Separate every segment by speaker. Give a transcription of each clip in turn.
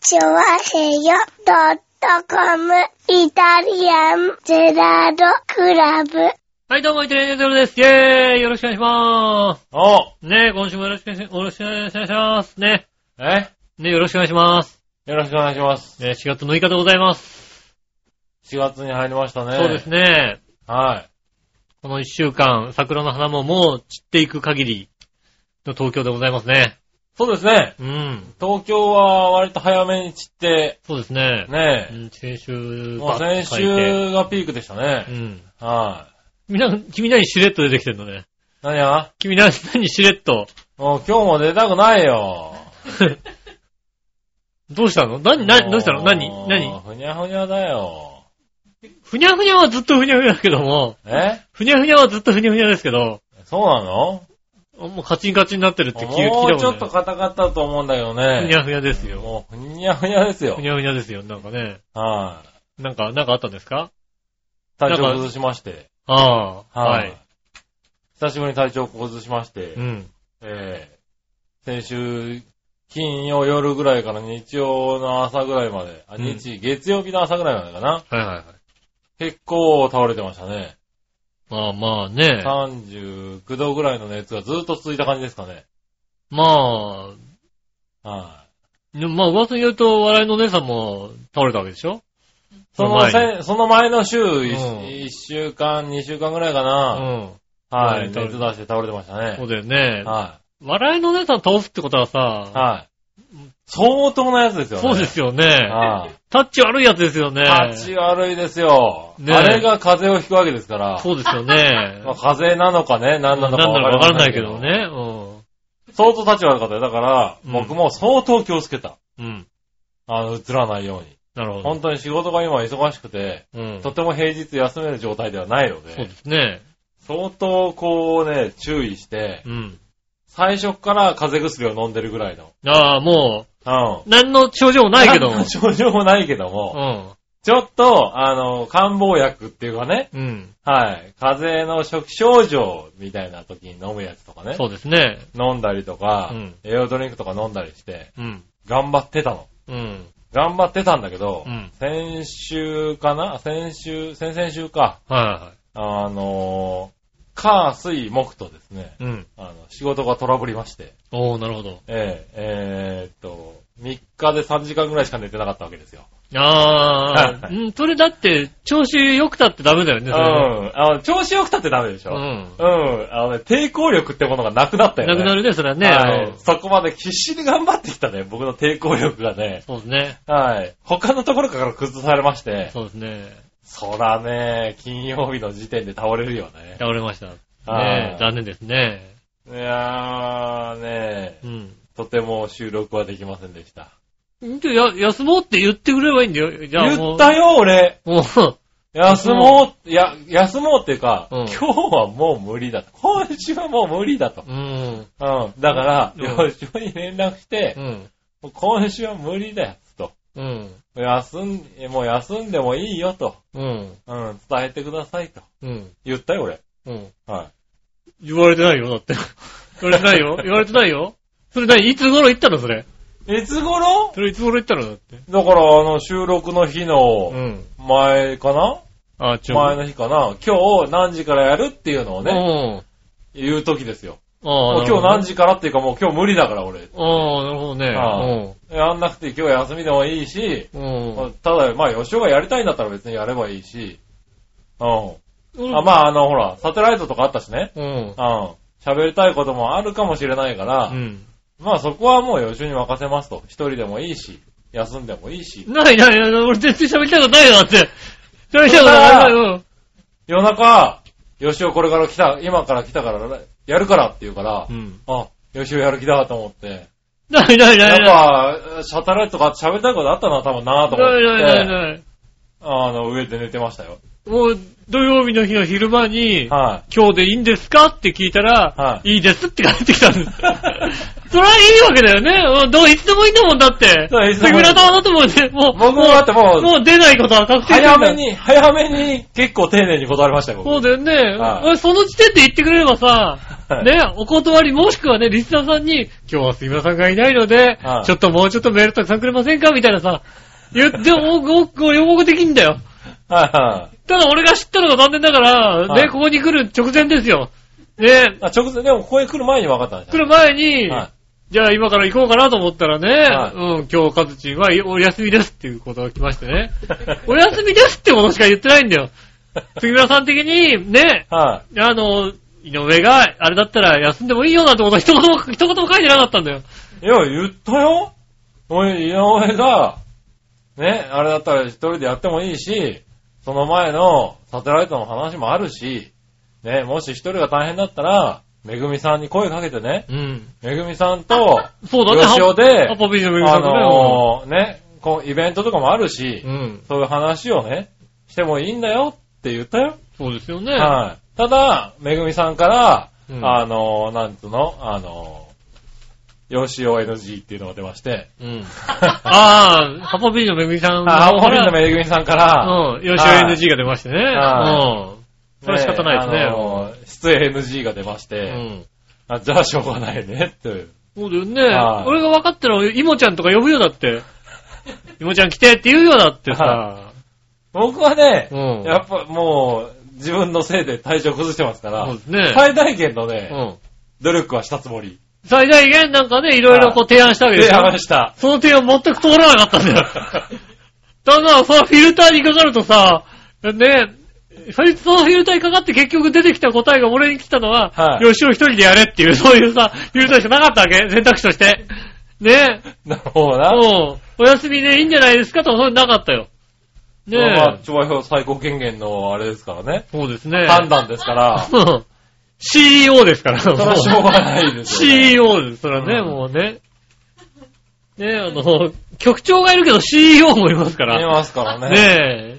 Speaker 1: チョワヘヨドットコムイタリアンゼラードクラブ。
Speaker 2: はい、どうも、イテレゼロです。イェーイよろしくお願いしまーす。
Speaker 3: おう
Speaker 2: ねえ、今週もよろしくお願いしよろしくお願いします。ね。
Speaker 3: え
Speaker 2: ねよろしくお願いします。
Speaker 3: よろしくお願いします。
Speaker 2: ね4月6日でございます。
Speaker 3: 4月に入りましたね。
Speaker 2: そうです。ね。
Speaker 3: は
Speaker 2: この1週間、桜の花ももう散っていく限りの東京でございますね。
Speaker 3: い。そうですね。
Speaker 2: うん。
Speaker 3: 東京は割と早めに散って、
Speaker 2: そうですね。う
Speaker 3: ね
Speaker 2: ん、先週
Speaker 3: え。も
Speaker 2: ば
Speaker 3: う
Speaker 2: っかり
Speaker 3: 先
Speaker 2: 咲いて、
Speaker 3: 週がピークでした
Speaker 2: う
Speaker 3: ね。
Speaker 2: ん。
Speaker 3: は
Speaker 2: みんな、君何しれっと出てきてんのね。
Speaker 3: い。何や
Speaker 2: 君何、何しれっ と。
Speaker 3: もう今日も出たくないよ。
Speaker 2: どうしたの何、何、どうしたの何、
Speaker 3: もう
Speaker 2: 何
Speaker 3: ふにゃふにゃだよ。
Speaker 2: ふにゃふにゃはずっとふにゃふにゃだけども、
Speaker 3: え
Speaker 2: ふにゃふにゃはずっとふにゃふにゃですけど、
Speaker 3: そうなの
Speaker 2: もうカチンカチンになってるって聞い聞いた
Speaker 3: も
Speaker 2: ことな
Speaker 3: う
Speaker 2: い。
Speaker 3: ちょっと硬かったと思うんだけど
Speaker 2: ふに
Speaker 3: ね。
Speaker 2: ゃふにゃですよ。
Speaker 3: もうふにゃふにゃですよ
Speaker 2: ふ。にゃふにゃですよ。なんかね。
Speaker 3: はい。
Speaker 2: なんか、なんかあったんですか
Speaker 3: 体調崩しまして。
Speaker 2: ああ。は
Speaker 3: はいい。。久しぶりに体調崩しまして
Speaker 2: う。ん。
Speaker 3: ええ先週、金曜夜ぐらいから日曜の朝ぐらいまで、あ、
Speaker 2: うん
Speaker 3: 日、月曜日の朝ぐらいまでかな。
Speaker 2: はいはいはい。
Speaker 3: 結構倒れてましたね。
Speaker 2: まあまあね。
Speaker 3: 39度ぐらいの熱がずっと続いた感じですかね。
Speaker 2: まあ、
Speaker 3: は
Speaker 2: でもまあ噂によると、笑いのお姉さんも倒れたわけでしょ
Speaker 3: い。その
Speaker 2: 前に
Speaker 3: せ、その前の週
Speaker 2: うん
Speaker 3: 1、一週間、2週間ぐらいか
Speaker 2: う
Speaker 3: な。
Speaker 2: ん。
Speaker 3: は
Speaker 2: はい
Speaker 3: い。
Speaker 2: 倒れ
Speaker 3: 熱出して倒れてました
Speaker 2: そう
Speaker 3: ね。
Speaker 2: だよね。
Speaker 3: は。
Speaker 2: 笑いのお姉さん倒すってことはいさ、
Speaker 3: はい。相当なやつですよね。
Speaker 2: そうですよね。
Speaker 3: はい。
Speaker 2: タッチ悪いやつですよね。
Speaker 3: 立ち悪いですよ。
Speaker 2: ねえ
Speaker 3: あれが風邪をひくわけですから。
Speaker 2: そうですよね
Speaker 3: まあ、。風邪なのかね、何なのか
Speaker 2: なんだかわ
Speaker 3: わ
Speaker 2: から
Speaker 3: か
Speaker 2: ん
Speaker 3: ら
Speaker 2: な
Speaker 3: ないい
Speaker 2: け
Speaker 3: け
Speaker 2: ど
Speaker 3: ど。
Speaker 2: ね。うん
Speaker 3: 相当立ち悪かったよ。だから、
Speaker 2: うん
Speaker 3: 僕も相当気をつけた。
Speaker 2: うん。
Speaker 3: あの、映らないように。
Speaker 2: なるほど
Speaker 3: 本。当に仕事が今忙しくて、
Speaker 2: うん。
Speaker 3: とても平日休める状態ではないの
Speaker 2: そう
Speaker 3: で
Speaker 2: で、すね。
Speaker 3: 相当こうね、注意して
Speaker 2: う、ん。
Speaker 3: 最初から風邪薬を飲んでるぐらいの。
Speaker 2: ああ、も
Speaker 3: うん
Speaker 2: う、。何の症状もないけど
Speaker 3: 何
Speaker 2: も
Speaker 3: の。症状もないけども、
Speaker 2: う
Speaker 3: ちょっと、あの、漢方薬っていうかね、
Speaker 2: ん。うん。
Speaker 3: はい、風邪の初期症状みたいな時に飲むやつとかね、
Speaker 2: そうですね。
Speaker 3: 飲んだりとか
Speaker 2: うん、
Speaker 3: 栄養ドリンクとか飲んだりして、
Speaker 2: うん。
Speaker 3: 頑張ってたの。
Speaker 2: うん。
Speaker 3: 頑張ってたんだけど、
Speaker 2: うん。
Speaker 3: 先週かな先週、先々週か。
Speaker 2: はいは
Speaker 3: あのー、火、水、木とですね、
Speaker 2: いはい。うん。
Speaker 3: あの、仕事がトラブりまして、
Speaker 2: おー、なるほど。
Speaker 3: えええーっと、3日で3時間ぐらいしか寝てなかったわけですよ。
Speaker 2: ああ、
Speaker 3: は
Speaker 2: うん、それだって、調子良くたってダメだよ
Speaker 3: う
Speaker 2: ね、
Speaker 3: ん。
Speaker 2: それ
Speaker 3: あの、調子良くたってダメでしょ。
Speaker 2: ね。
Speaker 3: うん。あのね、抵抗力ってものがなくなった
Speaker 2: うん。
Speaker 3: よね。
Speaker 2: なくなるね、それはね。
Speaker 3: は
Speaker 2: う
Speaker 3: い
Speaker 2: ん。
Speaker 3: そこまで必死に頑張ってきたね、僕の抵抗力がね。
Speaker 2: そうですね。
Speaker 3: はい。他のところから崩されまして。
Speaker 2: そうですね。
Speaker 3: そらね、金曜日の時点で倒れるよね。
Speaker 2: 倒れました。ね
Speaker 3: は
Speaker 2: え
Speaker 3: い
Speaker 2: 残念ですね。
Speaker 3: いやーね、
Speaker 2: うん。
Speaker 3: とても収録はできませんでした。
Speaker 2: じゃあや、休もうって言ってくればいいんだよ。じゃあ
Speaker 3: 言
Speaker 2: もう。
Speaker 3: ったよ、俺。
Speaker 2: もう、
Speaker 3: 休もう、いや、休もうっていうか、
Speaker 2: うん
Speaker 3: 今日はもう無理だと。今週はもう無理だと。
Speaker 2: うん。
Speaker 3: うん。だから、
Speaker 2: うん
Speaker 3: 吉尾に連絡して
Speaker 2: う、ん。
Speaker 3: もう今週は無理だよ、と。
Speaker 2: うん。
Speaker 3: 休ん、もう休んでもいいよと。
Speaker 2: うん。
Speaker 3: うん、伝えてくださいと。
Speaker 2: うん。
Speaker 3: 言ったよ、俺。
Speaker 2: うん。
Speaker 3: は
Speaker 2: 言われてないよ、だって。言われてないよ。言われてないよ。それ何いつ頃言ったのそれ。
Speaker 3: い。いつ頃
Speaker 2: それいつ頃言ったのだって。
Speaker 3: だから、あの、収録の日
Speaker 2: う
Speaker 3: の
Speaker 2: ん。
Speaker 3: 前かな、
Speaker 2: あ、ちょ。
Speaker 3: 前の日かな、今日何時からやるっていうのをね、
Speaker 2: ね。
Speaker 3: 言う時ですよ。
Speaker 2: うん。あ
Speaker 3: も
Speaker 2: あ。
Speaker 3: う今日何
Speaker 2: 時
Speaker 3: 時からっていうかもう今日無理だから俺。
Speaker 2: ああ、なるほどね
Speaker 3: は。やんなくて今日は休みでもいいし、
Speaker 2: うん。うん。
Speaker 3: ただ、まあ、吉尾がやりたいんだったら別にやればいいし、う
Speaker 2: うん
Speaker 3: ん。あまあ、あの、ほら、サテライトとかあったしね、
Speaker 2: うん
Speaker 3: う。ん。喋りたいこともあるかもしれないから、
Speaker 2: うん。
Speaker 3: まあそこはもう吉尾に任せますと。一人でもいいし、休んでもいいし。
Speaker 2: ないないない、俺全然喋りたいことないよ、だって。喋りたいことないよ。
Speaker 3: 夜中、吉尾これから来た、今から来たから、やるからって言うから
Speaker 2: う、ん。
Speaker 3: あ、吉尾やる気だと思って。
Speaker 2: ないないな
Speaker 3: や
Speaker 2: いない。
Speaker 3: っぱ、シャタライトとか喋りたいことあったな、多分なと思っ
Speaker 2: ないないない
Speaker 3: て、
Speaker 2: ない。
Speaker 3: あの、上で寝てましたよ。
Speaker 2: もう、土曜日の日の昼間に、
Speaker 3: は
Speaker 2: 今日でいいんですかって聞いたら、、
Speaker 3: はい
Speaker 2: いですって返ってきたんです。 それはいいわけだよね。うんどういつでもいいんだもんだって。
Speaker 3: そういつでもいい
Speaker 2: 杉村さんだともうね、もう、
Speaker 3: 僕もだってもう
Speaker 2: もう出ないことは確定してる
Speaker 3: 早
Speaker 2: んだ
Speaker 3: め。に、早めに結構丁寧に断りましたよ、
Speaker 2: そう
Speaker 3: 僕。
Speaker 2: だよね、
Speaker 3: はい
Speaker 2: その時点で言ってくれればさ、
Speaker 3: はい
Speaker 2: ね、お断りもしくはね、リスナーさんに、今日は杉村さんがいないので、
Speaker 3: はい
Speaker 2: ちょっともうちょっとメールたくさんくれませんかみたいなさ、言っても、ご、ご、予告できんだよ。
Speaker 3: はいはい。
Speaker 2: ただ俺が知ったのが残念だから、
Speaker 3: はい
Speaker 2: ね、ここに来る直前ですよ。ね、
Speaker 3: あ直前、でもここへ来る前に分かったんです
Speaker 2: 来
Speaker 3: よ。
Speaker 2: る前に、
Speaker 3: は
Speaker 2: じゃあ今から行こうかなと思ったらね、
Speaker 3: はい
Speaker 2: うん、今日カズチンはいお休みですっていうことが来まして ね、お休みですってことしか言ってないんだよ。杉村さん的に、ね、
Speaker 3: い。は
Speaker 2: あの、井上が、あれだったら休んでもいいよなんてことは一言も、一言も書いてなかったんだよ。
Speaker 3: い。いや、言ったよ。おい、井上が、ね、あれだったら一人でやってもいいし、その前のサテライトの話もあるし、ね、もし一人が大変だったら、めぐみさんに声かけてね、
Speaker 2: うん。
Speaker 3: めぐみさんと、
Speaker 2: そうだね、
Speaker 3: 吉尾で、
Speaker 2: ハッパビジョンの
Speaker 3: あ
Speaker 2: 皆さんとね
Speaker 3: のーね、こう、イベントとかもあるし、
Speaker 2: うん。
Speaker 3: そういう話をね、してもいいんだよって言ったよ。
Speaker 2: そうですよね。
Speaker 3: はい。ただ、めぐみさんから、
Speaker 2: うん
Speaker 3: あのー、なんつうの、あのー、よしお NG っていうのが出まして、
Speaker 2: うん。 ああ、ハッパビジョンのめぐみさんの
Speaker 3: あ、本人のめぐみさんから、
Speaker 2: うん。よしお
Speaker 3: はい
Speaker 2: NG が出ましてね。
Speaker 3: は
Speaker 2: うん。それは仕方ないですね
Speaker 3: あのー出演 NG が出まし
Speaker 2: う
Speaker 3: て、
Speaker 2: ん。
Speaker 3: あじゃあしょうがないね、という。
Speaker 2: そうだよね。
Speaker 3: はい
Speaker 2: 俺が分かったら、イモちゃんとか呼ぶよだ って。イモちゃん来てって言うよだってさ
Speaker 3: は。僕はね、
Speaker 2: うん
Speaker 3: やっぱもう、自分のせいで体調崩してますか
Speaker 2: そう
Speaker 3: ら
Speaker 2: で、すね。
Speaker 3: 最大限の
Speaker 2: う
Speaker 3: ね、
Speaker 2: ん。
Speaker 3: 努力はしたつもり。
Speaker 2: 最大限なんかね、いろいろこう提案したわ けで
Speaker 3: 提
Speaker 2: すよ。
Speaker 3: 案した。
Speaker 2: その点は全く通らなかったんだよ。 ただ、そのフィルターにかかるとさ、ね、そいつそのフィルターにかかって結局出てきた答えが俺に来たのは、
Speaker 3: はい
Speaker 2: 吉尾一人でやれっていう、そういうさ、フィルターしかなかったわけ選択肢として。ね、
Speaker 3: なるほどな。
Speaker 2: もう、お休みでいいんじゃないですかとか、そういうのなかったよ。ね
Speaker 3: まあまあ、
Speaker 2: え、
Speaker 3: 調和表最高権限のあれですからね。
Speaker 2: そうですね。
Speaker 3: 判断で すから、
Speaker 2: うん。CEO ですから。そ
Speaker 3: それはしょうがないです よ、ね。
Speaker 2: CEO です。それはね、
Speaker 3: うん
Speaker 2: もうね。ねえ、あの、局長がいるけど CEO もいますか
Speaker 3: 見え
Speaker 2: ら。
Speaker 3: ますからね。
Speaker 2: ね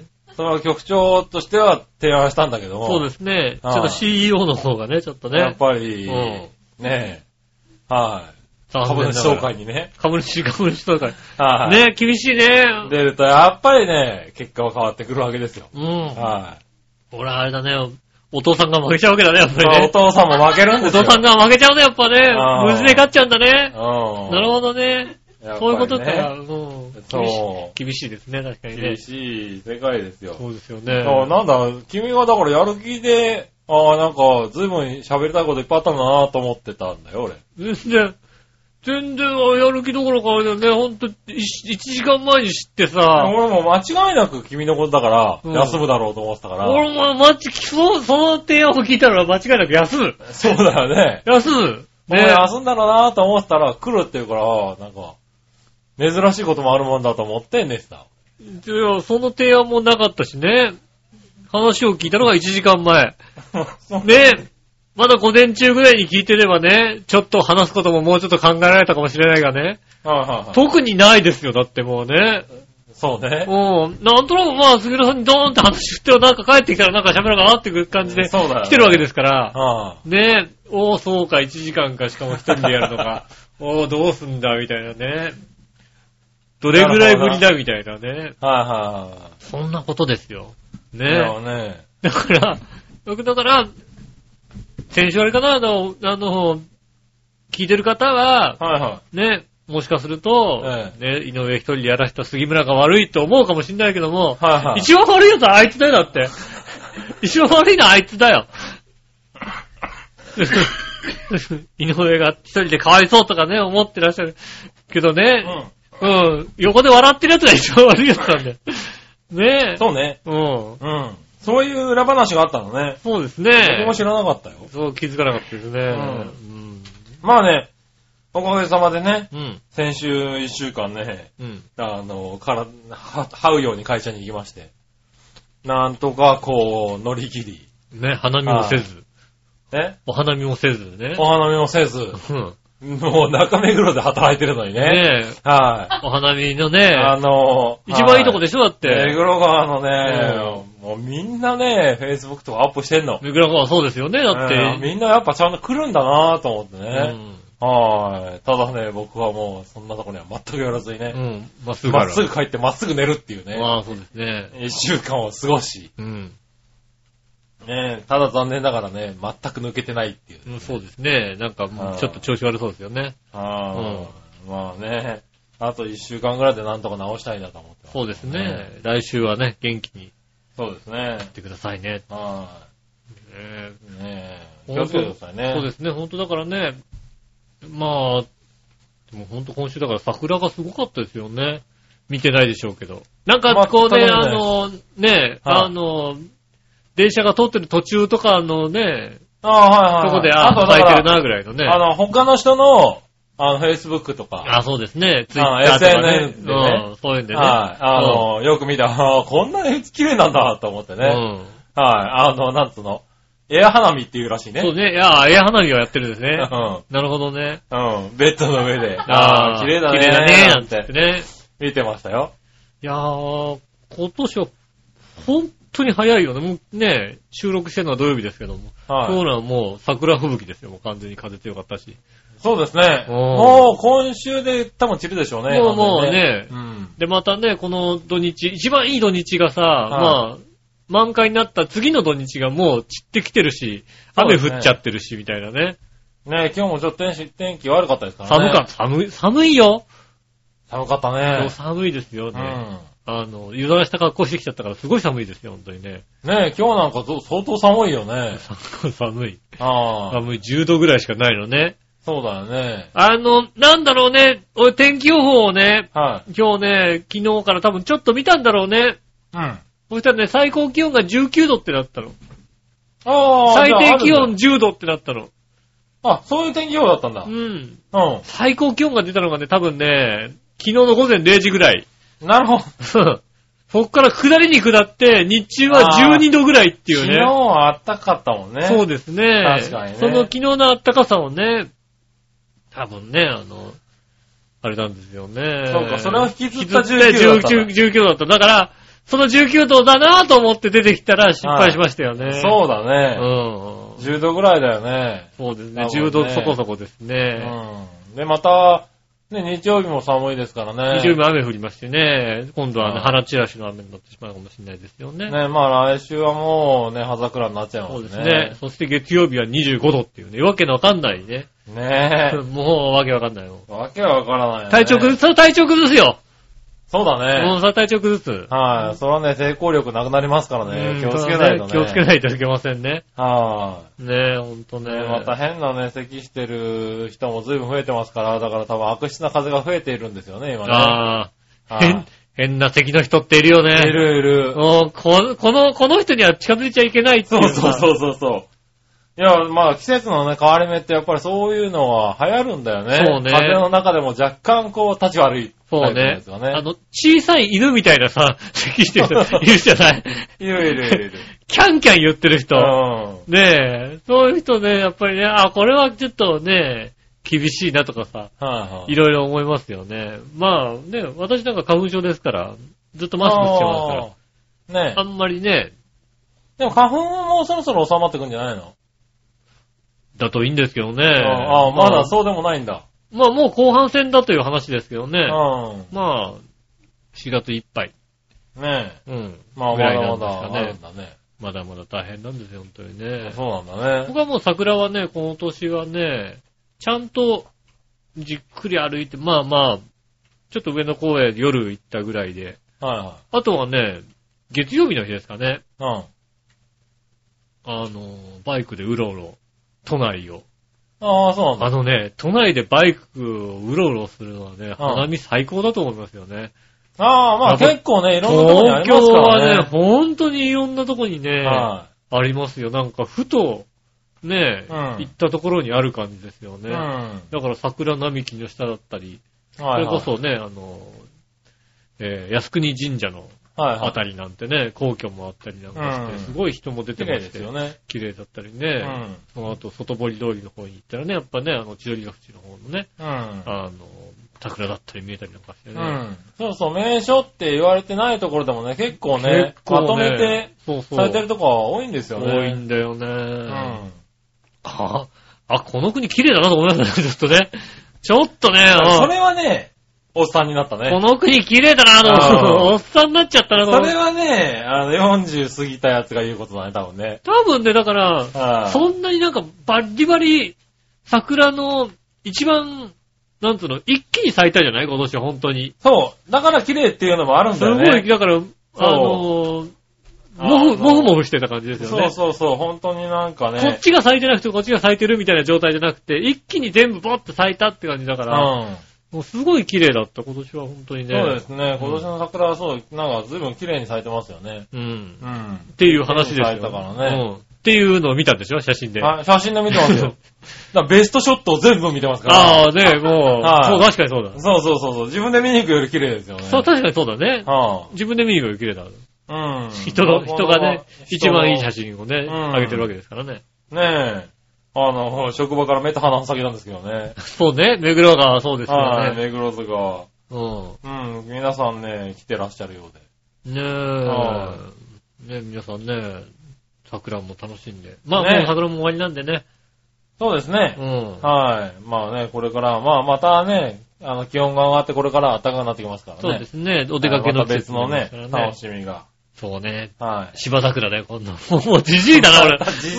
Speaker 2: え。
Speaker 3: それは局長としては提案したんだけども。
Speaker 2: そうですね。ちょ
Speaker 3: はい
Speaker 2: っと CEO の方がね、ちょっと
Speaker 3: やっ
Speaker 2: ね。
Speaker 3: ぱり、
Speaker 2: うん
Speaker 3: ねえ、はい。
Speaker 2: 残
Speaker 3: 株
Speaker 2: 念
Speaker 3: 主
Speaker 2: なが
Speaker 3: 総
Speaker 2: ら
Speaker 3: 会にね。
Speaker 2: 株主、株主総会。
Speaker 3: はい。
Speaker 2: ねえ、厳しいね。
Speaker 3: 出ると、やっぱりね、結果は変わってくるわけですよ。
Speaker 2: うん。
Speaker 3: は
Speaker 2: ほら、あれだね。お父さんが負けちゃうわけだね、やっ
Speaker 3: い。
Speaker 2: ぱり
Speaker 3: まあお
Speaker 2: ね。
Speaker 3: 父さんも負ける
Speaker 2: お
Speaker 3: んですよ。
Speaker 2: 父さんが負けちゃうね、やっぱね
Speaker 3: あ。ー
Speaker 2: 娘勝っちゃうんだね。
Speaker 3: うん。
Speaker 2: なるほどね。
Speaker 3: やっぱりね
Speaker 2: そういうことか。うん厳し
Speaker 3: そ
Speaker 2: い厳しいですね、確か
Speaker 3: う。
Speaker 2: にね
Speaker 3: 厳。しい世界ですよ。
Speaker 2: そうですよね。
Speaker 3: そうなんだ、君はだからやる気で、ああ、なんか、ずいぶん喋りたいこといっぱいあったんだなと思ってたんだよ、俺。
Speaker 2: 全然、全然やる気どころかあれだよね。ほんと、一一時間前に知ってさ、
Speaker 3: 俺も間違いなく君のことだから、
Speaker 2: うん
Speaker 3: 休むだろうと思ってたから。
Speaker 2: 俺もマッチ、そうその提案を聞いたら間違いなく休む。
Speaker 3: そうだよね。
Speaker 2: 休む。
Speaker 3: 俺
Speaker 2: ね
Speaker 3: 休んだろうなと思ってたら、来るっていうから、なんか、珍しいこともあるもんだと思って寝てた。
Speaker 2: いやその提案もなかったしね。話を聞いたのが1時間前。 ねまだ午前中ぐらいに聞いてればね、ちょっと話すことももうちょっと考えられたかもしれないがね。
Speaker 3: はいはいはい
Speaker 2: 特にないですよ、だってもうね。
Speaker 3: そうね。
Speaker 2: うん。なんとなくまあ、杉浦さんにドーンって話振ってはなんか帰ってきたらなんか喋ろうかなっていう感じで
Speaker 3: そうだよね
Speaker 2: 来てるわけですから。
Speaker 3: あ
Speaker 2: ねえ、おーそうか、1時間か、しかも一人でやると か、おーどうすんだ、みたいなね。どれぐらいぶりだ、みたいなね。
Speaker 3: あはいは
Speaker 2: そんなことですよ。
Speaker 3: いはい。
Speaker 2: ね
Speaker 3: でもね。
Speaker 2: え。だから、僕だから、先週あれかな、あの、あの、聞いてる方は、
Speaker 3: はいは
Speaker 2: ね、もしかすると、ね、
Speaker 3: え
Speaker 2: 井上一人でやらした杉村が悪いと思うかもしんないけども、
Speaker 3: い。はいはい。
Speaker 2: 一番悪いやつはあいつだよ、だ って。一番悪いのはあいつだよ。井上が一人でかわいそうとかね、思ってらっしゃる。けど
Speaker 3: う
Speaker 2: ね、
Speaker 3: ん。
Speaker 2: うん、横で笑ってるやつが一番悪いやつなんだよ。ねえ。
Speaker 3: そうね。
Speaker 2: うん。
Speaker 3: うん。そういう裏話があったのね。
Speaker 2: そうです
Speaker 3: 僕
Speaker 2: ね
Speaker 3: も。知らなかったよ。
Speaker 2: そう気づかなかったですね。
Speaker 3: まあね、おかげさまでね、
Speaker 2: うん。うん。
Speaker 3: 先週一週間ね、
Speaker 2: うん。
Speaker 3: あの、から、は、這うように会社に行きまして、なんとかこう、乗り切り、
Speaker 2: ね、花見もせず。
Speaker 3: ね、
Speaker 2: お花見もせずね。
Speaker 3: お花見もせず、
Speaker 2: うん。
Speaker 3: もう中目黒で働いてるのにね。
Speaker 2: ねえ。
Speaker 3: は
Speaker 2: お花見の
Speaker 3: い。あ
Speaker 2: ね、
Speaker 3: の、
Speaker 2: 一番いいとこ
Speaker 3: で
Speaker 2: でしょだって。
Speaker 3: 目黒川のね
Speaker 2: う、
Speaker 3: もうみんなね、Facebook とかアップしてんの。
Speaker 2: 目黒川はそうですよね、だっ
Speaker 3: うん
Speaker 2: て。
Speaker 3: みんなやっぱちゃんと来るんだなぁと思って
Speaker 2: う
Speaker 3: ね。
Speaker 2: ん。
Speaker 3: はい。ただね、僕はもうそんなとこには全く寄らずに
Speaker 2: う
Speaker 3: ね、
Speaker 2: ん。まっすぐ
Speaker 3: ま
Speaker 2: から。
Speaker 3: っすぐ帰ってまっすぐ寝るっていうね、
Speaker 2: まあ、そうですね。
Speaker 3: 一週間を過ごし、
Speaker 2: うん。
Speaker 3: ねただ残念ながらね、全く抜けてないっていう。
Speaker 2: うんそうですね。なんか、も
Speaker 3: あ
Speaker 2: う
Speaker 3: ー
Speaker 2: ちょっと調子悪そうですよね。
Speaker 3: あーまあね、あと一週間ぐらいでなんとか直したいなと思ってます
Speaker 2: そうですね。来週はね、元気に行
Speaker 3: そうですね。
Speaker 2: ってくださいね。
Speaker 3: は
Speaker 2: ね
Speaker 3: い。ねえ。
Speaker 2: 本当
Speaker 3: 気をつけてくださいね。
Speaker 2: そうですね、本当だからね、まあ、でも本当今週だから桜がすごかったですよね。見てないでしょうけど。なんかこうね、
Speaker 3: 全く見てない
Speaker 2: あの、ね、
Speaker 3: はい
Speaker 2: あの、電車が通ってる途中とかのね、
Speaker 3: ああ、はいはいはい。
Speaker 2: そこで、
Speaker 3: あ
Speaker 2: あ、
Speaker 3: と
Speaker 2: 咲
Speaker 3: だ
Speaker 2: いて
Speaker 3: から
Speaker 2: るなぐらいのね。
Speaker 3: あの、他の人の、あの、Facebook とか、
Speaker 2: あ、そうですね、ツイッ
Speaker 3: あ
Speaker 2: ターとかね
Speaker 3: SNS でね
Speaker 2: うん、そういうんでね。
Speaker 3: はい。あの、よく見た、あーこんなに綺麗なんだと思って
Speaker 2: うん、
Speaker 3: ね。はい。あの、なんつうの、エア花見っていうらしい
Speaker 2: うん
Speaker 3: ね。
Speaker 2: そうね、いや、エア花火をやってるんですね。
Speaker 3: う
Speaker 2: なるほどね。
Speaker 3: ん。うん。ベッドの上で。あ
Speaker 2: あ
Speaker 3: あ、
Speaker 2: あ
Speaker 3: 綺麗だね。
Speaker 2: 綺麗だね、な
Speaker 3: なんん
Speaker 2: て言って
Speaker 3: て。
Speaker 2: ね。
Speaker 3: 見てましたよ。
Speaker 2: いやー、今年は、本当に早いよね。もうね、収録してるのは土曜日ですけども。今
Speaker 3: は
Speaker 2: 日のはもう桜吹雪ですよ。もう完全に風強かったし。
Speaker 3: い。そうですね。
Speaker 2: うん
Speaker 3: もう今週で多分散るでしょうね。
Speaker 2: もう
Speaker 3: 完全にう
Speaker 2: も
Speaker 3: ん。
Speaker 2: で、またね、この土日、一番いい土日がさ、まあ、満開になった次の土日がもう散ってきてるし、
Speaker 3: そうで
Speaker 2: 雨
Speaker 3: すね
Speaker 2: 降っちゃってるし、みたいなね。
Speaker 3: ね今日もちょっと天気天気悪かったですから
Speaker 2: 寒
Speaker 3: ね。
Speaker 2: かった、寒い、寒いよ。
Speaker 3: 寒かった
Speaker 2: も
Speaker 3: ね
Speaker 2: う。寒いですよ
Speaker 3: う
Speaker 2: ね。
Speaker 3: ん。
Speaker 2: あの、油断した格好してきちゃったからすごい寒いですよ、本当にね。
Speaker 3: ね今日なんかぞ相当寒いよね。
Speaker 2: 寒い。
Speaker 3: ああ、
Speaker 2: 寒い。10度ぐらいしかないのね。
Speaker 3: そうだよね。
Speaker 2: あの、なんだろうね、俺天気予報をね、
Speaker 3: はい。
Speaker 2: 今日ね、昨日から多分ちょっと見たんだろうね。
Speaker 3: うん。あ
Speaker 2: そしたらね、最高気温が19度ってなったの。
Speaker 3: あ、
Speaker 2: 最
Speaker 3: じゃああ
Speaker 2: 低
Speaker 3: るんだ
Speaker 2: 気温10度ってなったの。
Speaker 3: あ、そういう天気予報だったんだ
Speaker 2: う。ん。
Speaker 3: う
Speaker 2: 最高気温が出たのがね、多分ね、昨日の午前0時ぐらい。
Speaker 3: ん。なるほど。
Speaker 2: そこから下りに下って、日中は
Speaker 3: あー
Speaker 2: 12度ぐらいっていう
Speaker 3: 昨日
Speaker 2: ね。
Speaker 3: はあったかったもんね。
Speaker 2: そう
Speaker 3: う
Speaker 2: ですね。
Speaker 3: 確かにね
Speaker 2: その昨日の暖かさをね、多分ね、あの、あれなんですよね。
Speaker 3: そうか、それを引きずった
Speaker 2: 19
Speaker 3: 19だっ
Speaker 2: 19度だった。
Speaker 3: たんだ。
Speaker 2: だから、その19度だなと思って出てきたら失敗しましたよね。
Speaker 3: そうだ
Speaker 2: う
Speaker 3: ね。
Speaker 2: ん。
Speaker 3: 10度ぐらいだよね。
Speaker 2: そうですね。
Speaker 3: なるほど
Speaker 2: 10度
Speaker 3: ね
Speaker 2: そこそこですね。
Speaker 3: うん。で、また、ね、日曜日も寒いですからね。
Speaker 2: 日曜日も雨降りましてね。今度は
Speaker 3: う
Speaker 2: ね、
Speaker 3: ん
Speaker 2: 花散らしの雨になってしまうかもしれないですよね。
Speaker 3: ね、まあ来週はもうね、葉桜になっちゃいま
Speaker 2: そうですすね
Speaker 3: ね。。
Speaker 2: そして月曜日は25度っていうね。わけのわかんないね。
Speaker 3: ね。ね
Speaker 2: もうわけわかんないよ。
Speaker 3: え。わけわからないよね。
Speaker 2: 体調崩す、それは体調崩すよ。
Speaker 3: そうだ
Speaker 2: もう
Speaker 3: ね。
Speaker 2: それは体調崩す。
Speaker 3: はい。それはね、抵抗力なくなりますから
Speaker 2: う
Speaker 3: ね。
Speaker 2: ん
Speaker 3: 気をつけないとね。
Speaker 2: 気をつけ
Speaker 3: い。
Speaker 2: ないといけませんね。
Speaker 3: はい。
Speaker 2: ねえ、ほんとね。
Speaker 3: ねまた変なね、咳してる人も随分増えてますから、だから多分悪質な風が増えているんですよね、今ね。
Speaker 2: ああ。
Speaker 3: はい
Speaker 2: 変、変な敵の人っているよね。
Speaker 3: いるいる。
Speaker 2: もうここの、この人には近づいちゃいけないってい
Speaker 3: そうう
Speaker 2: さ。
Speaker 3: そうそうそうそう。いや、まあ季節のね、変わり目ってやっぱりそういうのは流行るんだよね。
Speaker 2: そうね
Speaker 3: 風の中でも若干こう、立ち悪い
Speaker 2: そ
Speaker 3: タ
Speaker 2: う
Speaker 3: イプなん
Speaker 2: ね
Speaker 3: ですよ。ね。
Speaker 2: あの、小さい犬みたいなさ、 咳してる 人いるじゃない
Speaker 3: いるいる いるいる。
Speaker 2: キャンキャン言ってる
Speaker 3: う
Speaker 2: 人。
Speaker 3: ん。
Speaker 2: ねえ、そういう人ね、やっぱりね、あ、これはちょっとね、厳しいなとかさ、
Speaker 3: はい
Speaker 2: いろいろ思いますよね。まあね、私なんか花粉症ですから、ずっとマスクしてますから。
Speaker 3: はい。ね
Speaker 2: あんまりね、
Speaker 3: でも花粉ももうそろそろ収まってくんじゃないの、
Speaker 2: だといいんですけどね。
Speaker 3: ああ、まだそうでもないんだ。
Speaker 2: まあもう後半戦だという話ですけどね。
Speaker 3: う
Speaker 2: まあ、4月いっぱい。
Speaker 3: ん。ねえ。
Speaker 2: うん。
Speaker 3: まあ
Speaker 2: ぐ
Speaker 3: ま
Speaker 2: らいな
Speaker 3: だま
Speaker 2: んですか
Speaker 3: だ
Speaker 2: ね
Speaker 3: あるんだね。
Speaker 2: まだまだ大変なんですよ、本当にね。
Speaker 3: そうなんだね。
Speaker 2: 僕はもう桜はね、この年はね、ちゃんとじっくり歩いて、まあまあ、ちょっと上の公園夜行ったぐらいで。
Speaker 3: は
Speaker 2: あとはね、月曜日の日ですかね。
Speaker 3: いはい。うん。
Speaker 2: あの、バイクでうろうろ、都内を。
Speaker 3: ああ、そうなんだ
Speaker 2: あ。のね、都内でバイクをうろうろするのはね、花見最高だと思いますよね。
Speaker 3: ああ、まあ結構ね、いろんなところにあ
Speaker 2: 東
Speaker 3: りま
Speaker 2: 京
Speaker 3: すか
Speaker 2: はね、
Speaker 3: らね。
Speaker 2: 本当にいろんなとこにね、
Speaker 3: は
Speaker 2: ありますよ。なんか、ふと、ね、
Speaker 3: うん
Speaker 2: 行ったところにある感じですよ
Speaker 3: い。
Speaker 2: ね。
Speaker 3: うん。はい
Speaker 2: だから、桜並木の下だったり、
Speaker 3: はい。
Speaker 2: それこそね、あの、えー靖国神社の
Speaker 3: はいは
Speaker 2: あ
Speaker 3: い。
Speaker 2: たりなんてね、皇居もあったりなんかして、
Speaker 3: うん
Speaker 2: すごい人も出て
Speaker 3: 綺
Speaker 2: ま
Speaker 3: 麗
Speaker 2: し
Speaker 3: です
Speaker 2: て、
Speaker 3: よね。
Speaker 2: 綺麗だったり
Speaker 3: う
Speaker 2: ね、
Speaker 3: ん。
Speaker 2: その後外堀通りの方に行ったらね、やっぱね、あの千鳥ヶ淵の方のね、
Speaker 3: うん。
Speaker 2: あの、桜だったり見えたりなんかして
Speaker 3: う
Speaker 2: ね。
Speaker 3: ん。そうそう、名所って言われてないところでもね、結構ね、
Speaker 2: 結構
Speaker 3: まとめて、
Speaker 2: そうそう。
Speaker 3: されてるとこは多いんですよね。
Speaker 2: 多いんだよね。
Speaker 3: うん。
Speaker 2: あ、あ、この国綺麗だなと思いましたね、ちょっ とね。ちょっとね、うん
Speaker 3: それはね、おっさんになった
Speaker 2: こ
Speaker 3: ね。
Speaker 2: の国綺麗だなと思って、
Speaker 3: うん
Speaker 2: おっさんになっちゃったなと
Speaker 3: そ
Speaker 2: 思っ
Speaker 3: れ
Speaker 2: て。
Speaker 3: はね、あの、40過ぎたやつが言うことだね、多分ね。
Speaker 2: 多分ね、だから、
Speaker 3: はい
Speaker 2: そんなになんかバリバリ桜の一番、なんつうの、一気に咲いたじゃない今年本当に。
Speaker 3: そう。だから綺麗っていうのもあるん
Speaker 2: す
Speaker 3: だよ
Speaker 2: ご
Speaker 3: ね。
Speaker 2: い、だから、あのー、も
Speaker 3: あ
Speaker 2: ふ、
Speaker 3: の
Speaker 2: もふもふしてた感じですよ
Speaker 3: そ
Speaker 2: ね
Speaker 3: う。そうそう、本当になんかね。
Speaker 2: こっちが咲いてなくて、こっちが咲いてるみたいな状態じゃなくて、一気に全部ボッと咲いたって感じだか
Speaker 3: う
Speaker 2: ら、
Speaker 3: ん。
Speaker 2: もうすごい綺麗だった、今年は本当にね。
Speaker 3: そうですね。今年の桜はそう、なんか随分綺麗に咲いてますよね。
Speaker 2: うん。
Speaker 3: う
Speaker 2: っ
Speaker 3: ん。
Speaker 2: ていう話ですよ。
Speaker 3: 咲いたからね
Speaker 2: うん。っていうのを見たんでしょ写真で。
Speaker 3: あ写真で見てますよ。 だからベストショットを全部見てますから。
Speaker 2: ああ、ねもう、
Speaker 3: はい
Speaker 2: そう、確かにそうだ。
Speaker 3: そうそうそうそう。自分で見に行くより綺麗ですよね。
Speaker 2: そう、確かにそうだね。
Speaker 3: は
Speaker 2: 自分で見に行くより綺麗だ。
Speaker 3: あ、うん。
Speaker 2: 人の、人がね、一番いい写
Speaker 3: 真。
Speaker 2: 真をね、
Speaker 3: うん
Speaker 2: あげてるわけですからね。
Speaker 3: ねえ。あの、職場から目と鼻の先なんですけどね。
Speaker 2: そうね、目黒川はそうです
Speaker 3: は
Speaker 2: よ
Speaker 3: い、
Speaker 2: ね。
Speaker 3: 目黒坂。
Speaker 2: う
Speaker 3: うん、皆さんね、来てらっしゃるようで。
Speaker 2: ん。ね
Speaker 3: は
Speaker 2: え。ね皆さんね、桜も楽しんで。まあ、
Speaker 3: ね
Speaker 2: もう桜も終わりなんでね。
Speaker 3: そうですね
Speaker 2: う。ん。
Speaker 3: はい。まあね、これから、まあまたね、あの、気温が上がってこれから暖かくなってきますからね。
Speaker 2: そうですね、お出かけの
Speaker 3: また別のね
Speaker 2: 季節になります、から
Speaker 3: 楽
Speaker 2: ね
Speaker 3: しみが。
Speaker 2: そうね。
Speaker 3: はい。
Speaker 2: 芝桜だよ、こんな。もうじじいだな、俺。 もう
Speaker 3: ジ
Speaker 2: じ
Speaker 3: ジ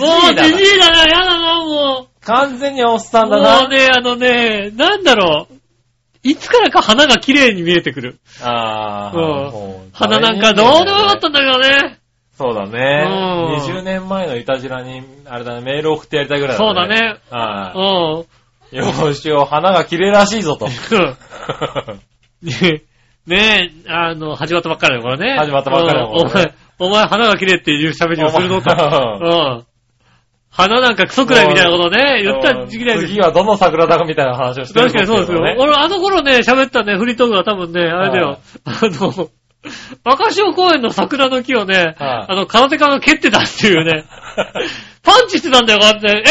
Speaker 2: じ
Speaker 3: イ
Speaker 2: い
Speaker 3: だ
Speaker 2: だ
Speaker 3: な
Speaker 2: な、やだな、もう。
Speaker 3: 完全におっさんだ
Speaker 2: もう
Speaker 3: な。
Speaker 2: ね、あのね、なんだろう。いつからか花が綺麗に見えてくる。
Speaker 3: あ
Speaker 2: う
Speaker 3: あ、
Speaker 2: ん
Speaker 3: もう
Speaker 2: 花なんかどうでもよかったんだけどね。
Speaker 3: そうだね。
Speaker 2: うん
Speaker 3: 20年前のいたじらに、あれだね、メール送ってやりたいぐらい
Speaker 2: そうだ。ね。う
Speaker 3: は
Speaker 2: ん。
Speaker 3: い。よしよ、花が綺麗らしい ぞと。
Speaker 2: ね ねえ、あの、始まったばっかりだからね。
Speaker 3: 始まったばっかりだもん
Speaker 2: うん
Speaker 3: ね
Speaker 2: お前、お前花が綺麗っていう喋りをするのか。う
Speaker 3: と。
Speaker 2: ん。花なんかクソくらいみたいなことをね、言った時期ないです
Speaker 3: 次はどの桜だかみたいな話をしてる
Speaker 2: 確かにそうですよ。
Speaker 3: ね
Speaker 2: 俺、あの頃ね、喋ったね、フリートークは多分ね、あれだよ。あの、若潮公園の桜の木をね、
Speaker 3: は
Speaker 2: あの、空手家が蹴ってたっていう ね、パンチしてたんだよ、こうやって。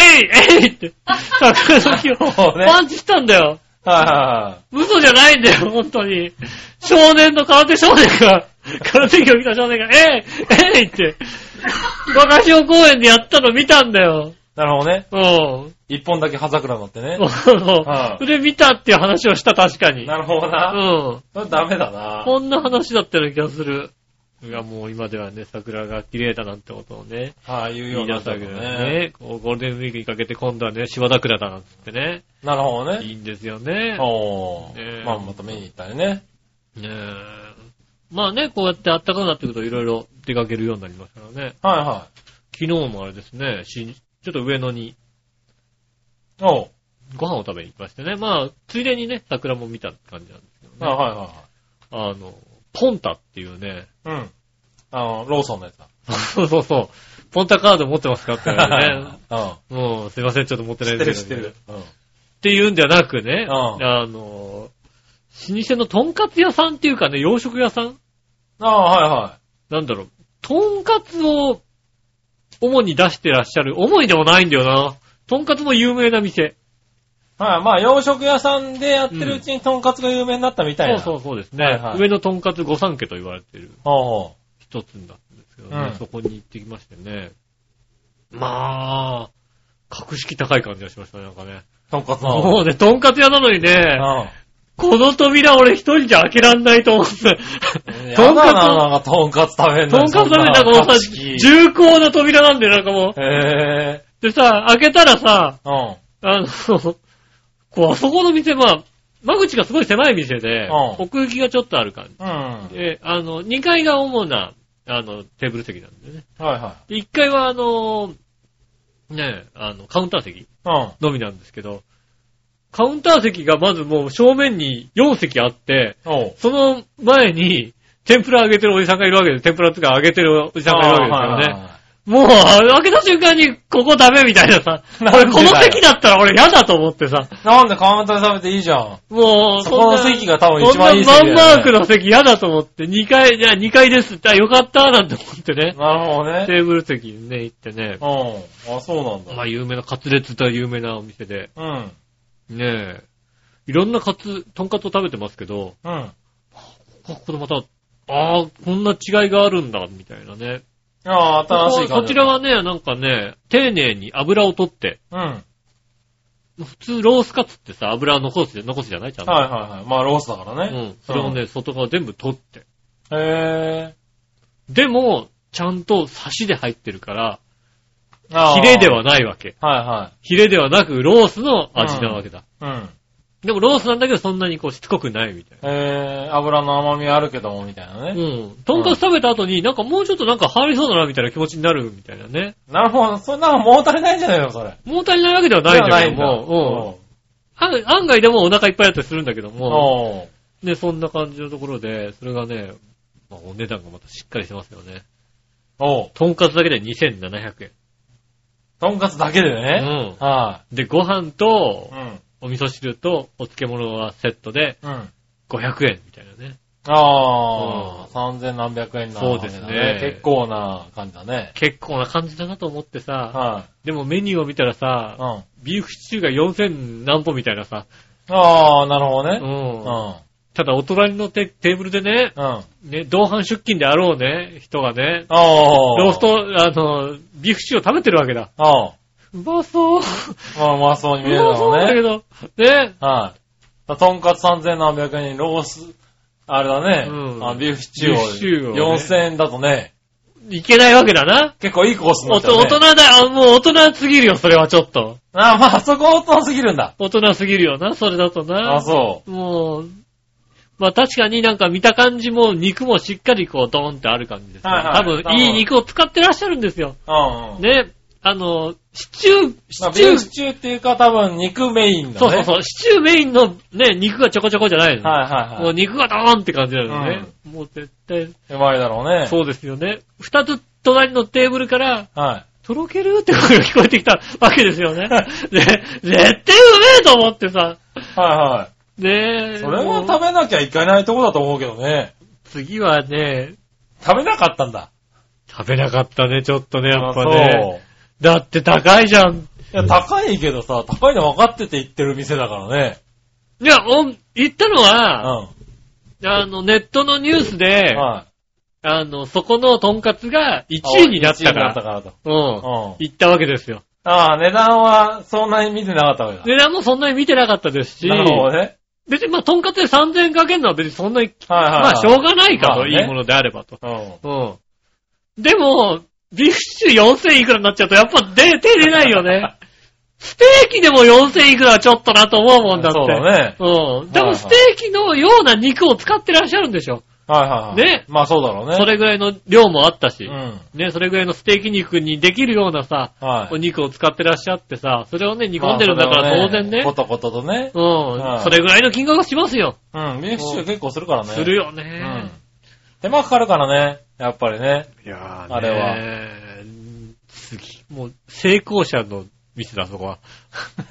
Speaker 2: えいえいって、桜の木を
Speaker 3: そうね
Speaker 2: パンチしたんだよ。
Speaker 3: はいはいはい。
Speaker 2: 嘘じゃないんだよ、本当に。少年の空手少年が、空手着を着た少年が、えいえいって、若潮公園でやったの見たんだよ。
Speaker 3: なるほどね。
Speaker 2: うん。
Speaker 3: 一本だけ葉桜乗ってね。
Speaker 2: それ見たっていう話をした、確かに。
Speaker 3: なるほどな。
Speaker 2: うん。
Speaker 3: それダメだな。
Speaker 2: こんな話だったような気がする。いや、もう今ではね、桜が綺麗だなんてことをね、
Speaker 3: ああいう
Speaker 2: 言
Speaker 3: よう
Speaker 2: い出
Speaker 3: なこ
Speaker 2: すわ
Speaker 3: と
Speaker 2: けだよ
Speaker 3: ね。
Speaker 2: ね。こうゴールデンウィークにかけて今度はね、芝桜だなんつってね、
Speaker 3: なるほど
Speaker 2: い
Speaker 3: ね。
Speaker 2: いんですよね。
Speaker 3: お
Speaker 2: ね
Speaker 3: ー。まあまた見に行ったりね。
Speaker 2: ねえまあね、こうやって暖かくなってくるといろいろ出かけるようになりますからね。
Speaker 3: はいは
Speaker 2: 昨日もあれですね、しちょっと上野に
Speaker 3: い。おう。
Speaker 2: ご飯を食べに行きましてね。まあ、ついでにね、桜も見た感じなんですけど
Speaker 3: あ
Speaker 2: ね。
Speaker 3: はいは
Speaker 2: あの、ポンタっていうね、
Speaker 3: いはい。うん。あの、ローソンの やつだ。
Speaker 2: そうそうそう、ポンタカード持ってますかって言われてね。
Speaker 3: う。
Speaker 2: うん、すいません、ちょっと持ってなんい
Speaker 3: 知っ
Speaker 2: で
Speaker 3: て
Speaker 2: すけ
Speaker 3: る
Speaker 2: ど
Speaker 3: 知ってる。うん。
Speaker 2: っていうんではなくね、
Speaker 3: うん
Speaker 2: あの、老舗のとんかつ屋さんっていうかね、洋食屋さん
Speaker 3: ああ、はいはい。
Speaker 2: なんだろう、とんかつを主に出してらっしゃる、主にでもないんだよな。とんかつも有名な店。
Speaker 3: はい、まあ、洋食屋さんでやってるうちにとんかつが有名になったみたい
Speaker 2: そう
Speaker 3: な。
Speaker 2: そううそう
Speaker 3: そう。
Speaker 2: ですね。
Speaker 3: はいはい
Speaker 2: 上のとんかつ御三家と言われてる
Speaker 3: ほ
Speaker 2: 一つになったんですけどね、
Speaker 3: うん
Speaker 2: そこに行ってきましてね。まあ、格式高い感じがしましたね、なんかね。
Speaker 3: うとんかつの。
Speaker 2: もうね、とんかつ屋なのにね、この扉俺一人じゃ開けらんないと思 って。
Speaker 3: う ん。
Speaker 2: と
Speaker 3: と
Speaker 2: ん
Speaker 3: ん
Speaker 2: か
Speaker 3: か
Speaker 2: つ
Speaker 3: つなんかとんかつ食べん
Speaker 2: と
Speaker 3: の
Speaker 2: ん
Speaker 3: に
Speaker 2: かつ食べたらこのさ、
Speaker 3: そんな格式
Speaker 2: 重厚な扉なんだよ、なんかもう。
Speaker 3: へえ。
Speaker 2: でさ、開けたらさ、
Speaker 3: うん。うん。
Speaker 2: あの、 こう、あそこの店、まあ、間口がすごい狭い店で、
Speaker 3: うん
Speaker 2: 奥行きがちょっとある感じ。
Speaker 3: はい
Speaker 2: で、あの、2階が主な、あの、テーブル席なんでね。
Speaker 3: は
Speaker 2: で1階は、あの、ねえ、あの、カウンター席
Speaker 3: い。うん。
Speaker 2: のみなんですけど、カウンター席がまずもう正面に4席あって、
Speaker 3: おう。
Speaker 2: その前に、天ぷら揚げてるおじさんがいるわけです。天ぷらとか揚げてるおじさんがいるわけですよね。もう、開けた瞬間に、ここダメみたいなさ。
Speaker 3: なんでだよ
Speaker 2: 俺この席だったら俺嫌だと思ってさ。
Speaker 3: なんでカウンターで食べていいじゃん。
Speaker 2: もう、
Speaker 3: そこの
Speaker 2: んな
Speaker 3: 席が多分一番いい席だ
Speaker 2: こ
Speaker 3: よ
Speaker 2: ん
Speaker 3: ね
Speaker 2: なマンマークの席嫌だと思って、2階、いや、2階ですって、あ、よかった、なんて思ってね。
Speaker 3: なるほどね。
Speaker 2: テーブル席にね、行ってね。
Speaker 3: うん。あ、そうなん
Speaker 2: ま
Speaker 3: だ。
Speaker 2: あ、有名な、カツレツと有名なお店で。
Speaker 3: うん。
Speaker 2: ねえ。いろんなカツ、トンカツを食べてますけど、
Speaker 3: うん。
Speaker 2: あこれまた、ああ、こんな違いがあるんだ、みたいなね。
Speaker 3: ああ、新しい感じ。
Speaker 2: こちらはね、なんかね、丁寧に油を取って、
Speaker 3: うん。はい
Speaker 2: 普通ロースカツってさ、油残す、残すじゃないちゃんと。
Speaker 3: はいはい。まあ、ロースだから
Speaker 2: う
Speaker 3: ね。
Speaker 2: ん。それをね、外側全部取って。
Speaker 3: へえ。
Speaker 2: でも、ちゃんと刺しで入ってるから、
Speaker 3: あー
Speaker 2: ヒレで。はないわけ。
Speaker 3: は
Speaker 2: ヒレではなく、ロースの味なわけだ。
Speaker 3: いはい。うん。
Speaker 2: でも、ロースなんだけど、そんなにこう、しつこくないみたいな。
Speaker 3: えー、油の甘みあるけども、みたいなね。
Speaker 2: うん。とんかつ食べた後に、なんかもうちょっとなんか入りそうだな、みたいな気持ちになるみたいなね。
Speaker 3: なるほど。そんなの物足りないんじゃないのそれ。
Speaker 2: 物足りないわけではないんだけど
Speaker 3: ではないんだ
Speaker 2: も、うんあ案外でもお腹いっぱいだったりするんだけど
Speaker 3: うん。
Speaker 2: も、
Speaker 3: おう
Speaker 2: ね、そんな感じのところで、それがね、まあお値段がまたしっかりしてますよね。
Speaker 3: おう
Speaker 2: とんかつだけで2700
Speaker 3: とんかつだけで
Speaker 2: 円。
Speaker 3: ね。
Speaker 2: う
Speaker 3: は
Speaker 2: ん。で、ご飯と
Speaker 3: い。うん。
Speaker 2: お味噌汁とお漬物はセットで
Speaker 3: うん。
Speaker 2: 500円みたいなね。う
Speaker 3: あ
Speaker 2: ん
Speaker 3: あ、三千何百円な、
Speaker 2: そうですね
Speaker 3: 結構な感じだね。
Speaker 2: 結構な感じだなと思ってさ、
Speaker 3: は
Speaker 2: でもメニューを見たら
Speaker 3: い。う
Speaker 2: さ、
Speaker 3: ん。
Speaker 2: ビーフシチューが4000何歩みたいなさ、
Speaker 3: ああ、なるほど
Speaker 2: う。
Speaker 3: ね。うんん。
Speaker 2: ただお隣のテテーブルでね、
Speaker 3: うん。あ
Speaker 2: ね、同伴出勤であろうね、人がね、
Speaker 3: あ。
Speaker 2: ロースト、あの、ビーフシチューを食べてるわけだ。
Speaker 3: ああ。
Speaker 2: うまそう。う
Speaker 3: まあ、うまそうに見える
Speaker 2: ま
Speaker 3: だ
Speaker 2: そう
Speaker 3: ろう
Speaker 2: だけ
Speaker 3: ね。
Speaker 2: ど。ね。
Speaker 3: はい。とんかつ三千何百円にロース、あれだね。
Speaker 2: うん
Speaker 3: あビーフシチュ
Speaker 2: ビーフシチュー
Speaker 3: ー
Speaker 2: を
Speaker 3: を。
Speaker 2: ね
Speaker 3: 四千円だとね、
Speaker 2: いけないわけだな。
Speaker 3: 結構いいコースにな
Speaker 2: お
Speaker 3: っちゃ
Speaker 2: と
Speaker 3: う
Speaker 2: 大
Speaker 3: ね。
Speaker 2: 人だよ。もう大人すぎるよ、それはちょっと。
Speaker 3: ああ、まあ、そこ大人すぎるんだ。
Speaker 2: 大人すぎるよな、それだとな。。
Speaker 3: あそう
Speaker 2: もう、まあ確かになんか見た感じも肉もしっかりこうドーンってある感じですね、
Speaker 3: はいはい
Speaker 2: 多分いい肉を使ってらっしゃるんですよ。
Speaker 3: う。うん、うん。
Speaker 2: ね。あの、シチュー、
Speaker 3: まあ、
Speaker 2: シ
Speaker 3: ビ
Speaker 2: チュー、
Speaker 3: ーフシチューっていうか多分肉メインだね。
Speaker 2: そうそうそう、シチューメインのね、肉がちょこちょこじゃないの。
Speaker 3: はいはい
Speaker 2: も
Speaker 3: は
Speaker 2: う
Speaker 3: い。
Speaker 2: 肉がドーンって感じなのね、もう絶対、
Speaker 3: うまいだろうね。
Speaker 2: そうですよね。二つ隣のテーブルから、
Speaker 3: はい。
Speaker 2: とろけるって声が聞こえてきたわけですよ ね。ね、絶対うめえと思ってさ。
Speaker 3: はいはい。
Speaker 2: ねえ。
Speaker 3: それは
Speaker 2: もう
Speaker 3: 食べなきゃいけないとこだと思うけどね。
Speaker 2: 次はね、
Speaker 3: 食べなかったんだ。
Speaker 2: 食べなかったね、ちょっとね、やっぱ
Speaker 3: そ
Speaker 2: ね。だって高いじゃん。
Speaker 3: う。いや、高いけどさ、高いの分かってて行ってる店だからね。
Speaker 2: いや、おん言ったの
Speaker 3: う
Speaker 2: は、あの、ネットのニュースで
Speaker 3: ん。、はい。
Speaker 2: あの、そこのトンカツが1位になったか
Speaker 3: 1位になった
Speaker 2: ら、
Speaker 3: からと。
Speaker 2: うん。
Speaker 3: うん。
Speaker 2: 行ったわけですよ。
Speaker 3: ああ、値段はそんなに見てなかったわけだ。
Speaker 2: 値段もそんなに見てなかったですし、
Speaker 3: なるほどね。
Speaker 2: 別にまあ、トンカツで3000円かけるのは別にそんなに、
Speaker 3: はいはいはい。
Speaker 2: まあ、しょうがないか
Speaker 3: ま
Speaker 2: と、
Speaker 3: あ
Speaker 2: い
Speaker 3: ね
Speaker 2: いものであればと。
Speaker 3: うん。
Speaker 2: うん。でも、ビーフシチュー4000いくらになっちゃうと、やっぱ出、手出ないよ ね。ステーキでも4000いくらはちょっとなと思うもんだって。
Speaker 3: そうだね。
Speaker 2: うん。多
Speaker 3: はいは
Speaker 2: 分
Speaker 3: い
Speaker 2: ステーキのような肉を使ってらっしゃるんでしょ。
Speaker 3: はいはいはい。
Speaker 2: ね
Speaker 3: まあそうだろうね。
Speaker 2: そ。れぐらいの量もあったし
Speaker 3: う、ん。
Speaker 2: ね、それぐらいのステーキ肉にできるようなさ、
Speaker 3: はい
Speaker 2: お。肉を使ってらっしゃってさ、それをね、煮込んでるんだから当然ね。
Speaker 3: コトコトとね。
Speaker 2: う
Speaker 3: は
Speaker 2: ん。
Speaker 3: い
Speaker 2: それぐらいの金額はしますよ。
Speaker 3: うん、ビーフシチュー結構するからね。
Speaker 2: するよ
Speaker 3: う
Speaker 2: ね
Speaker 3: ん。。手間かかるからね、やっぱりね。
Speaker 2: いや
Speaker 3: ーあれは
Speaker 2: は。次、もう、成功者の店だ、そこは。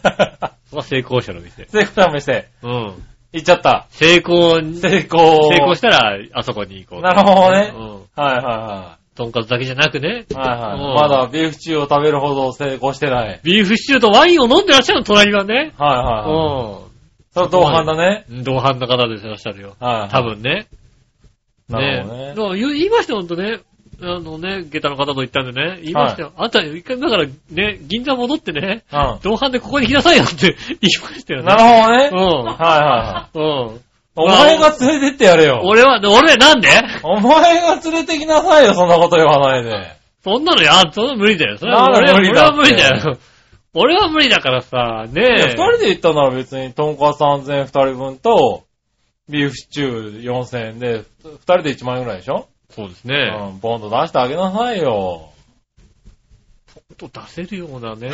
Speaker 2: そこは成功者の店。
Speaker 3: 成功の店、
Speaker 2: うん。
Speaker 3: 行っちゃった。
Speaker 2: 成功に、成
Speaker 3: 成功。
Speaker 2: 功したら、あそこに行こう。
Speaker 3: なるほどね
Speaker 2: うん。
Speaker 3: はいは
Speaker 2: とんかつだけじゃなくね。
Speaker 3: いはい。はい
Speaker 2: うん
Speaker 3: はい。まだビーフシチューを食べるほど成功してない。
Speaker 2: ビーフシチューとワインを飲んでらっしゃるの隣はね。
Speaker 3: はいうはいはい。
Speaker 2: ん。
Speaker 3: それ同伴だね。
Speaker 2: 同伴の方でいらっしゃるよ。
Speaker 3: はい。
Speaker 2: 多。分ね。
Speaker 3: なるほどね
Speaker 2: だから言う言いましたよ、ほんとね。あのね、下駄の方と言ったんでね。言いましたよ。あんた、一回だからね、銀座戻ってね、
Speaker 3: う
Speaker 2: 同伴でここに来なさいよって 言いましたよ
Speaker 3: ん。
Speaker 2: ね。
Speaker 3: なるほどね。
Speaker 2: ほ
Speaker 3: はいはいはい。
Speaker 2: うん。うん。
Speaker 3: お前が連れてってやれよ。
Speaker 2: 俺は、俺なんで
Speaker 3: お前が連れてきなさいよ、そんなこと言わないで。
Speaker 2: そんなのや、そんなの無理だよ。それは
Speaker 3: なん
Speaker 2: 俺
Speaker 3: だ
Speaker 2: は
Speaker 3: 無理
Speaker 2: 俺は
Speaker 3: だ
Speaker 2: 無理だよ。俺は無理だからさ、
Speaker 3: いや
Speaker 2: ねえ。
Speaker 3: 二人で行ったなら別に、トンカツ3000円二人分と、ビーフシチュー4000円で、二人で1万円ぐらいでしょ
Speaker 2: そうですね。
Speaker 3: うん、ボンド出してあげなさいよ。
Speaker 2: と出せるようなね、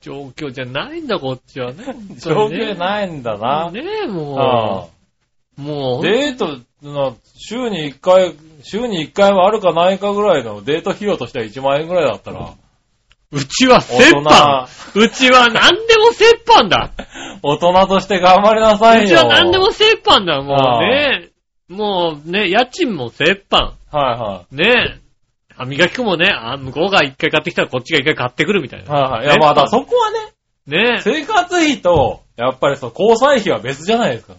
Speaker 2: 状況じゃないんだ、こっちはね。
Speaker 3: 状況
Speaker 2: い
Speaker 3: ないんだな。
Speaker 2: ねえ、も
Speaker 3: う
Speaker 2: もう、
Speaker 3: デートな、週に1回、週に1回はあるかないかぐらいのデート費用としては1万円ぐらいだったら、
Speaker 2: うちは折
Speaker 3: 大
Speaker 2: 半うちは何でも折半だ
Speaker 3: 大人として頑張りなさ
Speaker 2: う
Speaker 3: い
Speaker 2: ち
Speaker 3: よ。
Speaker 2: は何でも折半だ、もうね。もうね、家賃も折半。
Speaker 3: はいは
Speaker 2: ねえ。歯磨き粉もね、あ、向こうが一回買ってきたらこっちが一回買ってくるみたい
Speaker 3: い。
Speaker 2: な。
Speaker 3: はいはい。いや、まあだからそこはね、
Speaker 2: ねえ。
Speaker 3: 生活費と、やっぱりそう、交際費は別じゃないですか。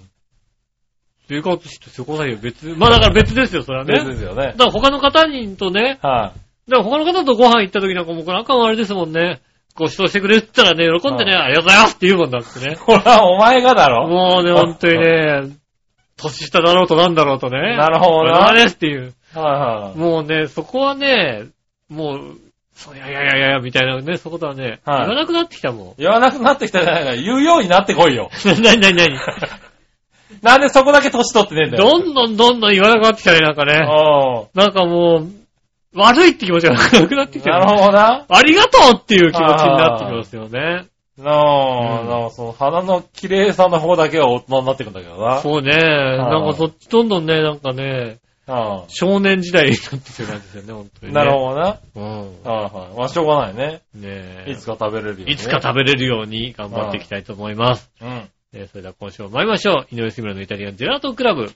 Speaker 2: 生活費と施工費は別、まあだから別ですよ、それはね。
Speaker 3: 別で
Speaker 2: だ
Speaker 3: すよね。
Speaker 2: から他の方にとね、
Speaker 3: は
Speaker 2: だから他の方とご飯行った時なんかもうなんかあれですもんね。ご馳走してくれって言ったらね、喜んでね、ありがとうございますって言うもんだってね
Speaker 3: い。。 ほら、 お前がだろ。
Speaker 2: もうね、本当にね、年下だろうとなんだろうとね。
Speaker 3: なるほどな
Speaker 2: な。ですっていう。
Speaker 3: はいはい。
Speaker 2: もうね、そこはね、もう、そういやいやいやいや、みたいなね、そういうことはね、
Speaker 3: はい
Speaker 2: 言わなくなってきたもん。
Speaker 3: 言わなくなってきたじゃないか。言うようになってこいよ。
Speaker 2: なになになに
Speaker 3: なんでそこだけ年取ってねえんだよ。
Speaker 2: どんどんどんどん言わなくなってきたね、なんかね。
Speaker 3: う
Speaker 2: なんかもう、悪いって気持ちが なくなって
Speaker 3: ん
Speaker 2: きた
Speaker 3: な
Speaker 2: よ
Speaker 3: る
Speaker 2: ね。
Speaker 3: ほどな。
Speaker 2: ありがとうっていう気持ちになってきますよね。
Speaker 3: なあ、
Speaker 2: うん
Speaker 3: なあ、その鼻の綺麗さの方だけは大人になってくんだけどな。
Speaker 2: そうね。なんかそっちどんどんね、なんかね、
Speaker 3: あ
Speaker 2: 少年時代になってきてる感じですよね、本当
Speaker 3: あ
Speaker 2: に、ね。
Speaker 3: なるほどな。はい
Speaker 2: ど。うん。
Speaker 3: はい。まあ、しょうがないね。
Speaker 2: ねえ
Speaker 3: いつか食べれるよ、ね。
Speaker 2: いつか食べれるように頑張っていきたいと思います。
Speaker 3: べうん。
Speaker 2: えーそれでは今週も参りましょう。井上杉村のイタリアンジェラートクラブ。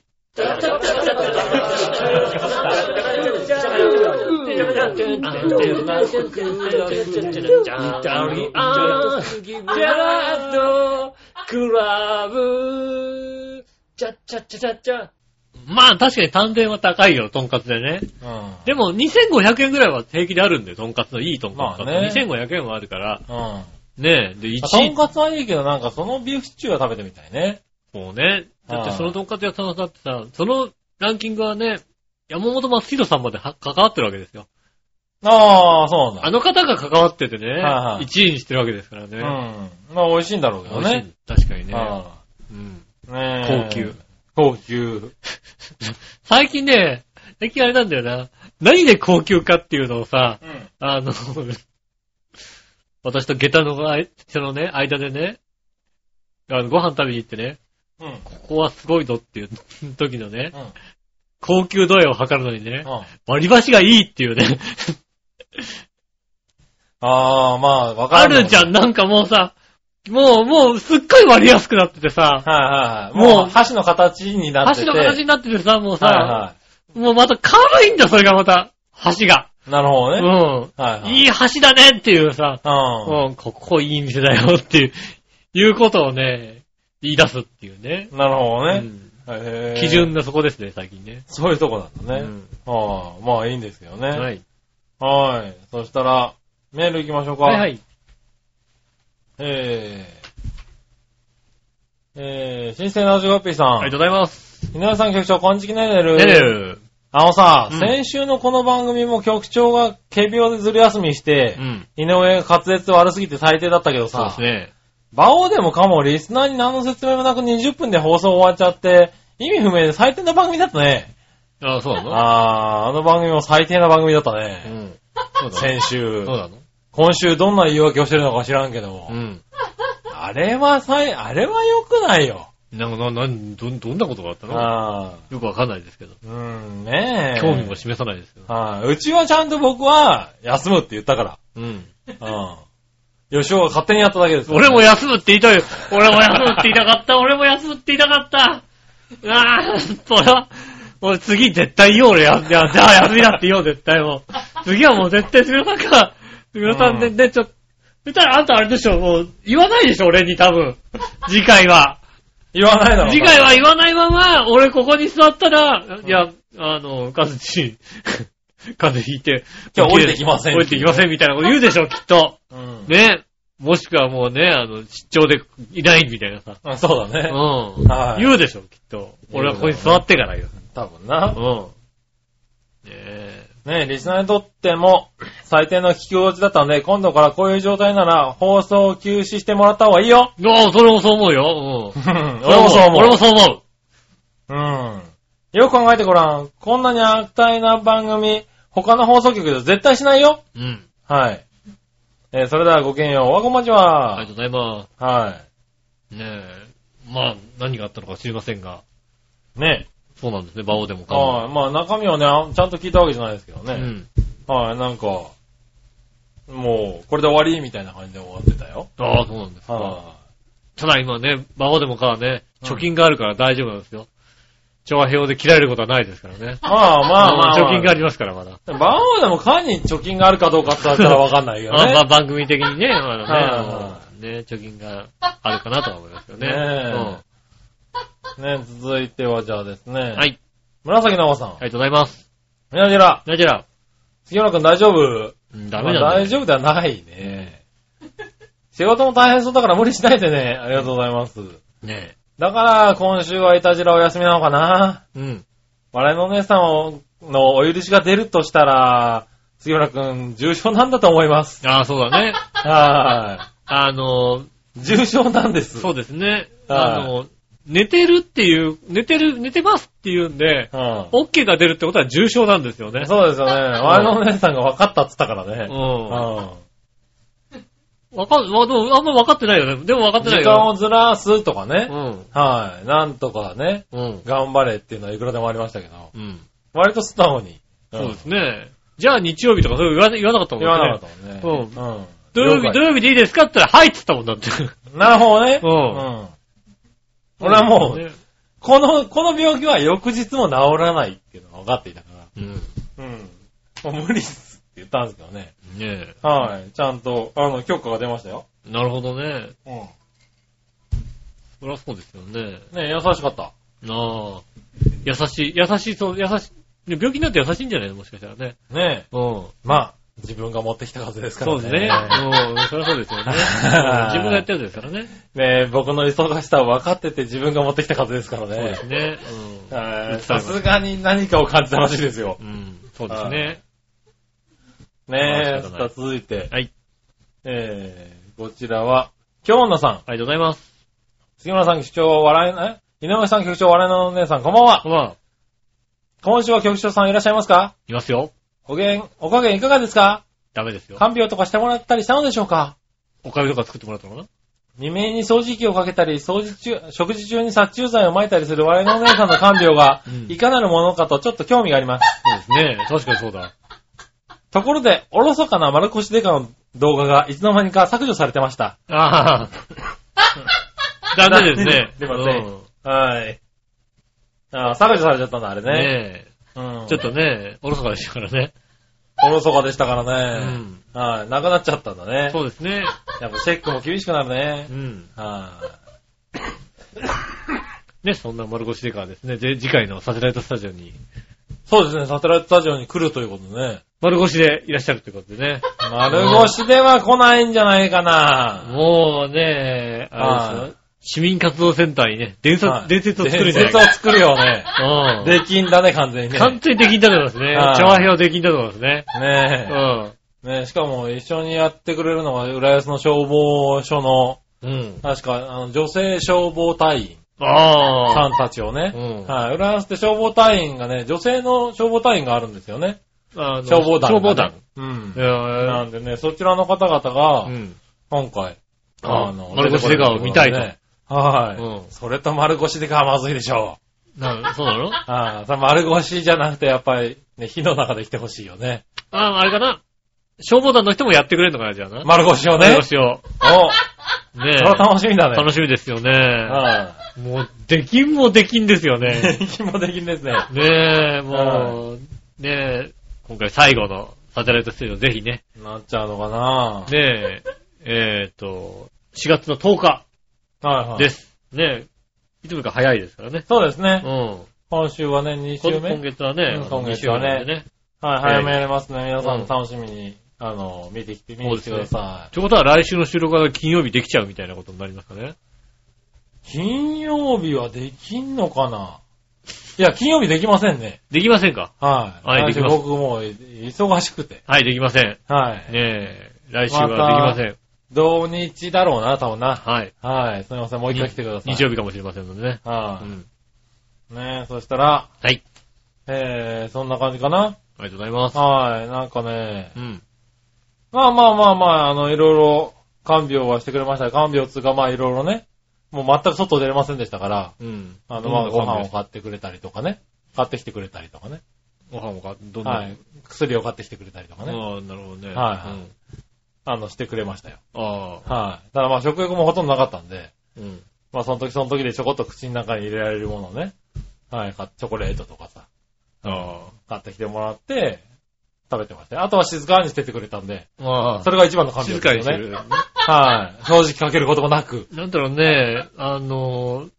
Speaker 2: まあ確かに単点は高いよ、とんかつでね。
Speaker 3: うん。うん。
Speaker 2: でも2500円ぐらいは平気であるんで、とんかつのいいとんかつだと。
Speaker 3: まあね
Speaker 2: 2500円はあるから、
Speaker 3: ま
Speaker 2: ねえ、で、1
Speaker 3: あとんかつはいいけど、なんかそのビーフシチューは食べてみたいね。
Speaker 2: もうね、だってそのとんかつ屋さんはだってさ、そのランキングはね、山本松弘さんまでは関わってるわけですよ。
Speaker 3: ああ、そうな
Speaker 2: あ
Speaker 3: んだ。
Speaker 2: の方が関わっててね、
Speaker 3: はいはい
Speaker 2: 1位にしてるわけですからね。
Speaker 3: うん。まあ、美味しいんだろうけ
Speaker 2: 美
Speaker 3: ど
Speaker 2: 味しい
Speaker 3: ね。。
Speaker 2: 確かにね。
Speaker 3: あ
Speaker 2: うん
Speaker 3: あねえ
Speaker 2: 高級。。
Speaker 3: 高級。
Speaker 2: 最近ね、最近あれなんだよな。何で高級かっていうのをさ、
Speaker 3: うん。
Speaker 2: あの、私と下駄のあい人のね、間でね、あのご飯食べに行ってね、
Speaker 3: うん。うん。
Speaker 2: ここはすごいぞっていう時のね、高級度合いを測るのにね、
Speaker 3: うん
Speaker 2: 割り箸がいいっていうね。
Speaker 3: ああ、まあ、わか
Speaker 2: あ
Speaker 3: る。
Speaker 2: るじゃん、。なんかもうさ、もう、もう、すっごい割りやすくなっててさ、
Speaker 3: はいはいはい。
Speaker 2: もう
Speaker 3: もう、箸の形になっ
Speaker 2: 箸
Speaker 3: てて。
Speaker 2: の形になっててさ、もうさ、
Speaker 3: はいは
Speaker 2: もうまた軽いんだ、それがまた、箸が。
Speaker 3: い。なるほど
Speaker 2: う
Speaker 3: ね。
Speaker 2: ん。
Speaker 3: はいはい。
Speaker 2: いい箸だねっていうさ、
Speaker 3: う
Speaker 2: うん、ここいい店だよっていう、いうことをね、言い出すっていうね。
Speaker 3: ん。なるほど
Speaker 2: う
Speaker 3: ね。
Speaker 2: ん
Speaker 3: へえ
Speaker 2: 基。準がそこですね、最近ね。
Speaker 3: そういうとこだった
Speaker 2: う
Speaker 3: ね。
Speaker 2: ん
Speaker 3: ああ、まあいいんですけ
Speaker 2: は
Speaker 3: どね。
Speaker 2: い。
Speaker 3: はい。そしたら、メール行きましょうか。
Speaker 2: はいはい。
Speaker 3: えー、えー、新生ラジオピーさん。
Speaker 2: ありがとうございます。
Speaker 3: 井上さん局長、こんちきねねる。
Speaker 2: ねる。
Speaker 3: あのさ、
Speaker 2: うん
Speaker 3: 先週のこの番組も局長が軽病でずる休みして
Speaker 2: う、ん。
Speaker 3: 井上が滑舌悪すぎて最低だったけど
Speaker 2: そうで
Speaker 3: さ
Speaker 2: す、ね。
Speaker 3: 馬王でもかもリスナーに何の説明もなく20分で放送終わっちゃって、意味不明で最低な番組だったね。
Speaker 2: あそうなの
Speaker 3: あー、あの番組も最低な番組だった
Speaker 2: う
Speaker 3: ね。
Speaker 2: ん。そうだね。
Speaker 3: 先週
Speaker 2: そ。うなの
Speaker 3: 今週どんな言い訳をしてるのか知らんけども
Speaker 2: う。ん。
Speaker 3: あれはさい、あれは良くないよ。
Speaker 2: なんか、な、な、どん、どんなことがあったの
Speaker 3: あ
Speaker 2: よくわかんないですけど。
Speaker 3: ーうん、ねえ。
Speaker 2: 興味も示さないですよ。
Speaker 3: はい。うちはちゃんと僕は、休むって言ったから。
Speaker 2: うん。
Speaker 3: うん。吉尾が勝手にやっただけです、
Speaker 2: 俺も、休むって言いたいよ。俺も休むって言いたかった。俺も休むって言いたかった。ああ、それは、俺次絶対言おう俺や、いやじゃあ休みだって言おう絶対もう。次はもう絶対杉浦さんか、杉浦さんで、
Speaker 3: うん
Speaker 2: で、ちょ、そしたらあんたあれでしょ、もう言わないでしょ、俺に多分。次回は。
Speaker 3: 言わないだろ。
Speaker 2: 次回は言わないまま、俺ここに座ったら、いや、あの、カズチ、 風邪ひいて、
Speaker 3: 今日降りてきません
Speaker 2: 降りてきませんみたいなこと言うでしょ、きっと。
Speaker 3: うん。
Speaker 2: ね。もしくはもうね、あの、出張でいないみたいなさ。
Speaker 3: あそうだ
Speaker 2: う
Speaker 3: ね。
Speaker 2: ん。
Speaker 3: はい
Speaker 2: 言うでしょ、きっと。俺はここに座ってから言う。
Speaker 3: 多分
Speaker 2: う
Speaker 3: な。
Speaker 2: ん。ねえ。
Speaker 3: ねえ、リスナーにとっても、最低の聞き落ちだったので、今度からこういう状態なら、放送を休止してもらった方がいいよ。
Speaker 2: ああ、それもそう思うよ。う。
Speaker 3: うんん俺もそう思う。
Speaker 2: 俺もそう思
Speaker 3: うん。よく考えてごらん。こんなに悪態な番組、他の放送局では絶対しないよ。
Speaker 2: う。うん。
Speaker 3: はい。えーそれではごきげんよう。おわこんばん
Speaker 2: あ
Speaker 3: ち
Speaker 2: り
Speaker 3: は。
Speaker 2: がとうございま
Speaker 3: はい。
Speaker 2: す。ねえ。まあ、何があったのか知りませんが。
Speaker 3: ね。
Speaker 2: そうなんですね、馬王でもかも。
Speaker 3: はい。まあ中身はね、あんちゃんと聞いたわけじゃないですけど
Speaker 2: う
Speaker 3: ね。
Speaker 2: ん。
Speaker 3: はい、なんか、もう、これで終わりみたいな感じで終わってたよ。
Speaker 2: ああ、そうなんですか。
Speaker 3: は
Speaker 2: ただ今ね、馬王でもかはね、
Speaker 3: うん
Speaker 2: 貯金があるから大丈夫なんですよ。調和表で切られることはないですからね。
Speaker 3: い。まあまあまあ。
Speaker 2: 貯金がありますから、まだ。
Speaker 3: バオでも缶に貯金があるかどうかって言ったらわかんないよ
Speaker 2: あまあ
Speaker 3: ね。
Speaker 2: 番組的 にね、ま
Speaker 3: はい
Speaker 2: だ
Speaker 3: は
Speaker 2: ね、ね、貯金があるかなとは思いますけどね。
Speaker 3: ねえ
Speaker 2: うん
Speaker 3: ね、続いてはじゃあですね。。
Speaker 2: はいい、
Speaker 3: 紫のおさん。
Speaker 2: ありがとうございます。
Speaker 3: みなじら、
Speaker 2: なじら、
Speaker 3: 杉村くん大丈夫
Speaker 2: うんダメだね。
Speaker 3: まあ大丈夫ではないね。仕事も大変そうだから無理しないでね。ありがとうございます。
Speaker 2: ね
Speaker 3: だから、今週はいたじらお休みなのかな
Speaker 2: え。うん。
Speaker 3: 笑いのお姉さんのお許しが出るとしたら、杉村くん、重症なんだと思います。
Speaker 2: ああ、そうだ ね。
Speaker 3: は
Speaker 2: あの、
Speaker 3: い。重症なんです。
Speaker 2: そうですね。
Speaker 3: はい
Speaker 2: あの、寝てるっていう、寝てる、寝てますっていうんで、
Speaker 3: うん。
Speaker 2: OK が出るってことは重症なんですよね。
Speaker 3: そうですよね。我のお姉さんが分かったっつったから
Speaker 2: う。
Speaker 3: ね。うん
Speaker 2: わかん、わでもあんま分かってないよね。でも分かっ
Speaker 3: ん。
Speaker 2: てな
Speaker 3: 時
Speaker 2: い
Speaker 3: 間
Speaker 2: よ。
Speaker 3: をずらすとかね。
Speaker 2: を。
Speaker 3: はい。なんとかね、
Speaker 2: うん。うん。
Speaker 3: 頑張れっていうのはいくらでもありましたけど。
Speaker 2: うん。
Speaker 3: 割と素直に。ん
Speaker 2: そうですね。じゃあ日曜日とかそういう言わ言わなかったもん
Speaker 3: 言
Speaker 2: ね。
Speaker 3: わなかったもんね。うん。
Speaker 2: 土曜日、土
Speaker 3: 了
Speaker 2: 曜日でいいですかって言ったら、はいって言ったもんだって。
Speaker 3: 解なるほどね。
Speaker 2: うん
Speaker 3: ん。俺はも う、
Speaker 2: ね
Speaker 3: この、この病気は翌日も治らないっていうのが分かっていたか
Speaker 2: うん。ね
Speaker 3: ら。うん。もう無理っすって言ったんですけどね。
Speaker 2: え。
Speaker 3: はい。ちゃんと、あの、許可が出ましたよ。
Speaker 2: なるほどね。
Speaker 3: うん。
Speaker 2: そりゃそうですよね。
Speaker 3: ね優しかった。
Speaker 2: なあ。優しい、優しい、そう、優しい。ね病気になって優しいんじゃないのもしかしたらね。
Speaker 3: ね
Speaker 2: うん。
Speaker 3: まあ、自分が持ってきた風ですから
Speaker 2: そ
Speaker 3: ね。
Speaker 2: うですね。うん。そりゃそうですよね。う ん自分がやってるんですからね。
Speaker 3: ねえ、僕の忙しさを分かってて自分が持ってきた風ですから
Speaker 2: そうで
Speaker 3: ね
Speaker 2: す。ね。
Speaker 3: は
Speaker 2: う
Speaker 3: い
Speaker 2: ん。
Speaker 3: さすがに何かを感じたらしいですよ
Speaker 2: う。ん。そうですね。
Speaker 3: ね
Speaker 2: まあ
Speaker 3: え、
Speaker 2: 仕方ない
Speaker 3: さあ続いて。
Speaker 2: はい。
Speaker 3: えー、こちらは、京女さん、
Speaker 2: ありがとうございます。
Speaker 3: 杉村さん局長、笑いな、え井上さん局長、笑いのお姉さん、こんばんは。
Speaker 2: こんばんは。
Speaker 3: 今週は局長さんいらっしゃいますか
Speaker 2: いますよ。
Speaker 3: おげん、お加減いかがですか
Speaker 2: ダメですよ。
Speaker 3: 看病とかしてもらったりしたのでしょうか
Speaker 2: おかゆとか作ってもらったのかな
Speaker 3: 未明に掃除機をかけたり、掃除中、食事中に殺虫剤を撒いたりする我のお姉さんの看病が
Speaker 2: うん、
Speaker 3: いかなるものかとちょっと興味があります。
Speaker 2: そうですね。確かにそうだ。
Speaker 3: ところで、おろそかな丸腰デカの動画がいつの間にか削除されてました。
Speaker 2: ああ。ダメですね。
Speaker 3: ダメですねはい。ああ、削除されちゃったんだ、あれ
Speaker 2: うんね
Speaker 3: ね。
Speaker 2: え。
Speaker 3: うん。
Speaker 2: ちょっとね、おろそかでしたからね。
Speaker 3: おろそかでしたか
Speaker 2: う
Speaker 3: らね。
Speaker 2: ん。
Speaker 3: はい。なくなっちゃったんだね
Speaker 2: そ。うですね。
Speaker 3: やっぱチェックも厳しくなるね
Speaker 2: う。ん。
Speaker 3: はい。
Speaker 2: ね、そんな丸腰デカはですね、で次回のサテライトスタジオに、
Speaker 3: そうですね、サテライトスタジオに来るということでね。
Speaker 2: 丸腰でいらっしゃるということでね。
Speaker 3: 丸腰では来ないんじゃないかな。
Speaker 2: もうね、あれ
Speaker 3: は
Speaker 2: です
Speaker 3: い
Speaker 2: よ市民活動センターにね、伝説、
Speaker 3: はい
Speaker 2: 伝説を作るんじゃない
Speaker 3: 伝説
Speaker 2: か
Speaker 3: を。作るよね。
Speaker 2: うん。
Speaker 3: できんだね、完全にね。
Speaker 2: 完全にできんだと思いますね。
Speaker 3: はい
Speaker 2: 調和票できんだと思いますね。う
Speaker 3: ね
Speaker 2: ん。
Speaker 3: え。ねえ、しかも一緒にやってくれるのが、浦安の消防署の、
Speaker 2: うん。
Speaker 3: 確か、あの、女性消防隊員さ
Speaker 2: ああ。
Speaker 3: んたちをね
Speaker 2: う、ん。
Speaker 3: はい、浦安って消防隊員がね、女性の消防隊員があるんですよね。
Speaker 2: あの
Speaker 3: 消防団、
Speaker 2: 消防団。。
Speaker 3: うん
Speaker 2: い。や
Speaker 3: な
Speaker 2: ー
Speaker 3: んでね、そちらの方々が
Speaker 2: う、ん。
Speaker 3: 今回、
Speaker 2: あ丸腰デカを見たいと
Speaker 3: 出てこれるということでねはい。
Speaker 2: うん
Speaker 3: それと丸腰デカはまずいでしょう。
Speaker 2: なそうなのあ
Speaker 3: ああ、丸腰じゃなくて、やっぱり、ね、火の中で来てほしいよね。
Speaker 2: あ、あれかな消防団の人もやってくれるのかな、じゃあな。
Speaker 3: 丸腰をね。
Speaker 2: 丸
Speaker 3: お、そ
Speaker 2: 腰を。ねえ
Speaker 3: れ。楽しみだね。
Speaker 2: 楽しみですよね。
Speaker 3: あ
Speaker 2: もう、できんもできんですよ
Speaker 3: あ。
Speaker 2: ね。
Speaker 3: 気もできんですね。
Speaker 2: ねえ、もう、ねえ、今回最後のサテライトステージをぜひね、
Speaker 3: なっちゃうのかな
Speaker 2: ねえ、えっと、4月の10日
Speaker 3: はいはい。
Speaker 2: です。ねえ、いつもよりか早いですからね。
Speaker 3: そうです
Speaker 2: う
Speaker 3: ね。
Speaker 2: ん。
Speaker 3: 今週はね、2週
Speaker 2: 今今
Speaker 3: 目。
Speaker 2: 月はね
Speaker 3: うん、
Speaker 2: あの
Speaker 3: 今月はね
Speaker 2: 二週目でね。
Speaker 3: はい、早めやりますね。皆さ
Speaker 2: うん
Speaker 3: ん楽しみに、あの、見てきて、見に来てください。
Speaker 2: ということは来週の収録が金曜日できちゃうみたいなことになりますかね。
Speaker 3: 金曜日はできんのかないや、金曜日できませんね。
Speaker 2: できませんか
Speaker 3: はい。
Speaker 2: はいでき
Speaker 3: 来週
Speaker 2: ます
Speaker 3: 僕もう忙しくて。
Speaker 2: はい、できません。
Speaker 3: は
Speaker 2: ね
Speaker 3: い。
Speaker 2: え、来週はできません。
Speaker 3: 同日だろうな、多分な。
Speaker 2: はい。
Speaker 3: はい。すみません、もう一回来てください。
Speaker 2: 日曜日かもしれませんのでね。う
Speaker 3: はい、
Speaker 2: ん。
Speaker 3: ねえ、そしたら、
Speaker 2: はい。
Speaker 3: えー、そんな感じかな。
Speaker 2: ありがとうございます。
Speaker 3: はい。なんかね、
Speaker 2: うん。
Speaker 3: まあまあまあまあ、あの、いろいろ、看病はしてくれました。看病つうか、まあいろいろね、もう全く外出れませんでしたから、
Speaker 2: うん。
Speaker 3: あの、まあ、
Speaker 2: どん
Speaker 3: ご
Speaker 2: なご
Speaker 3: 飯
Speaker 2: 飯
Speaker 3: を買ってくれたりとかね。買ってきてくれたりとかね。
Speaker 2: ご飯をか、どんな。
Speaker 3: はい。薬を買ってきてくれたりとかね。
Speaker 2: ああ、なるほどね。
Speaker 3: はいは
Speaker 2: う
Speaker 3: い
Speaker 2: ん
Speaker 3: あの、してくれましたよ。
Speaker 2: ああ。
Speaker 3: はい。ただまあ、食欲もほとんどなかったんで、
Speaker 2: うん。
Speaker 3: まあ、その時その時でちょこっと口の中に入れられるものをね。はい。かチョコレートとかさ、
Speaker 2: あ
Speaker 3: 買ってきてもらって、食べてましたよあとは静かにしててくれたんで、
Speaker 2: あ。まあ、
Speaker 3: それが一番の感謝
Speaker 2: 静
Speaker 3: です
Speaker 2: か
Speaker 3: よね。
Speaker 2: にしてる。
Speaker 3: はい。正直かけることもなく。
Speaker 2: なんだろうね、あのー、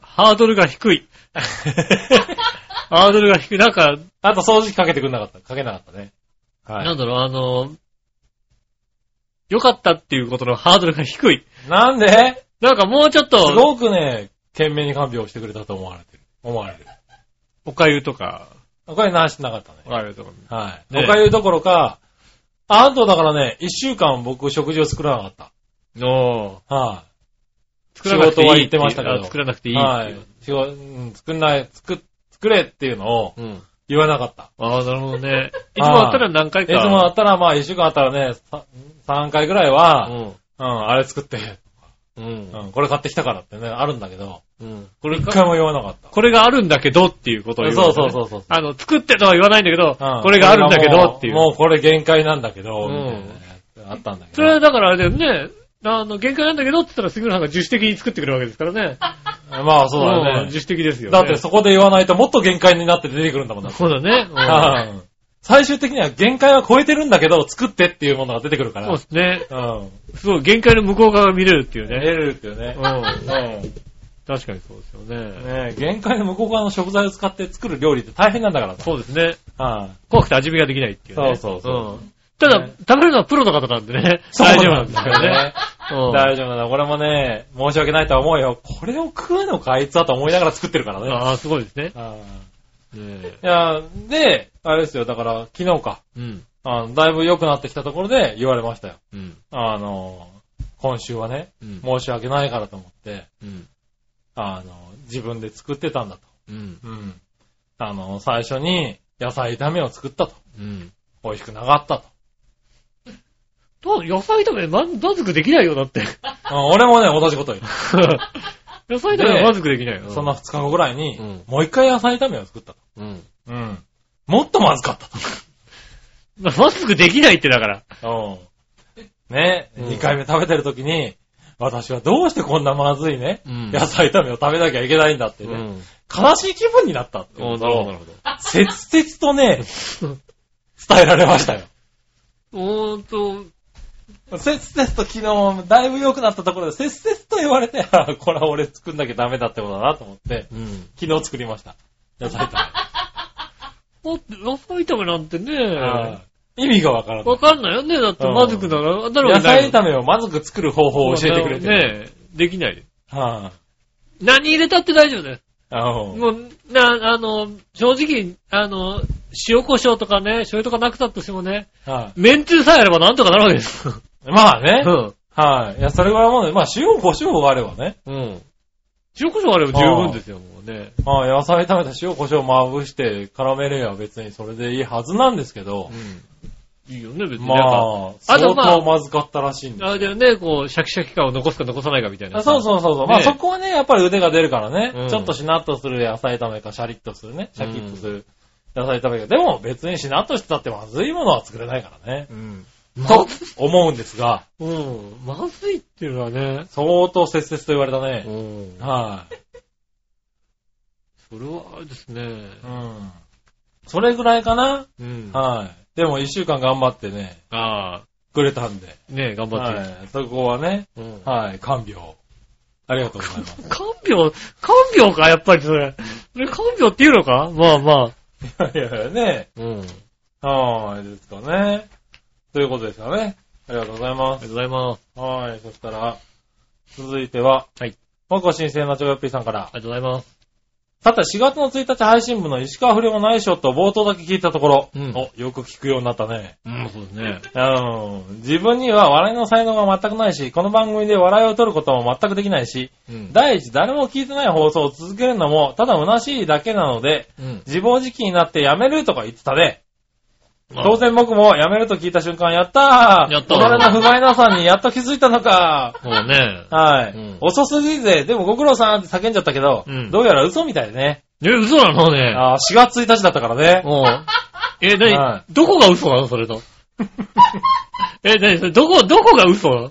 Speaker 2: ハードルが低 い。ハードルが低い。なんか、
Speaker 3: あと掃除機かけてくんなかった。かけなかったね。はい。
Speaker 2: なんだろう、あのー、良かったっていうことのハードルが低い。
Speaker 3: なんで
Speaker 2: なんかもうちょっ
Speaker 3: す
Speaker 2: と、
Speaker 3: ごくね、懸命に看病してくれたと思われてる。思われる。
Speaker 2: おかゆとか、
Speaker 3: これなしなかったね。
Speaker 2: おかゆとか。
Speaker 3: はい。
Speaker 2: ねえ
Speaker 3: おかゆどころか、あとだからね、一週間僕食事を作らなかっ
Speaker 2: おー
Speaker 3: た。は
Speaker 2: 作らなくていい
Speaker 3: 仕事は言ってましたけど
Speaker 2: あ作らなくて
Speaker 3: い。
Speaker 2: いい。
Speaker 3: はい。仕事うん作んない、作、作れっていうのを
Speaker 2: うん。
Speaker 3: 言わなかった。
Speaker 2: ああ、なるほどね。 いつもだったら何回
Speaker 3: い
Speaker 2: か。
Speaker 3: つもだったら、まあ一週間あったらね、さ三回ぐらいは、うん、あれ作って、
Speaker 2: うん。うん。
Speaker 3: うん、これ買ってきたからってね、あるんだけど、
Speaker 2: うん。これ
Speaker 3: 一
Speaker 2: か、
Speaker 3: 回も言わなかった。
Speaker 2: これがあるんだけどっていうことを言う、
Speaker 3: そうそうそうそう。
Speaker 2: あの、作ってとは言わないんだけど、
Speaker 3: うん
Speaker 2: これがあるんだけどっていう。
Speaker 3: これがもうもうこれ限界なんだけど、
Speaker 2: うん
Speaker 3: みたいなやつあったんだけ
Speaker 2: それは
Speaker 3: ど。
Speaker 2: だからあれだよね。あの、限界なんだけどって言ったら杉村さんが自主的に作ってくれるわけですからね。
Speaker 3: まあそうだ
Speaker 2: ん
Speaker 3: よね
Speaker 2: 自。主的ですよね。
Speaker 3: だってそこで言わないともっと限界になって出てくるんだもんだって
Speaker 2: そうだね。
Speaker 3: はい最終的には限界は超えてるんだけど、作ってっていうものが出てくるか
Speaker 2: うん
Speaker 3: ら。
Speaker 2: そうですね。
Speaker 3: うん。
Speaker 2: すごい、限界の向こう側が見れるっていう
Speaker 3: 得
Speaker 2: ね。
Speaker 3: るっていうね
Speaker 2: うん。。確かにそうですよね。
Speaker 3: ねえ限界の向こう側の食材を使って作る料理って大変なんだからさ。
Speaker 2: そうですね。
Speaker 3: はい
Speaker 2: 怖くて味見ができないっていうね。
Speaker 3: そうそうそ
Speaker 2: んただ、
Speaker 3: ね
Speaker 2: 食べるのはプロの方なんでね。
Speaker 3: そう
Speaker 2: 大丈夫
Speaker 3: な
Speaker 2: なんで
Speaker 3: ん
Speaker 2: す
Speaker 3: だよ
Speaker 2: け
Speaker 3: ね
Speaker 2: どね。うん
Speaker 3: 大丈夫だ。これもね、申し訳ないとは思うよ。これを食うのかあいつはと思いながら作ってるからね。
Speaker 2: ああ、すごいですね。
Speaker 3: うん
Speaker 2: ね
Speaker 3: いや、で、あれですよ、だから、昨日か。
Speaker 2: うん。
Speaker 3: あのだいぶ良くなってきたところで言われましたよ。
Speaker 2: うん。
Speaker 3: あの、今週はね、
Speaker 2: うん。
Speaker 3: 申し訳ないからと思って、
Speaker 2: うん。
Speaker 3: あの、自分で作ってたんだと。
Speaker 2: うん。
Speaker 3: うん。あの、最初に野菜炒めを作ったと。
Speaker 2: うん。
Speaker 3: 美味しくなかったと。
Speaker 2: と、野菜炒め、満足できないよ、だ って。
Speaker 3: うん俺もね、同じこと言う。
Speaker 2: 野菜炒めは満足できないよ。
Speaker 3: そんな2日後ぐらいに、
Speaker 2: うん
Speaker 3: もう一回野菜炒めを作ったと。
Speaker 2: うん。
Speaker 3: うん。もっとまずかった
Speaker 2: まあ、マスクできないってだから。
Speaker 3: と。うん。ね、
Speaker 2: うん
Speaker 3: 2回目食べてる時に、私はどうしてこんなまずいね、
Speaker 2: うん
Speaker 3: 野菜炒めを食べなきゃいけないんだってね。悲しい気分になったっていう
Speaker 2: お
Speaker 3: こ
Speaker 2: ー
Speaker 3: と
Speaker 2: なるほど、
Speaker 3: を
Speaker 2: なるほど。
Speaker 3: 切々と ね、伝えられましたよ。
Speaker 2: おーんと、
Speaker 3: せっせと昨日、だいぶ良くなったところで、せっせと言われて、 あこれは俺作んなきゃダメだってことだなと思って、
Speaker 2: うん。
Speaker 3: 昨日作りました。野菜炒
Speaker 2: お野菜炒めなんて
Speaker 3: め。
Speaker 2: ね、
Speaker 3: 意味がわからな
Speaker 2: わ
Speaker 3: い。
Speaker 2: かんないよね。だって、
Speaker 3: うん
Speaker 2: まずくなら、だ
Speaker 3: 野菜
Speaker 2: め
Speaker 3: 炒めをまずく作る方法を教えてくれてる。
Speaker 2: ねできない。
Speaker 3: はい
Speaker 2: 何入れたって大丈夫だよ。
Speaker 3: うん
Speaker 2: もう、な、あの、正直、あの、塩胡椒とかね、醤油とかなくたとしてもね、
Speaker 3: は
Speaker 2: めんつゆさえあればなんとかなるわけです。
Speaker 3: い。まあね
Speaker 2: う。ん。
Speaker 3: はい。いや、それぐらいもんで、まあ、塩、胡椒があればね。
Speaker 2: うん。塩胡椒あれば十分ですよ、もうね。
Speaker 3: まあ、野菜炒めた塩、胡椒をまぶして絡めれば別にそれでいいはずなんですけど、
Speaker 2: うん。いいよね、別に。
Speaker 3: ま
Speaker 2: なんか
Speaker 3: あ、
Speaker 2: あ
Speaker 3: 相
Speaker 2: とまあ
Speaker 3: 当まずかったらしいんです
Speaker 2: あれだよね、こう、シャキシャキ感を残すか残さないかみたいな。
Speaker 3: あそうそうそうそう。まあ
Speaker 2: ね
Speaker 3: そこはね、やっぱり腕が出るからね。
Speaker 2: うん
Speaker 3: ちょっとしなっとする野菜炒めか、シャリッとするね。シャキッとす
Speaker 2: う
Speaker 3: る野菜炒めか。でも別にしなっとしてたってまずいものは作れないからね。
Speaker 2: うん。
Speaker 3: と思うんですが、
Speaker 2: うん。まずいっていうのはね。
Speaker 3: 相当切々と言われたね。
Speaker 2: ん
Speaker 3: はい、
Speaker 2: それはあれですね。
Speaker 3: うん。それぐらいかな。
Speaker 2: うんあ
Speaker 3: はい、でも一週間頑張ってね、
Speaker 2: あ
Speaker 3: くれたんで。
Speaker 2: ー、ね頑張って
Speaker 3: は
Speaker 2: る。
Speaker 3: い。そこはね、
Speaker 2: うん
Speaker 3: はい、看病。ありがとうございます。
Speaker 2: 看病、看病か、やっぱりそれ。それ看病っていうのかまあまあ。
Speaker 3: いやいやね、
Speaker 2: うん。あり
Speaker 3: はい、ですかね。ということですかね。ありがとうございます
Speaker 2: がと。うございます。
Speaker 3: はい、そしたら、続いては、
Speaker 2: はい。
Speaker 3: もう一個新鮮なチョヨッピーさんから
Speaker 2: あ。りがとうございます。
Speaker 3: さて、4月の1日配信部の石川不良内緒と冒頭だけ聞いたところ、
Speaker 2: うん
Speaker 3: お、よく聞くようになったね。
Speaker 2: うん、そうですね。
Speaker 3: うん。自分には笑いの才能が全くないし、この番組で笑いを取ることも全くできないし、
Speaker 2: うん。
Speaker 3: 第一、誰も聞いてない放送を続けるのも、ただ虚しいだけなので、
Speaker 2: うん。
Speaker 3: 自暴自棄になってやめるとか言ってたね。当然僕も辞めると聞いた瞬間、やったー
Speaker 2: やったー
Speaker 3: 俺の不甲斐なさにやっと気づいたのか
Speaker 2: そうね。
Speaker 3: はい、
Speaker 2: うん
Speaker 3: 遅すぎて、でもご苦労さんって叫んじゃったけど、
Speaker 2: うん
Speaker 3: どうやら嘘みたいでね。
Speaker 2: え、嘘なのね。
Speaker 3: あー4月1日だったからね。
Speaker 2: お うえ、なに、
Speaker 3: は
Speaker 2: どこが嘘なのそれ と。え、なにそれ、どこ、どこが嘘なの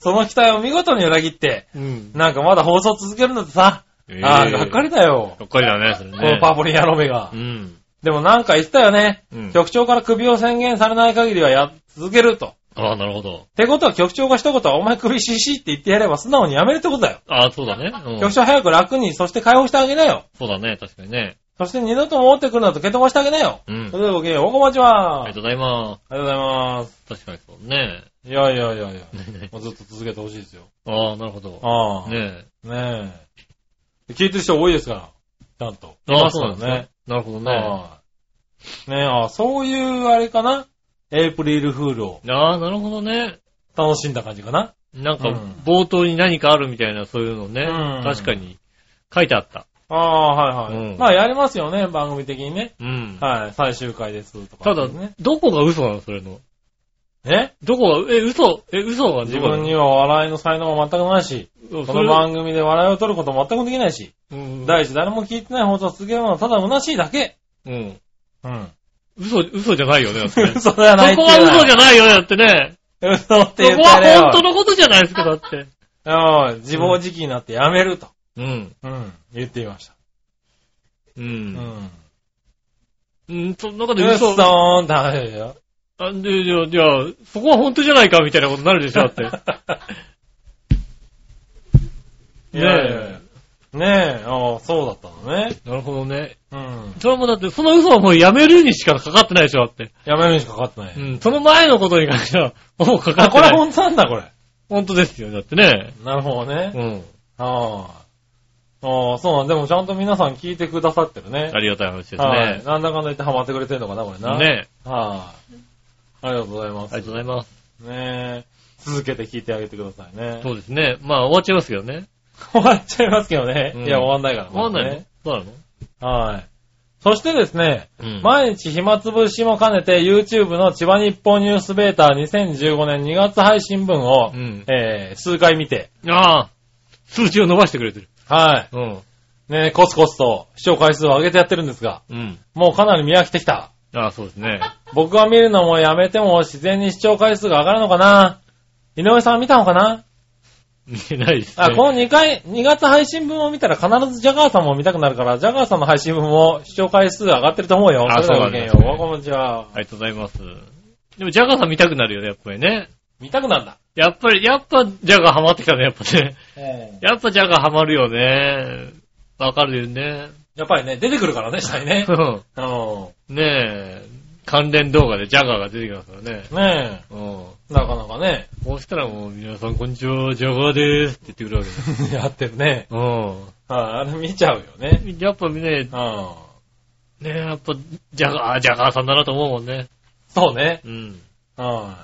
Speaker 3: その期待を見事に裏切って、
Speaker 2: うん。
Speaker 3: なんかまだ放送続けるのってさ、あーがっかりだよ。
Speaker 2: がっかりだね、それ
Speaker 3: この
Speaker 2: ね。
Speaker 3: パーポリン野郎めが
Speaker 2: う。ん。
Speaker 3: でもなんか言ってたよね。
Speaker 2: うん。
Speaker 3: 局長から首を宣言されない限りはや、続けると。
Speaker 2: ああ、なるほど。
Speaker 3: ってことは局長が一言、お前首ししって言ってやれば素直にやめるってことだよ。
Speaker 2: ああ、そうだね。うん
Speaker 3: 局長早く楽に、そして解放してあげなよ。
Speaker 2: そうだね、確かにね。
Speaker 3: そして二度と戻ってくるなと蹴飛ばしてあげなよ。
Speaker 2: うん
Speaker 3: それではごきげんよう、おこまちは。
Speaker 2: あ
Speaker 3: あ
Speaker 2: り
Speaker 3: り
Speaker 2: がとうございます。
Speaker 3: がとうございます。
Speaker 2: 確かにそうね。
Speaker 3: いやいやいやいや。
Speaker 2: ねね
Speaker 3: もうずっと続けてほしいですよ。
Speaker 2: ああ、なるほど。
Speaker 3: ああ。ね
Speaker 2: ね
Speaker 3: え。聞いてる人多いですから。ちゃんと。
Speaker 2: え。
Speaker 3: い
Speaker 2: あ
Speaker 3: ま
Speaker 2: あ、
Speaker 3: す
Speaker 2: そう
Speaker 3: か
Speaker 2: な
Speaker 3: ら
Speaker 2: んですね。なるほどね。
Speaker 3: はいねえ、ああそういうあれかな。エイプリルフールを
Speaker 2: ああ、なるほどね。
Speaker 3: 楽しんだ感じかな。
Speaker 2: なんか
Speaker 3: うん、
Speaker 2: 冒頭に何かあるみたいな、そういうのね
Speaker 3: うん。
Speaker 2: 確かに、書いてあった。
Speaker 3: ああ、はいはい。
Speaker 2: うん
Speaker 3: まあやりますよね、番組的にね。
Speaker 2: うん。
Speaker 3: はい、最終回ですとか。
Speaker 2: ただ
Speaker 3: ね。、
Speaker 2: どこが嘘なのそれの。
Speaker 3: ね
Speaker 2: どこが、え、嘘え、嘘が
Speaker 3: 自
Speaker 2: 自分
Speaker 3: 分には笑いの才能が全くないし、
Speaker 2: そ
Speaker 3: この番組で笑いを取ることも全くできないし、
Speaker 2: うん。
Speaker 3: 第一誰も聞いてない放送を続けるのはただ虚しいだけ。
Speaker 2: うん。
Speaker 3: うん。
Speaker 2: 嘘、嘘じゃないよね、だってね。
Speaker 3: 嘘では
Speaker 2: そ
Speaker 3: ない
Speaker 2: こは嘘じ
Speaker 3: ゃ
Speaker 2: ゃないよね、だってね。
Speaker 3: 嘘
Speaker 2: そ
Speaker 3: って言っ
Speaker 2: こ
Speaker 3: たらよ
Speaker 2: は本当のことじゃないですか、だって。
Speaker 3: うん自暴自棄になってやめると。
Speaker 2: うん。
Speaker 3: うん。言っていました。
Speaker 2: う。
Speaker 3: うんん。
Speaker 2: うん、その中で
Speaker 3: うっそ
Speaker 2: 嘘。
Speaker 3: ーんって話だよ。
Speaker 2: あ、で、じゃあ、じゃあ、そこは本当じゃないか、みたいなことになるでしょ、だ って。
Speaker 3: いやいやいやねえ、ああ、そうだったのね。
Speaker 2: なるほどね。
Speaker 3: うん。
Speaker 2: それもだって、その嘘はもうやめるにしかかかってないでしょ、だって。
Speaker 3: やめるにしかかってな
Speaker 2: う
Speaker 3: い。
Speaker 2: ん。その前のことに関 しては、もうかか
Speaker 3: あ、
Speaker 2: って
Speaker 3: これ
Speaker 2: ない。
Speaker 3: 本当なんだ、これ。
Speaker 2: 本当ですよ、だってね。
Speaker 3: なるほどね。
Speaker 2: うん。
Speaker 3: ああ。ああ、そうなんでもちゃんと皆さん聞いてくださってるね。
Speaker 2: ありがたい話です
Speaker 3: はい。
Speaker 2: ね。
Speaker 3: なんだかんだ言ってハマってくれてるのかな、これな。。
Speaker 2: ね。
Speaker 3: はい。ありがとうございま
Speaker 2: あ
Speaker 3: す。
Speaker 2: りがとうございます。
Speaker 3: ねえ。続けて聞いてあげてくださいね。
Speaker 2: そうですね。まあ、終わっちゃいますけどね。
Speaker 3: 終わっちゃいますけどね。
Speaker 2: うん
Speaker 3: いや、終わんないから。
Speaker 2: 終わんないの
Speaker 3: ね。
Speaker 2: そうなの
Speaker 3: はい。そしてですね、
Speaker 2: うん
Speaker 3: 毎日暇つぶしも兼ねて YouTube の千葉日報ニュースベーター2015年2月配信分を、
Speaker 2: うん。
Speaker 3: えー数回見て、
Speaker 2: ああ、数値を伸ばしてくれてる。
Speaker 3: は
Speaker 2: うん。
Speaker 3: い。ね、コツコツと視聴回数を上げてやってるんですが、
Speaker 2: うん。
Speaker 3: もうかなり見飽きてきた。
Speaker 2: ああ、そうですね。
Speaker 3: 僕が見るのもやめても自然に視聴回数が上がるのかな井上さんは見たのかな
Speaker 2: 見てないですね。
Speaker 3: あ、この2回、2月配信分を見たら必ずジャガーさんも見たくなるから、ジャガーさんの配信分も視聴回数上がってると思うよ。
Speaker 2: あ
Speaker 3: れでは
Speaker 2: そうなんです
Speaker 3: ご
Speaker 2: ね
Speaker 3: きげんようこんにちは。
Speaker 2: ありがとうございます。でも、ジャガーさん見たくなるよね、やっぱりね。
Speaker 3: 見たくなるんだ。
Speaker 2: やっぱり、やっぱ、ジャガーハマってきたね、やっぱね。やっぱジャガーハマるよね。わかるよね。
Speaker 3: やっぱりね、出てくるからね、下にね。
Speaker 2: うん
Speaker 3: うん。
Speaker 2: ねえ。関連動画でジャガーが出てきますからね。
Speaker 3: ね
Speaker 2: うん。
Speaker 3: え、なかなかね、
Speaker 2: こうしたらもう、皆さんこんにちは、ジャガーでーすって言ってくるわけです。
Speaker 3: やってるね。
Speaker 2: う
Speaker 3: はい、あれ見ちゃうよね。
Speaker 2: ん。やっぱね、
Speaker 3: うん。
Speaker 2: ねえ、やっぱ、ジャガー、ジャガーさんだなと思うもんね。
Speaker 3: そうね。
Speaker 2: うん。
Speaker 3: は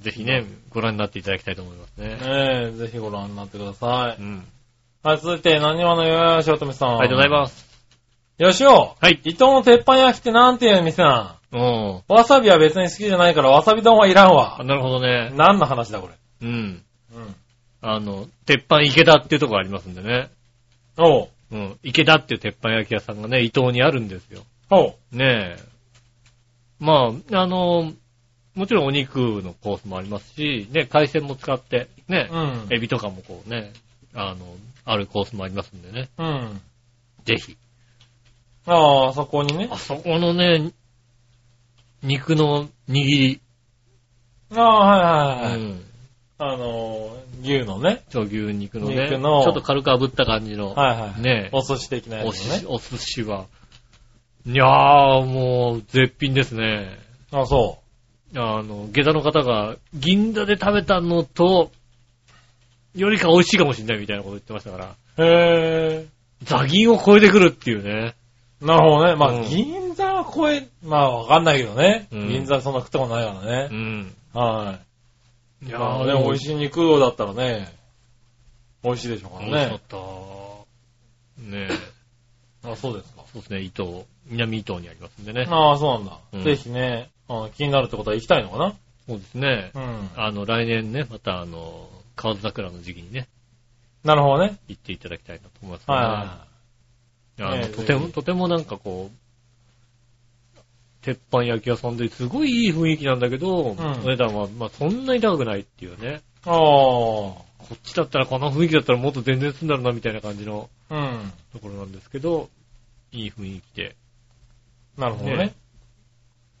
Speaker 2: ぜひね、ご覧になっていただきたいと思います
Speaker 3: い。
Speaker 2: ね。
Speaker 3: ねえ、ぜひご覧になってください。
Speaker 2: うん。
Speaker 3: はい、続いて、何話のよよよしおとめさん。
Speaker 2: ありがとうござい
Speaker 3: す。
Speaker 2: ます。
Speaker 3: よしお、
Speaker 2: はい。
Speaker 3: 伊藤の鉄板焼きってなんていう店なん
Speaker 2: うん。
Speaker 3: わさびは別に好きじゃないから、わさび丼はいらん
Speaker 2: あ
Speaker 3: わ。
Speaker 2: なるほどね。
Speaker 3: 何の話だ、これ。
Speaker 2: うん。
Speaker 3: うん。
Speaker 2: あの、鉄板池田っていうところありますんでね。
Speaker 3: おう。
Speaker 2: うん。池田っていう鉄板焼き屋さんがね、伊東にあるんですよ。
Speaker 3: おう。
Speaker 2: ねえ。まあ、あの、もちろんお肉のコースもありますし、ね、海鮮も使って、ね
Speaker 3: う、ん。
Speaker 2: エビとかもこうね、あの、あるコースもありますんでね。
Speaker 3: うん。
Speaker 2: ぜひ。
Speaker 3: ああ、そこにね
Speaker 2: あ。そこのね、肉の握り。
Speaker 3: ああ、はいはいはい。
Speaker 2: うん。
Speaker 3: あのー、牛のね。
Speaker 2: そう牛肉のね、
Speaker 3: 肉の
Speaker 2: ちょっと軽く炙った感じの。
Speaker 3: はいはい。
Speaker 2: ねえ
Speaker 3: お寿司的なや
Speaker 2: お
Speaker 3: つ
Speaker 2: 寿
Speaker 3: の
Speaker 2: 司、
Speaker 3: ね。
Speaker 2: お寿司は。いやー、もう、絶品ですね。
Speaker 3: あそ
Speaker 2: あの、下駄の方が、銀座で食べたのと、よりか美味しいかもしれないみたいなこと言ってましたから、
Speaker 3: う。へ
Speaker 2: ザ銀を超えてくるっていうね。
Speaker 3: え。なるほどね。まあ、
Speaker 2: うん
Speaker 3: 銀座は超え、まあ、わかんないけどね。
Speaker 2: うん
Speaker 3: 銀座そんな食ったことないから
Speaker 2: う
Speaker 3: ね。
Speaker 2: ん。
Speaker 3: はい。
Speaker 2: い
Speaker 3: い
Speaker 2: や
Speaker 3: や
Speaker 2: ー、
Speaker 3: ー、でも美味
Speaker 2: し
Speaker 3: しい肉をだったらね、美味しいでしょうか
Speaker 2: 美味し
Speaker 3: ら
Speaker 2: かっ
Speaker 3: ね。
Speaker 2: た。ね
Speaker 3: あ、そうですか。
Speaker 2: そうですね、伊東、南伊東にありますんでね。
Speaker 3: ああ、そうなんだ。
Speaker 2: うん
Speaker 3: ぜひね、あの気になるってことは行きたいのか
Speaker 2: そうですね。
Speaker 3: なうん。
Speaker 2: あの、来年ね、またあの、河津桜の時期にね、
Speaker 3: なるほどね。
Speaker 2: 行っていただきたいなと思いますね。
Speaker 3: は
Speaker 2: あの
Speaker 3: ねえ
Speaker 2: とて
Speaker 3: ぜ
Speaker 2: も、
Speaker 3: ひ
Speaker 2: とてもなんかこう、鉄板焼き屋さんですごいいい雰囲気なんだけど、お値段は、まあ、そんなに高くないっていうね。
Speaker 3: いはい。
Speaker 2: こっちだったらこの雰囲気だったらもっと全然済んだろうなみたいな感じの
Speaker 3: ああ。うん。
Speaker 2: ところなんですけど、いい雰囲気で。
Speaker 3: なるほどね。
Speaker 2: ね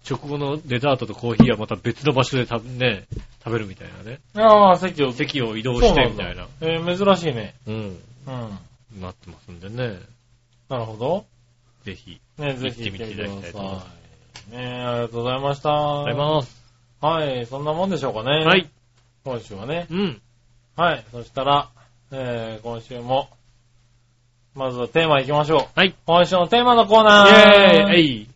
Speaker 2: 食後のデザートとコーヒーはまた別の場所で食べ,、ね、食べるみたいなね。
Speaker 3: ああ、席を。
Speaker 2: 席を移動
Speaker 3: そう
Speaker 2: して
Speaker 3: な
Speaker 2: み
Speaker 3: んだ
Speaker 2: たいな。
Speaker 3: えー珍しいね。
Speaker 2: うん。
Speaker 3: うん。
Speaker 2: なってますんでね。
Speaker 3: なるほど。
Speaker 2: ぜひ。
Speaker 3: ね、ぜひ。
Speaker 2: 行ってみていただきたいと思います
Speaker 3: ねありがとうございました。
Speaker 2: ありがとうございます。
Speaker 3: はい、そんなもんでしょうかね。
Speaker 2: は。い。
Speaker 3: 今週はね。
Speaker 2: うん。
Speaker 3: はい、そしたら、えー、今週も、まずはテーマ行きましょう。
Speaker 2: はい。
Speaker 3: 今週のテーマのコー
Speaker 2: イェ
Speaker 3: ナ
Speaker 2: ー
Speaker 3: ー
Speaker 2: イえい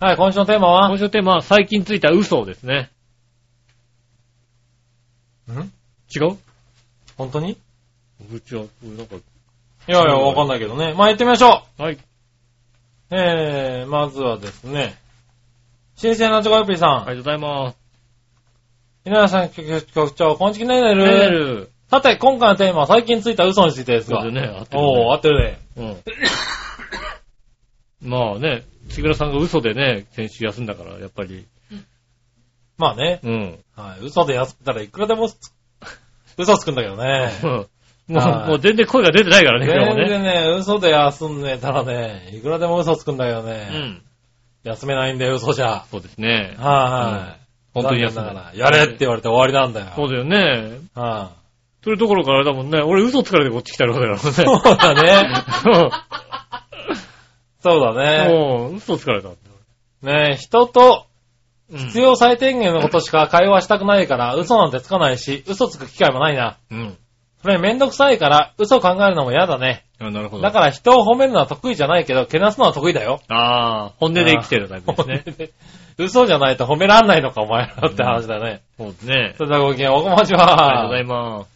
Speaker 3: はい、今週のテーマは
Speaker 2: 今週のテーマは最近ついた嘘ですね。
Speaker 3: ん
Speaker 2: 違う
Speaker 3: 本当にい
Speaker 2: うちは、なんか、
Speaker 3: やいや、わかんないけどね。まあ、行ってみましょ
Speaker 2: はい。
Speaker 3: うえー、まずはですね、新鮮なチョコヨッピーさん。
Speaker 2: ありがとうございます。
Speaker 3: 稲田さん局局長、こんちきねえね
Speaker 2: メー
Speaker 3: る。
Speaker 2: ル。
Speaker 3: さて、今回のテーマは最近ついた嘘についてです
Speaker 2: そう
Speaker 3: が。
Speaker 2: だよね。合ってるね
Speaker 3: おー、合ってるね。
Speaker 2: うん。 まあね、杉村さんが嘘でね、先週休んだから、やっぱり。
Speaker 3: まあね、
Speaker 2: うん。
Speaker 3: はい、嘘で休んだらいくらでもつ、嘘つくんだけどね。
Speaker 2: もう、
Speaker 3: はい
Speaker 2: もう全然声が出てないからね、今日
Speaker 3: 全
Speaker 2: もね。
Speaker 3: 然ね、嘘で休んでたらね、いくらでも嘘つくんだけど
Speaker 2: う
Speaker 3: ね。
Speaker 2: ん。
Speaker 3: 休めないんだよ、嘘じゃ。
Speaker 2: そうですね。
Speaker 3: はい、
Speaker 2: 本当に
Speaker 3: や
Speaker 2: 休ん
Speaker 3: だ
Speaker 2: だ
Speaker 3: から、やれって言われて終わりなんだよ。
Speaker 2: そうだよね。
Speaker 3: は
Speaker 2: それどころかあれだもんね。俺嘘つかれてこっち来たわけだ
Speaker 3: いそ
Speaker 2: か
Speaker 3: うだね。そうだ
Speaker 2: らね。
Speaker 3: ね。
Speaker 2: もう、嘘つかれたんだよ。
Speaker 3: ね人と
Speaker 2: うん
Speaker 3: 必要最低限のことしか会話したくないから、嘘なんてつかないし、嘘つく機会もないな。
Speaker 2: うん。
Speaker 3: それめんどくさいから、嘘考えるのも嫌だね。
Speaker 2: あなるほど。
Speaker 3: だから人を褒めるのは得意じゃないけど、けなすのは得意だよ。
Speaker 2: ああ、本音で生きてるタイプですね。
Speaker 3: 嘘じゃないと褒めらんないのか、お前らって話だね。
Speaker 2: そうですね。
Speaker 3: それではごきげんよう、おこまち
Speaker 2: ありがとう
Speaker 3: は。
Speaker 2: ございます。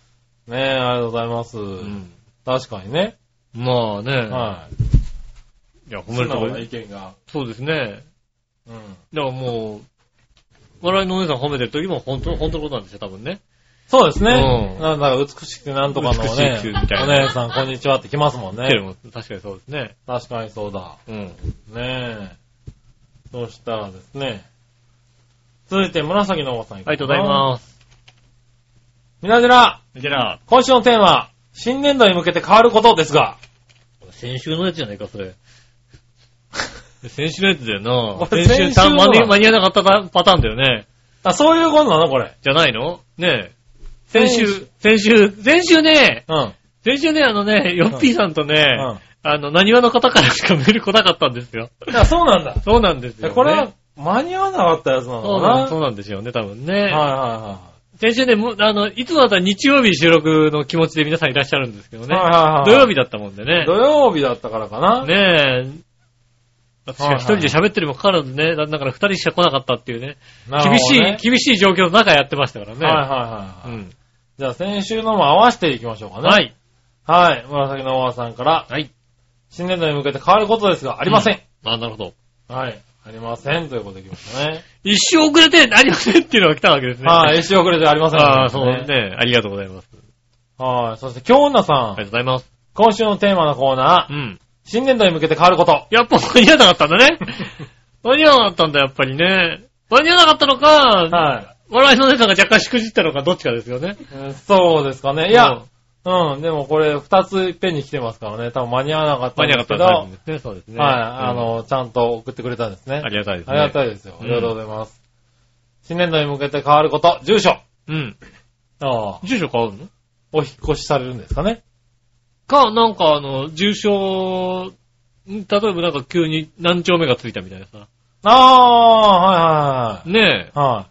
Speaker 3: ねえ、ありがとうございます。
Speaker 2: うん。
Speaker 3: 確かにね。
Speaker 2: まあね。
Speaker 3: はい。
Speaker 2: いや、褒めるとこ
Speaker 3: 素直な意見が。
Speaker 2: そうですね。
Speaker 3: うん。
Speaker 2: だからもう、笑いのお姉さん褒めてる時も本当、本当のことなんですよ、多分ね。
Speaker 3: そうですね。
Speaker 2: うん
Speaker 3: なんだか美しくてなんとかの
Speaker 2: 美
Speaker 3: ね
Speaker 2: しいっていうみた、い
Speaker 3: お
Speaker 2: な
Speaker 3: 姉さんこんにちはって来ますもん
Speaker 2: 来てる
Speaker 3: ね。
Speaker 2: もん確かにそうですね。
Speaker 3: 確かにそうだ。
Speaker 2: うん。
Speaker 3: ねえ。そしたらですね。続いて紫のおばさん。
Speaker 2: ありがとうござい
Speaker 3: す。
Speaker 2: ます。
Speaker 3: みなじら、
Speaker 2: じゃあ、
Speaker 3: 今週のテーマ、新年度に向けて変わることですが、
Speaker 2: 先週のやつじゃないか、そ れ。先週のやつだよな。
Speaker 3: 俺
Speaker 2: 先週た
Speaker 3: 先週のだ
Speaker 2: 間に間に合わなかったパパターンだよね。
Speaker 3: あ、そういうことなのこれ。
Speaker 2: じゃないのねえ。
Speaker 3: 先
Speaker 2: 先
Speaker 3: 週
Speaker 2: 週、先週、先週ね、
Speaker 3: うん。
Speaker 2: 先週ね、あのね、ヨッピーさんとね、
Speaker 3: うん。
Speaker 2: あの、何話の方からしかメール来なかったんですよ。
Speaker 3: いや、そうなんだ。
Speaker 2: そうなんですよ、ね。
Speaker 3: これは間に合わなかったやつ
Speaker 2: そ
Speaker 3: なの
Speaker 2: う
Speaker 3: か
Speaker 2: な
Speaker 3: なん
Speaker 2: そうなんですよね、多分ね。
Speaker 3: はいは
Speaker 2: 先週ね、もうあの、いつもだったら日曜日収録の気持ちで皆さんいらっしゃるんですけど
Speaker 3: い
Speaker 2: ね。
Speaker 3: はい。はいはいはい。
Speaker 2: 土曜日だったもんでね。
Speaker 3: 土曜日だったからかな。
Speaker 2: ねえ。私
Speaker 3: はい
Speaker 2: が
Speaker 3: はい
Speaker 2: 一人で喋ってるにもかかわらずね、だから二人しか来なかったっていうね、
Speaker 3: なるほど
Speaker 2: 厳しい、
Speaker 3: ね
Speaker 2: 厳しい状況の中やってましたからね。
Speaker 3: はいはいはいは
Speaker 2: う
Speaker 3: い。
Speaker 2: ん。
Speaker 3: じゃあ先週のも合わせていきましょうかね。
Speaker 2: は。い。
Speaker 3: はい。紫のおばさんから、
Speaker 2: はい。
Speaker 3: 新年度に向けて変わることですが、ありません。
Speaker 2: あ、なるほど。
Speaker 3: はい。ありません。ということできました ね。
Speaker 2: 一生遅れてありませんっていうのが来たわけですね。
Speaker 3: はい。一生遅れてありません。
Speaker 2: ああ、そうです。ね。ありがとうございます。
Speaker 3: はい。そして、京女さん、
Speaker 2: ありがとうございます。
Speaker 3: 今週のテーマのコーナ
Speaker 2: う
Speaker 3: ー、
Speaker 2: ん。
Speaker 3: 新年度に向けて変わること。
Speaker 2: やっぱ間に合わなかったんだ ね。間に合わなかったんだ、やっぱりね。間に合わなかったのか、
Speaker 3: は
Speaker 2: 笑いのお姉さんが若干しくじったのか、どっちかですよね。
Speaker 3: いうん。そうですかね。いや、うん。でもこれ、二ついっぺんに来てますからね。多分間に合わなかった
Speaker 2: 間
Speaker 3: ん
Speaker 2: に
Speaker 3: で
Speaker 2: 合わな
Speaker 3: す
Speaker 2: か
Speaker 3: け
Speaker 2: ったタイプ
Speaker 3: ど。
Speaker 2: ですね。そうですね。
Speaker 3: は
Speaker 2: う
Speaker 3: い。
Speaker 2: ん
Speaker 3: あ、の、ちゃんと送ってくれたんですね
Speaker 2: あ。りがたいです
Speaker 3: あ
Speaker 2: ね。
Speaker 3: りがたいですよ。
Speaker 2: う
Speaker 3: あ
Speaker 2: ん
Speaker 3: りがとうございます。新年度に向けて変わること、住所。
Speaker 2: うん。
Speaker 3: ああ。
Speaker 2: 住所変わるの
Speaker 3: お引っ越しされるんですかね。
Speaker 2: か、なんかあの、住所、ん例えばなんか急に何丁目がついたみたいなさ。
Speaker 3: ああ、はいはいはい。
Speaker 2: ねえ。
Speaker 3: は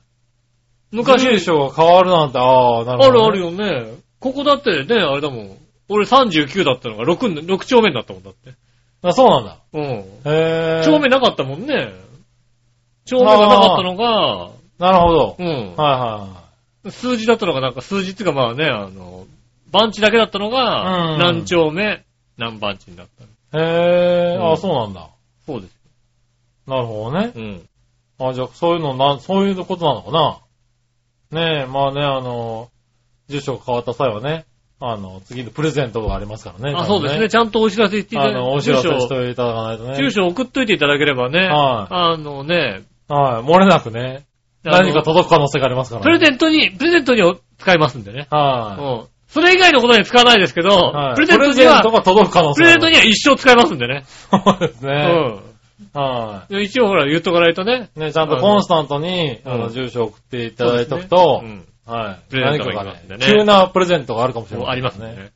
Speaker 2: 昔、
Speaker 3: い。住所が変わるなんて、ああ、な
Speaker 2: あ
Speaker 3: るほ
Speaker 2: る
Speaker 3: ど、
Speaker 2: あるよね。ここだってね、あれだもん。俺39だったのが 6, 6丁目になったもんだって。
Speaker 3: あ、そうなんだ。
Speaker 2: うん。
Speaker 3: へえ。
Speaker 2: 丁目なかったもんね。丁目がなかったのが、
Speaker 3: なるほど。
Speaker 2: うん。
Speaker 3: は
Speaker 2: 数字だったのが、なんか数字っていうかまあね、あの、番地だけだったのが、
Speaker 3: うん
Speaker 2: 何丁目、何番地になった。
Speaker 3: いはい。へえ、
Speaker 2: う
Speaker 3: あ、
Speaker 2: ん
Speaker 3: そうなんだ。
Speaker 2: そうです。
Speaker 3: なるほどね。
Speaker 2: うん。
Speaker 3: あ、じゃあ、そういうのな、そういうことなのかな。ねえ、まあね、あの、住所が変わった際はね、あの、次のプレゼントがありますからね。
Speaker 2: あ、そうですね。
Speaker 3: ち
Speaker 2: ちゃんとお知らせ言ってい
Speaker 3: ゃ
Speaker 2: ただ
Speaker 3: んと
Speaker 2: いて、
Speaker 3: ね。あの、お知らせ
Speaker 2: 住
Speaker 3: し
Speaker 2: 所、
Speaker 3: ていただかないとね。
Speaker 2: 住所送っといていただければね、
Speaker 3: は
Speaker 2: あのね、
Speaker 3: はい。漏れなくね、
Speaker 2: あの
Speaker 3: 何か届く可能性がありますからね。
Speaker 2: プレゼントに、プレゼントに使いますんでね。
Speaker 3: は
Speaker 2: うん。それ以外のことには使わないですけど、
Speaker 3: い。はい。
Speaker 2: プレゼントに
Speaker 3: プレゼント
Speaker 2: は、
Speaker 3: が届く可能
Speaker 2: プ
Speaker 3: 性
Speaker 2: レゼ
Speaker 3: がある
Speaker 2: ントには一生使いますんでね。
Speaker 3: そうですね。は
Speaker 2: うん。一応ほら、言っとかないとね。
Speaker 3: い。ね、ちゃんとコンスタントに、
Speaker 2: うん
Speaker 3: あの、住所を送っていただいておく
Speaker 2: そう
Speaker 3: と
Speaker 2: で、すね
Speaker 3: はい。
Speaker 2: プレゼントがあ
Speaker 3: 何か
Speaker 2: り
Speaker 3: が
Speaker 2: ますんで
Speaker 3: ね
Speaker 2: ね
Speaker 3: 急なプレゼントがあるかもし
Speaker 2: う
Speaker 3: れ
Speaker 2: ん。
Speaker 3: ない。
Speaker 2: ありますんでね。。ぜ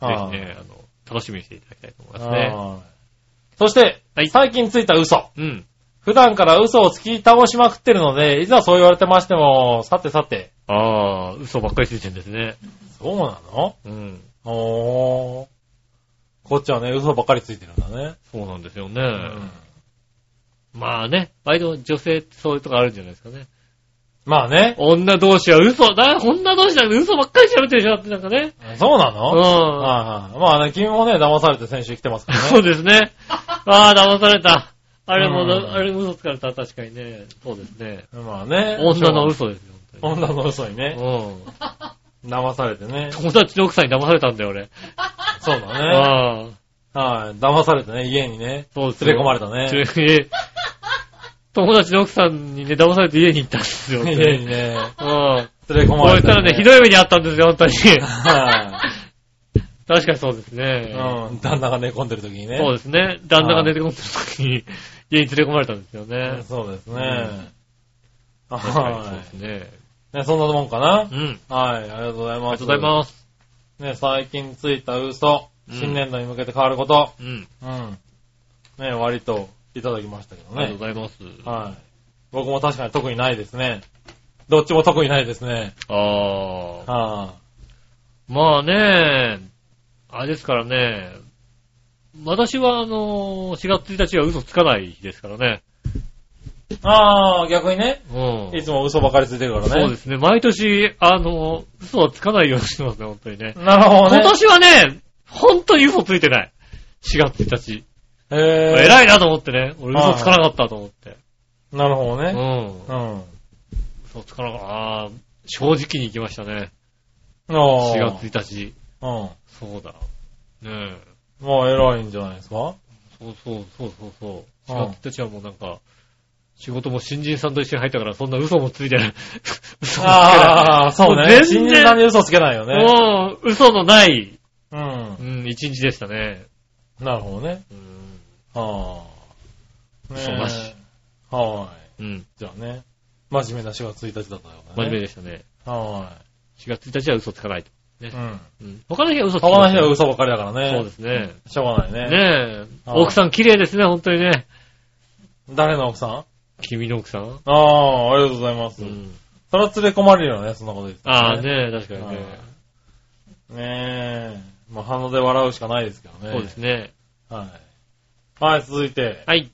Speaker 2: ひ
Speaker 3: はい
Speaker 2: ね、あの、楽しみにしていただきたいと思いますね。
Speaker 3: はいそして、
Speaker 2: はい
Speaker 3: 最近ついた嘘。
Speaker 2: うん。
Speaker 3: 普段から嘘をつき倒しまくってるので、いざそう言われてましても、さてさて、
Speaker 2: ああ、嘘ばっかりついてるんですね。
Speaker 3: そうなの
Speaker 2: うん。
Speaker 3: おー。こっちはね、嘘ばっかりついてるんだね。
Speaker 2: そうなんですよ
Speaker 3: う
Speaker 2: ね。
Speaker 3: ん
Speaker 2: まあね、割と女性ってそういうとこあるんじゃないですかね。
Speaker 3: まあね。
Speaker 2: 女同士は嘘だ、女同士だけど嘘ばっかり喋ってるじゃんってなんかね。
Speaker 3: そうな
Speaker 2: う
Speaker 3: の
Speaker 2: ん。
Speaker 3: はいはいまあね、君もね、騙されて先週来てますから
Speaker 2: そう
Speaker 3: ね。
Speaker 2: です ね。ああ、騙された。あれも、
Speaker 3: うん
Speaker 2: あれも嘘つかれた、確かにね。そうですね。
Speaker 3: まあね。
Speaker 2: 女の。嘘ですよ、本
Speaker 3: 女の嘘に
Speaker 2: 当
Speaker 3: ね。
Speaker 2: に。うん。
Speaker 3: 騙されてね。
Speaker 2: 友達の奥さんに騙されたんだよ、俺。
Speaker 3: そうだね。
Speaker 2: ああ、
Speaker 3: はい。騙されてね、家にね。
Speaker 2: そうですよ
Speaker 3: 連れ込まれ たね。
Speaker 2: 連れ友達の奥さんにね、騙されて家に行ったんですよ。
Speaker 3: 家にね、
Speaker 2: うん。
Speaker 3: 連れ込
Speaker 2: こ
Speaker 3: ま
Speaker 2: う
Speaker 3: れ
Speaker 2: したらね、ひどい目にあったんですよ、本当 に。
Speaker 3: は
Speaker 2: 確かにそうです
Speaker 3: い。
Speaker 2: ね。
Speaker 3: うん。旦那が寝込んでる時にね。
Speaker 2: そうですね。旦那が寝てこんでる時に、家に連れ込まれたんですよね。
Speaker 3: そうですね。
Speaker 2: 確かにそう
Speaker 3: は
Speaker 2: ですね。
Speaker 3: い。ね、そんなもんかな
Speaker 2: う。ん。
Speaker 3: はい。ありがとうござい
Speaker 2: あり
Speaker 3: ま
Speaker 2: が
Speaker 3: す。
Speaker 2: とうございます。
Speaker 3: す。ね、最近ついた嘘。
Speaker 2: うん
Speaker 3: 新年度に向けて変わること。
Speaker 2: うん。
Speaker 3: うん。ね、割といただきましたけど
Speaker 2: ありがとうご
Speaker 3: ね。
Speaker 2: ざいます。
Speaker 3: はい。僕も確かに特にないですね。どっちも特にないですね。
Speaker 2: ああ。
Speaker 3: は
Speaker 2: まあね、あれですからね、私はあのー、4月1日は嘘つかない日ですからね。
Speaker 3: い。ああ、逆にね。
Speaker 2: うん。
Speaker 3: いつも嘘ばかりついてるからね。
Speaker 2: そうですね。毎年、あのー、嘘はつかないようにしてますね、本当にね。
Speaker 3: なるほどね
Speaker 2: 今。年はね、本当に嘘ついてない。4月1日。
Speaker 3: え
Speaker 2: 偉いなと思ってね。俺
Speaker 3: はい
Speaker 2: 嘘つかなかったと思って。
Speaker 3: ー、なるほど
Speaker 2: う
Speaker 3: ね。
Speaker 2: ん
Speaker 3: う。ん。
Speaker 2: 嘘つかなかった。ああ、正直に行きましたね。
Speaker 3: あ
Speaker 2: 4
Speaker 3: ー
Speaker 2: 月1日。
Speaker 3: うん。
Speaker 2: そうだ。ねえ。
Speaker 3: まあ、偉いんじゃないですか
Speaker 2: そうそうそうそうそう。
Speaker 3: うん
Speaker 2: 4月1日はもうなんか、仕事も新人さんと一緒に入ったから、そんな嘘もついてない。 嘘もつけ
Speaker 3: ああ、そう
Speaker 2: も
Speaker 3: ね。
Speaker 2: う
Speaker 3: 新
Speaker 2: 全
Speaker 3: 人さんに
Speaker 2: 然、
Speaker 3: 嘘つけないよね。
Speaker 2: もう、嘘のない、
Speaker 3: うん
Speaker 2: う。ん、一日でしたね。
Speaker 3: なるほどね。
Speaker 2: うん。
Speaker 3: はあ。ねえ
Speaker 2: 嘘なし。
Speaker 3: は
Speaker 2: うん。
Speaker 3: い。じゃあね。真面目な4月1日だったよね。
Speaker 2: 真面目でしたね。
Speaker 3: は
Speaker 2: 4月1日は嘘つかないと。
Speaker 3: い。うん。
Speaker 2: うん。他の日は嘘つか
Speaker 3: 他
Speaker 2: な
Speaker 3: の
Speaker 2: い。
Speaker 3: 日は嘘ばっかりだからね。
Speaker 2: そうですね。
Speaker 3: す。しょうがないね。
Speaker 2: ねえ。
Speaker 3: はい
Speaker 2: 奥さん綺麗ですね、本当にね。
Speaker 3: 誰の奥さん
Speaker 2: 君の奥さん。
Speaker 3: ああ、ありがとうございます。
Speaker 2: うん。
Speaker 3: それは連れ込まれるよね、そんなこと言ってた
Speaker 2: あ
Speaker 3: ら
Speaker 2: あ、。ねえ、確かに
Speaker 3: は
Speaker 2: ね。
Speaker 3: ねえ。まあ、反応で笑うしかないですけどね。
Speaker 2: そうですね。
Speaker 3: はい。はい、続いて、
Speaker 2: はい。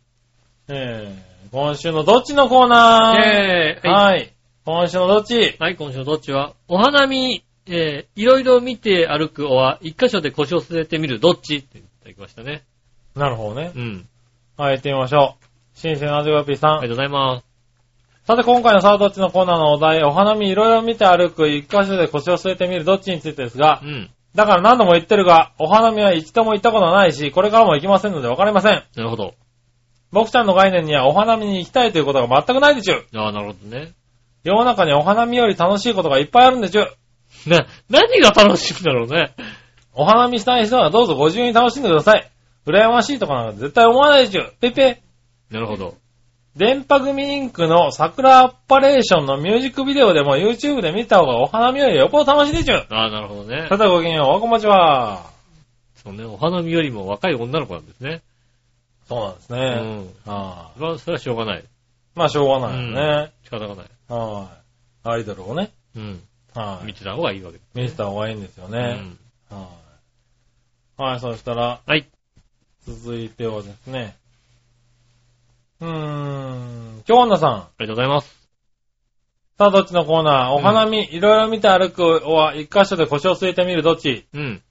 Speaker 3: えー、今週のどっちのコーナー
Speaker 2: えー
Speaker 3: はい、今週のどっち
Speaker 2: はい、今週のどっちは、お花見、えー、いろいろ見て歩くおは、一箇所で腰を据えてみる、どっちっていただきましたね。
Speaker 3: なるほどね。
Speaker 2: うん。
Speaker 3: はい、行ってみましょう。新鮮なジョガピーさ
Speaker 2: あ
Speaker 3: ん
Speaker 2: りがとうございます。
Speaker 3: さて今回のさあどっちのコーナーのお題、お花見いろいろ見て歩く、一箇所で腰を据えてみるどっちについてですが
Speaker 2: う、ん。
Speaker 3: だから何度も言ってるが、お花見は一度も行ったことはないし、これからも行きませんのでわかりません。
Speaker 2: なるほど。
Speaker 3: 僕ちゃんの概念にはお花見に行きたいということが全くないでちゅ。
Speaker 2: ああ、なるほどね。
Speaker 3: 世の中にお花見より楽しいことがいっぱいあるんでちゅ。
Speaker 2: な、何が楽しいんだろうね。
Speaker 3: お花見したい人はどうぞご自由に楽しんでください。羨ましいとかなんか絶対思わないでちゅ。ぺっぺ。
Speaker 2: なるほど。
Speaker 3: 電波組インクの桜アッパレーションのミュージックビデオでも YouTube で見た方がお花見よりよっぽど楽しいでちゅ。
Speaker 2: ああ、なるほどね
Speaker 3: さ。てごきげんよう、おはこまちは。
Speaker 2: そうね、お花見よりも若い女の子なんですね。
Speaker 3: そうなんです
Speaker 2: う
Speaker 3: ね。
Speaker 2: ん。
Speaker 3: ああ
Speaker 2: それは、それはしょうがない。
Speaker 3: まあ、しょうがないよね。
Speaker 2: 仕方がない。
Speaker 3: はい。アイドルをね。
Speaker 2: うん。
Speaker 3: は
Speaker 2: 見
Speaker 3: い。
Speaker 2: てた方がいいわけで
Speaker 3: 見せた方がいいんですよ
Speaker 2: す
Speaker 3: ね。はい。はい、そしたら、
Speaker 2: はい。
Speaker 3: 続いてはですね。うーん。京女さん。
Speaker 2: ありがとうございます。
Speaker 3: さあ、どっちのコーナーお花見、いろいろ見て歩くは、一箇所で腰を据えてみるどっち
Speaker 2: うん。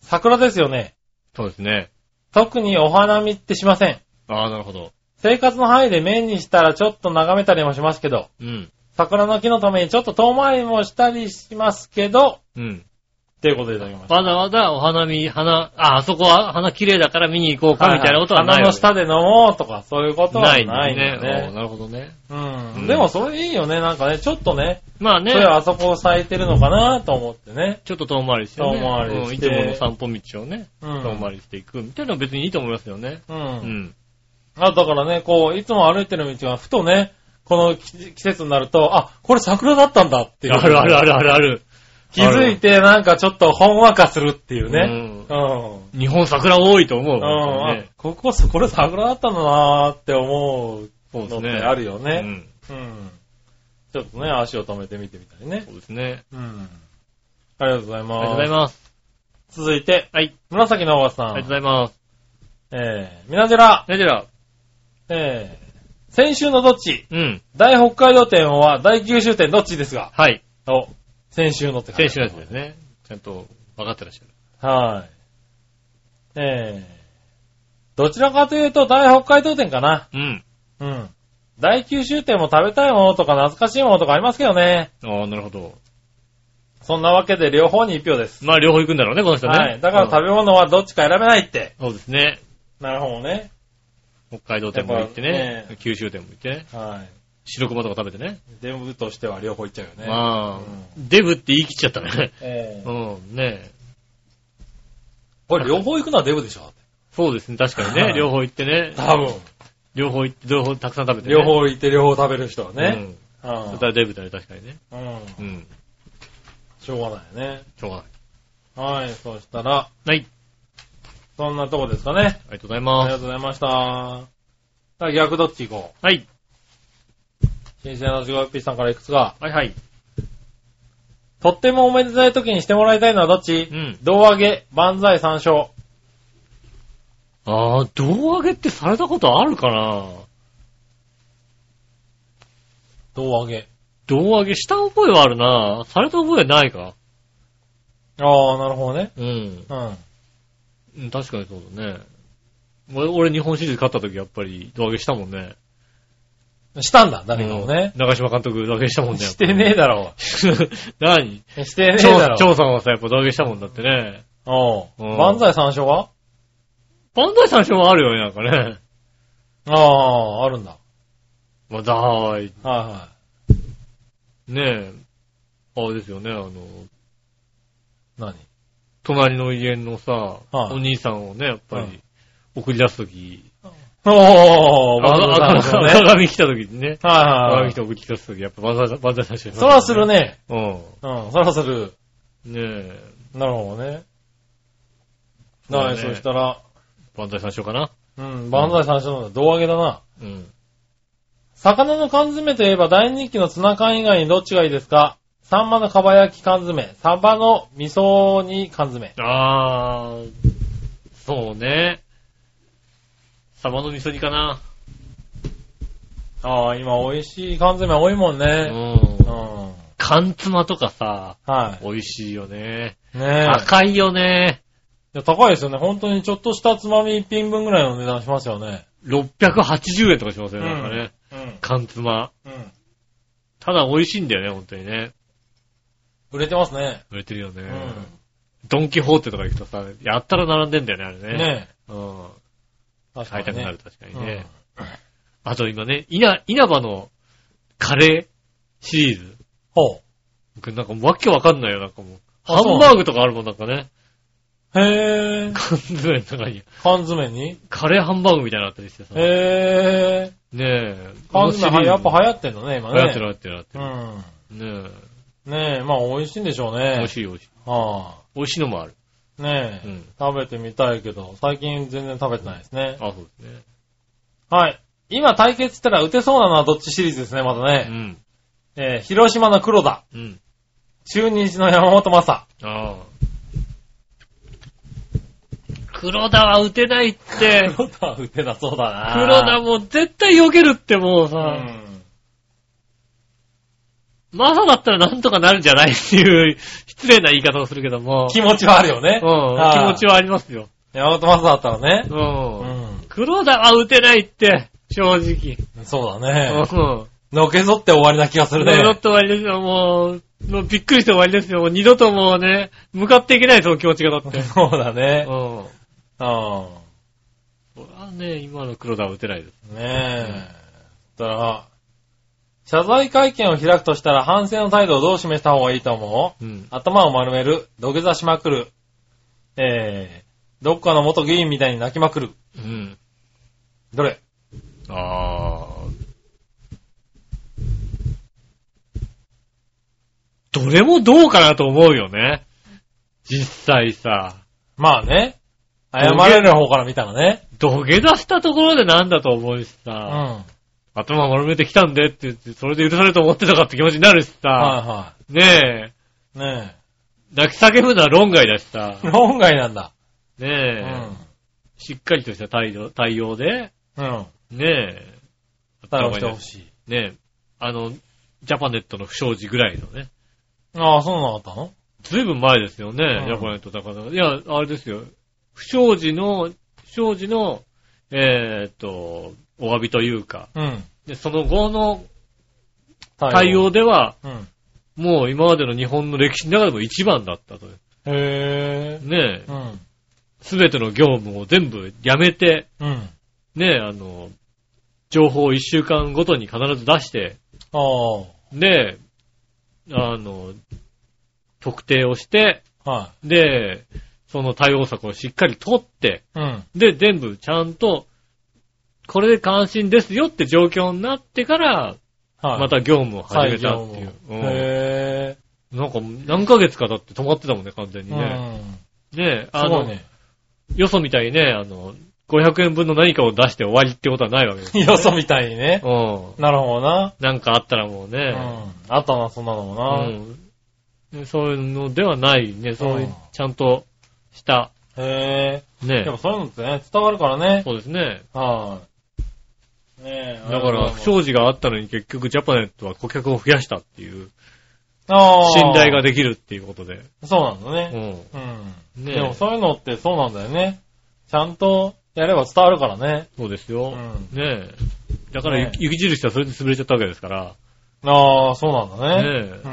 Speaker 3: 桜ですよね。
Speaker 2: そうですね。
Speaker 3: 特にお花見ってしません。
Speaker 2: ああ、なるほど。
Speaker 3: 生活の範囲で面にしたらちょっと眺めたりもしますけど、
Speaker 2: うん。
Speaker 3: 桜の木のためにちょっと遠回りもしたりしますけど、
Speaker 2: うん。
Speaker 3: っていうことでいただきました。
Speaker 2: わざわざお花見、花、あ、あそこは花綺麗だから見に行こうかみたいなことはない
Speaker 3: 花
Speaker 2: わ
Speaker 3: の
Speaker 2: け
Speaker 3: 下で飲もうとか、そういうことは
Speaker 2: な
Speaker 3: ないい
Speaker 2: ん
Speaker 3: ん
Speaker 2: だ
Speaker 3: だね。
Speaker 2: ね。おーなるほどね。
Speaker 3: う
Speaker 2: うん
Speaker 3: ん。でもそれいいよね、なんかね、ちょっとね、
Speaker 2: まあね
Speaker 3: そ、れあそこ咲いてるのかなと思ってね。
Speaker 2: ちょっと遠回りしてね。
Speaker 3: 遠回りして
Speaker 2: うんいつもの散歩道をね、
Speaker 3: うん。
Speaker 2: 遠回りしていくみたいなのは別にいいと思いますよね。
Speaker 3: う。
Speaker 2: うんん。
Speaker 3: あ、だからね、こう、いつも歩いてる道が、ふとね、この季季節になると、あ、これ桜だったんだっていう。
Speaker 2: あるあるあるあるある。
Speaker 3: 気づいて、なんかちょっとほんわかするっていうね。うん。
Speaker 2: うん。日本桜多いと思う。
Speaker 3: うん。
Speaker 2: 本当に
Speaker 3: あ
Speaker 2: ね
Speaker 3: ここ、これ桜だったんだなーって思う
Speaker 2: そうで
Speaker 3: の
Speaker 2: す
Speaker 3: っ
Speaker 2: ね。
Speaker 3: てあるよ
Speaker 2: う
Speaker 3: ね。
Speaker 2: ん。
Speaker 3: うん。ちょっとね、足を止めてみてみたりね
Speaker 2: そ。うですね。
Speaker 3: うん。ありがとうござい
Speaker 2: あ
Speaker 3: ま
Speaker 2: り
Speaker 3: す。
Speaker 2: がとうございます。
Speaker 3: す。続いて、
Speaker 2: はい。
Speaker 3: 紫のおばさん。
Speaker 2: ありがとうございます。
Speaker 3: えー、みなじら、
Speaker 2: ねじゃあ、
Speaker 3: えー、先週のどっち
Speaker 2: うん。
Speaker 3: 大北海道店は大九州店どっちですが
Speaker 2: はい。
Speaker 3: お、先週のって書い
Speaker 2: 選手の
Speaker 3: てある
Speaker 2: やつですね。ちゃんと分かってらっしゃる。
Speaker 3: はい。えー、どちらかというと大北海道店かな。
Speaker 2: うん。
Speaker 3: うん。大九州店も食べたいものとか懐かしいものとかありますけどね。
Speaker 2: ああ、なるほど。
Speaker 3: そんなわけで両方に一票です。
Speaker 2: まあ、両方行くんだろうね、この人ね。
Speaker 3: はい。だから
Speaker 2: べ、
Speaker 3: 食べ物はどっちか選べないって。
Speaker 2: そうですね。
Speaker 3: なるほどね。
Speaker 2: 北海道店も行って
Speaker 3: やっ
Speaker 2: ね
Speaker 3: ぱね
Speaker 2: 九州店も行ってね、
Speaker 3: はい。
Speaker 2: 白熊とか食べてね。
Speaker 3: デブとしては両方いっちゃうよね。
Speaker 2: まあ、
Speaker 3: う
Speaker 2: デブって言い切っちゃったね。
Speaker 3: え
Speaker 2: う
Speaker 3: ー、
Speaker 2: ん、ねえ
Speaker 3: これ両方行くのはデブでしょ
Speaker 2: そうですね、確かにね
Speaker 3: は。い
Speaker 2: 両方行ってね。
Speaker 3: 多 分。
Speaker 2: 両方行って、両方たくさん食べてね。
Speaker 3: 両方行って両方食べる人はね。
Speaker 2: ね。
Speaker 3: うん。
Speaker 2: うん。そしたらデブだね、確かにね。
Speaker 3: うん。
Speaker 2: うん。
Speaker 3: しょうがないよね。
Speaker 2: しょうがない。
Speaker 3: はい。そしたら、
Speaker 2: はい。
Speaker 3: そんなとこですかね。
Speaker 2: ありがとうござい
Speaker 3: ありが
Speaker 2: ま
Speaker 3: とうございました。さあ、逆どっち行こ
Speaker 2: す。はい。
Speaker 3: う。新鮮なジゴヨッピーさんからいくつか。
Speaker 2: はいはい。
Speaker 3: とってもおめでたい時にしてもらいたいのはどっち
Speaker 2: うん
Speaker 3: 胴上げ、万歳三唱。
Speaker 2: ああ、胴上げってされたことあるかな
Speaker 3: 胴上げ。
Speaker 2: 胴上げした覚えはあるな。された覚えはないか。
Speaker 3: ああ、なるほどね。
Speaker 2: うん。
Speaker 3: うん。
Speaker 2: うん確かにそうだね。俺、俺日本シリーズ勝った時やっぱり胴上げしたもんね。
Speaker 3: したんだ、誰かもね。
Speaker 2: うん長島監督胴上げしたもんね。
Speaker 3: してねえだろ
Speaker 2: 何
Speaker 3: う。してねえだ
Speaker 2: 長
Speaker 3: ろう。
Speaker 2: 長さんはさ、やっぱ胴上げしたもんだってね。
Speaker 3: う
Speaker 2: うん
Speaker 3: ん。万歳三唱は
Speaker 2: 万歳三唱もあるよね、なんかね。
Speaker 3: ああ、あるんだ。
Speaker 2: まあ、だーい。
Speaker 3: はいはい。
Speaker 2: ねえ。あれですよね、あの、
Speaker 3: 何
Speaker 2: 隣の家のさ、
Speaker 3: はい
Speaker 2: お兄さんをね、やっぱ
Speaker 3: は
Speaker 2: り、送り出すとき、
Speaker 3: おー、
Speaker 2: あ
Speaker 3: 万歳三唱ね。
Speaker 2: 鏡来たときにね、
Speaker 3: はいはいは
Speaker 2: 鏡来
Speaker 3: い。
Speaker 2: て送り出すとき、やっぱ万歳万歳三唱。
Speaker 3: そらする。ね。
Speaker 2: うん。
Speaker 3: うん、そらする。
Speaker 2: ねえ。
Speaker 3: なるほどね。
Speaker 2: そうだ
Speaker 3: は
Speaker 2: ね
Speaker 3: い、そしたら、
Speaker 2: 万歳三唱かな。
Speaker 3: うん、万歳三唱の胴上げだな。
Speaker 2: うん。
Speaker 3: 魚の缶詰といえば大人気のツナ缶以外にどっちがいいですかサンマのかば焼き缶詰、サバの味噌煮缶詰。
Speaker 2: あー、そうね。サバの味噌煮かな。
Speaker 3: ああ、今美味しい缶詰多いもん
Speaker 2: う。
Speaker 3: ね。うんん。
Speaker 2: 缶妻とかさ、
Speaker 3: は
Speaker 2: 美味しいよね。
Speaker 3: い。ねえ。
Speaker 2: 高いよね。
Speaker 3: いや高いですよね。本当にちょっとしたつまみ一品分ぐらいの値段しますよね。
Speaker 2: 680円とかしますよね、
Speaker 3: うん
Speaker 2: なんかね。
Speaker 3: うん。
Speaker 2: 缶妻。
Speaker 3: うん。
Speaker 2: ただ美味しいんだよね、本当にね。
Speaker 3: 売れてますね。
Speaker 2: 売れてるよね。
Speaker 3: うん。
Speaker 2: ドンキホーテとか行くとさ、やったら並んでんだよね、あれね。
Speaker 3: ね
Speaker 2: うん。
Speaker 3: え。確
Speaker 2: 買
Speaker 3: か
Speaker 2: い
Speaker 3: に、
Speaker 2: た
Speaker 3: ね。
Speaker 2: くなる、確かに
Speaker 3: う
Speaker 2: ね。
Speaker 3: ん
Speaker 2: あと今ね、稲、稲葉のカレーシリーズ。
Speaker 3: ほ
Speaker 2: 僕なんかわけわかんないよ、なんかもう。ハ
Speaker 3: あそう
Speaker 2: ンバーグとかあるもん、なんかね。
Speaker 3: う。へぇー。
Speaker 2: 缶詰の中に。
Speaker 3: 缶詰に
Speaker 2: カレーハンバーグみたいなのあったりしてさ。ね
Speaker 3: へぇ
Speaker 2: え。
Speaker 3: ー。缶詰はやっぱ
Speaker 2: 流
Speaker 3: 流行ってんのね、今ね。
Speaker 2: 行ってる流行ってる流行ってる。ね
Speaker 3: うん。ねえ、まあ美味しいんでしょうね。
Speaker 2: え。美味しい美味しい。
Speaker 3: は
Speaker 2: 美味しいのもある。
Speaker 3: あ、ねえ、
Speaker 2: うん
Speaker 3: 食べてみたいけど、最近全然食べてないですね。
Speaker 2: あ、そうですね。
Speaker 3: はい。今対決したら打てそうなのはどっちシリーズですね、また
Speaker 2: う
Speaker 3: ね。
Speaker 2: ん。
Speaker 3: えー広島の黒田、
Speaker 2: うん。
Speaker 3: 中日の山本正。
Speaker 2: ああ。黒田は打てないって。
Speaker 3: 黒田は打てなそうだな。
Speaker 2: 黒田も絶対避けるってもう
Speaker 3: う
Speaker 2: さ、
Speaker 3: ん。
Speaker 2: マサだったらなんとかなるんじゃないっていう失礼な言い方をするけども、
Speaker 3: 気持ちはあるよ
Speaker 2: うん、
Speaker 3: ね。
Speaker 2: 気持ち
Speaker 3: は。
Speaker 2: はありますよ。
Speaker 3: ヤマトマスだったらね。う
Speaker 2: うん。
Speaker 3: ん。
Speaker 2: 黒田は打てないって、正直。
Speaker 3: そう
Speaker 2: う
Speaker 3: だね。
Speaker 2: ん。
Speaker 3: のけぞって終わりな気がする
Speaker 2: もう二度
Speaker 3: ね。
Speaker 2: と終わりですよ、もう。もうびっくりして終わりですよ。もう二度ともうね、向かっていけない、その気持ちがだって。
Speaker 3: そうだ
Speaker 2: うん。
Speaker 3: ね。
Speaker 2: こ
Speaker 3: うん。
Speaker 2: れはね、今の黒田は打てないです。
Speaker 3: ねえ。そしたら、謝罪会見を開くとしたら反省の態度をどう示した方がいいと思う
Speaker 2: うん。
Speaker 3: 頭を丸める、土下座しまくる、えー、どっかの元議員みたいに泣きまくる。
Speaker 2: うん。
Speaker 3: どれ
Speaker 2: あー。どれもどうかなと思うよね。実際さ、
Speaker 3: まあね。謝れる方から見たらね。
Speaker 2: 土下座したところでなんだと思うし
Speaker 3: う
Speaker 2: さ
Speaker 3: ん。、は
Speaker 2: 頭丸めてきたんでって言って、それで許されると思ってたかって気持ちになるし
Speaker 3: い
Speaker 2: さ、
Speaker 3: は
Speaker 2: ねえ、
Speaker 3: い。ね
Speaker 2: 泣き叫ぶのは論外だしさ、
Speaker 3: え。論外なんだ。
Speaker 2: ね
Speaker 3: う
Speaker 2: え、
Speaker 3: ん。
Speaker 2: しっかりとした態度、対応で、
Speaker 3: うん。
Speaker 2: ねえ、
Speaker 3: 対応してほしい。
Speaker 2: ねえ、あの、ジャパネットの不祥事ぐらいのね、
Speaker 3: ああ、そうなのあったの
Speaker 2: ずいぶん前ですよね、
Speaker 3: ん
Speaker 2: ジャパネット高田。いや、あれですよ、不祥事の、不祥事の、えーっと、お詫びというか、
Speaker 3: うん。
Speaker 2: でその後の対応
Speaker 3: で。
Speaker 2: では、
Speaker 3: うん。
Speaker 2: もう今までの日本の歴史の中でも一番だったという。
Speaker 3: へえ。
Speaker 2: ねえ
Speaker 3: う、ん。
Speaker 2: すべての業務を全部やめて、
Speaker 3: うん。
Speaker 2: ねえ、あの、情報を一週間ごとに必ず出して、
Speaker 3: ああ。
Speaker 2: で、あの、特定をして、
Speaker 3: は
Speaker 2: で、その対応策をしっかり取って、
Speaker 3: い。うん。
Speaker 2: で、全部ちゃんと、これで関心ですよって状況になってから、
Speaker 3: はい。
Speaker 2: また業務を始めたっていう。うん
Speaker 3: へ
Speaker 2: なんか、何ヶ月かだって止まってたもんね、完全
Speaker 3: ぇ
Speaker 2: に
Speaker 3: ー。う
Speaker 2: ね。
Speaker 3: ん。
Speaker 2: ねえ、あ
Speaker 3: すご
Speaker 2: の、
Speaker 3: いね。
Speaker 2: よそみたいにね、あの、500円分の何かを出して終わりってことはないわけ です。
Speaker 3: よそみたいにね。
Speaker 2: うん。
Speaker 3: なるほどな。
Speaker 2: なんかあったらもう
Speaker 3: う
Speaker 2: ね、
Speaker 3: ん。あったな、そんなのも
Speaker 2: う
Speaker 3: な。、
Speaker 2: ん。ねそういうのではないね、そういううんちゃんとした、
Speaker 3: へぇー。
Speaker 2: ね
Speaker 3: でもそういうのってね、伝わるからね。
Speaker 2: そうですね。
Speaker 3: はい。ねえ。
Speaker 2: だから、不祥事があったのに結局ジャパネットは顧客を増やしたっていう、
Speaker 3: あー
Speaker 2: 信頼ができるっていうことで。
Speaker 3: そうなんだ
Speaker 2: う
Speaker 3: ね。
Speaker 2: ん。
Speaker 3: うん。
Speaker 2: ねえ
Speaker 3: でもそういうのってそうなんだよね。ちゃんとやれば伝わるからね。
Speaker 2: そうですよ。
Speaker 3: う
Speaker 2: ねえ。だから、
Speaker 3: ねえ
Speaker 2: 雪印はそれで潰れちゃったわけですから、
Speaker 3: ああ、そうなんだね。
Speaker 2: ねえ。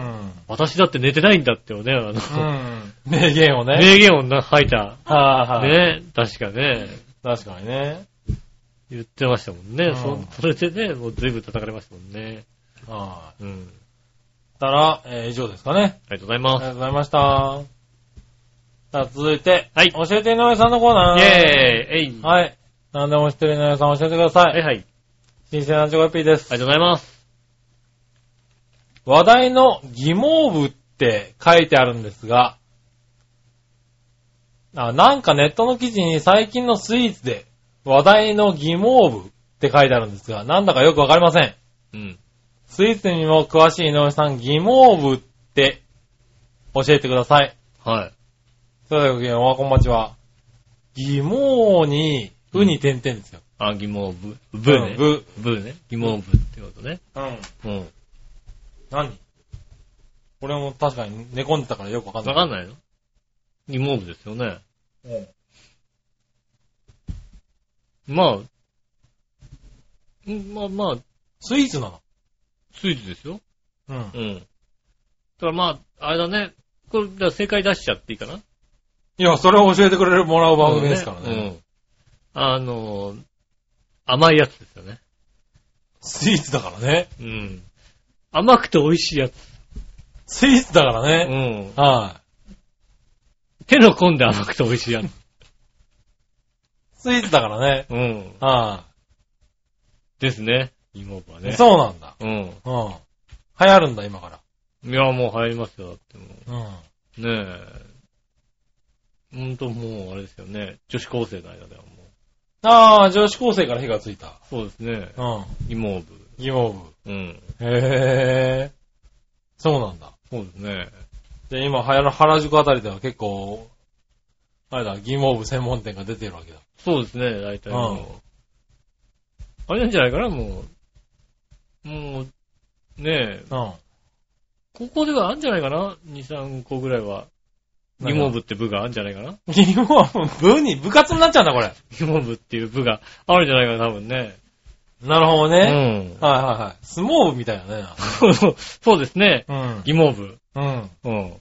Speaker 2: 私だって寝てないんだってよね、あの、
Speaker 3: うん。うん。名言を ね。
Speaker 2: 名言をな吐いた。
Speaker 3: はいはい。
Speaker 2: ね、確かね、
Speaker 3: 確かにね。
Speaker 2: 言ってましたもんね。
Speaker 3: うん
Speaker 2: そそれでね、もう随分叩かれましたもんね。
Speaker 3: は
Speaker 2: うん。
Speaker 3: い。たら、えー以上ですかね。
Speaker 2: ありがとうござい
Speaker 3: ありが
Speaker 2: ま
Speaker 3: とうございました。さあ、続いて。
Speaker 2: はい
Speaker 3: 教えて井上さんのコーナ
Speaker 2: す。イ
Speaker 3: ー。
Speaker 2: ェーイえいは
Speaker 3: はい。何でも知ってる井上さん教えてくださ
Speaker 2: い
Speaker 3: い。
Speaker 2: はい。
Speaker 3: 新鮮なチョコヨッピーです。
Speaker 2: ありがとうございます。
Speaker 3: 話題の疑問部って書いてあるんですが、あ、なんかネットの記事に最近のスイーツで話題の疑問部って書いてあるんですが、なんだかよくわかりません。
Speaker 2: うん。
Speaker 3: スイーツにも詳しい井上さん、疑問部って教えてください。
Speaker 2: はい。
Speaker 3: それではごきげんよう、おはこんばちは。疑問に、うに点々ですよ。
Speaker 2: あ、疑問部。部ね。
Speaker 3: ぶ。
Speaker 2: 部ね。疑問部ってことね。
Speaker 3: うん。
Speaker 2: うん。
Speaker 3: 何これも確かに寝込んでたからよくわかんな
Speaker 2: わ
Speaker 3: い。
Speaker 2: かんないの疑問部ですよね。
Speaker 3: うん。
Speaker 2: まあ、んまあまあ、
Speaker 3: スイーツなの
Speaker 2: スイーツですよ。
Speaker 3: うん。
Speaker 2: うん。だからまあ、あれだね。これ、だから正解出しちゃっていいかない
Speaker 3: や、それを教えてくれるもらう番組ですから
Speaker 2: う
Speaker 3: ね。
Speaker 2: ん。あのー、甘いやつですよね。
Speaker 3: スイーツだからね。
Speaker 2: うん。甘くて美味しいやつ。
Speaker 3: スイーツだから
Speaker 2: う
Speaker 3: ね。
Speaker 2: ん。
Speaker 3: はい。
Speaker 2: 手の込んで甘くて美味しいやつ。
Speaker 3: スイーツだからね。
Speaker 2: うん。
Speaker 3: は。
Speaker 2: ですね。妹はいね。
Speaker 3: そうなんだ。
Speaker 2: う。ん。
Speaker 3: うん。流行るんだ、今から。
Speaker 2: いや、もう入りますよ。だっても
Speaker 3: うん。
Speaker 2: うねえ。ほんともう、あれですよね。女子高生の間ではもう。
Speaker 3: ああ、女子高生から火がついた。
Speaker 2: そうですね。
Speaker 3: うん。
Speaker 2: 妹
Speaker 3: 疑問
Speaker 2: 部。うん。
Speaker 3: 部。へえ。そうなんだ。
Speaker 2: そうですね。
Speaker 3: で、今、流行る原宿あたりでは結構、あれだ、ギモーブ専門店が出てるわけだ。
Speaker 2: そうですね、大体もう。あれなんじゃないかな、もう。もう、ねえ、
Speaker 3: うん。
Speaker 2: ここではあるんじゃないかな ?2、3個ぐらいは。ギモ部って部があるんじゃないかな
Speaker 3: 義務はもう部に、部活になっちゃうんだ、これ。
Speaker 2: ギモ部っていう部があるんじゃないかな、多分ね。
Speaker 3: なるほど
Speaker 2: う
Speaker 3: ね。
Speaker 2: ん。
Speaker 3: はいはいはい。相撲部みたいなね。
Speaker 2: そうですね。
Speaker 3: うん。
Speaker 2: ギモ部。
Speaker 3: うん。
Speaker 2: うん。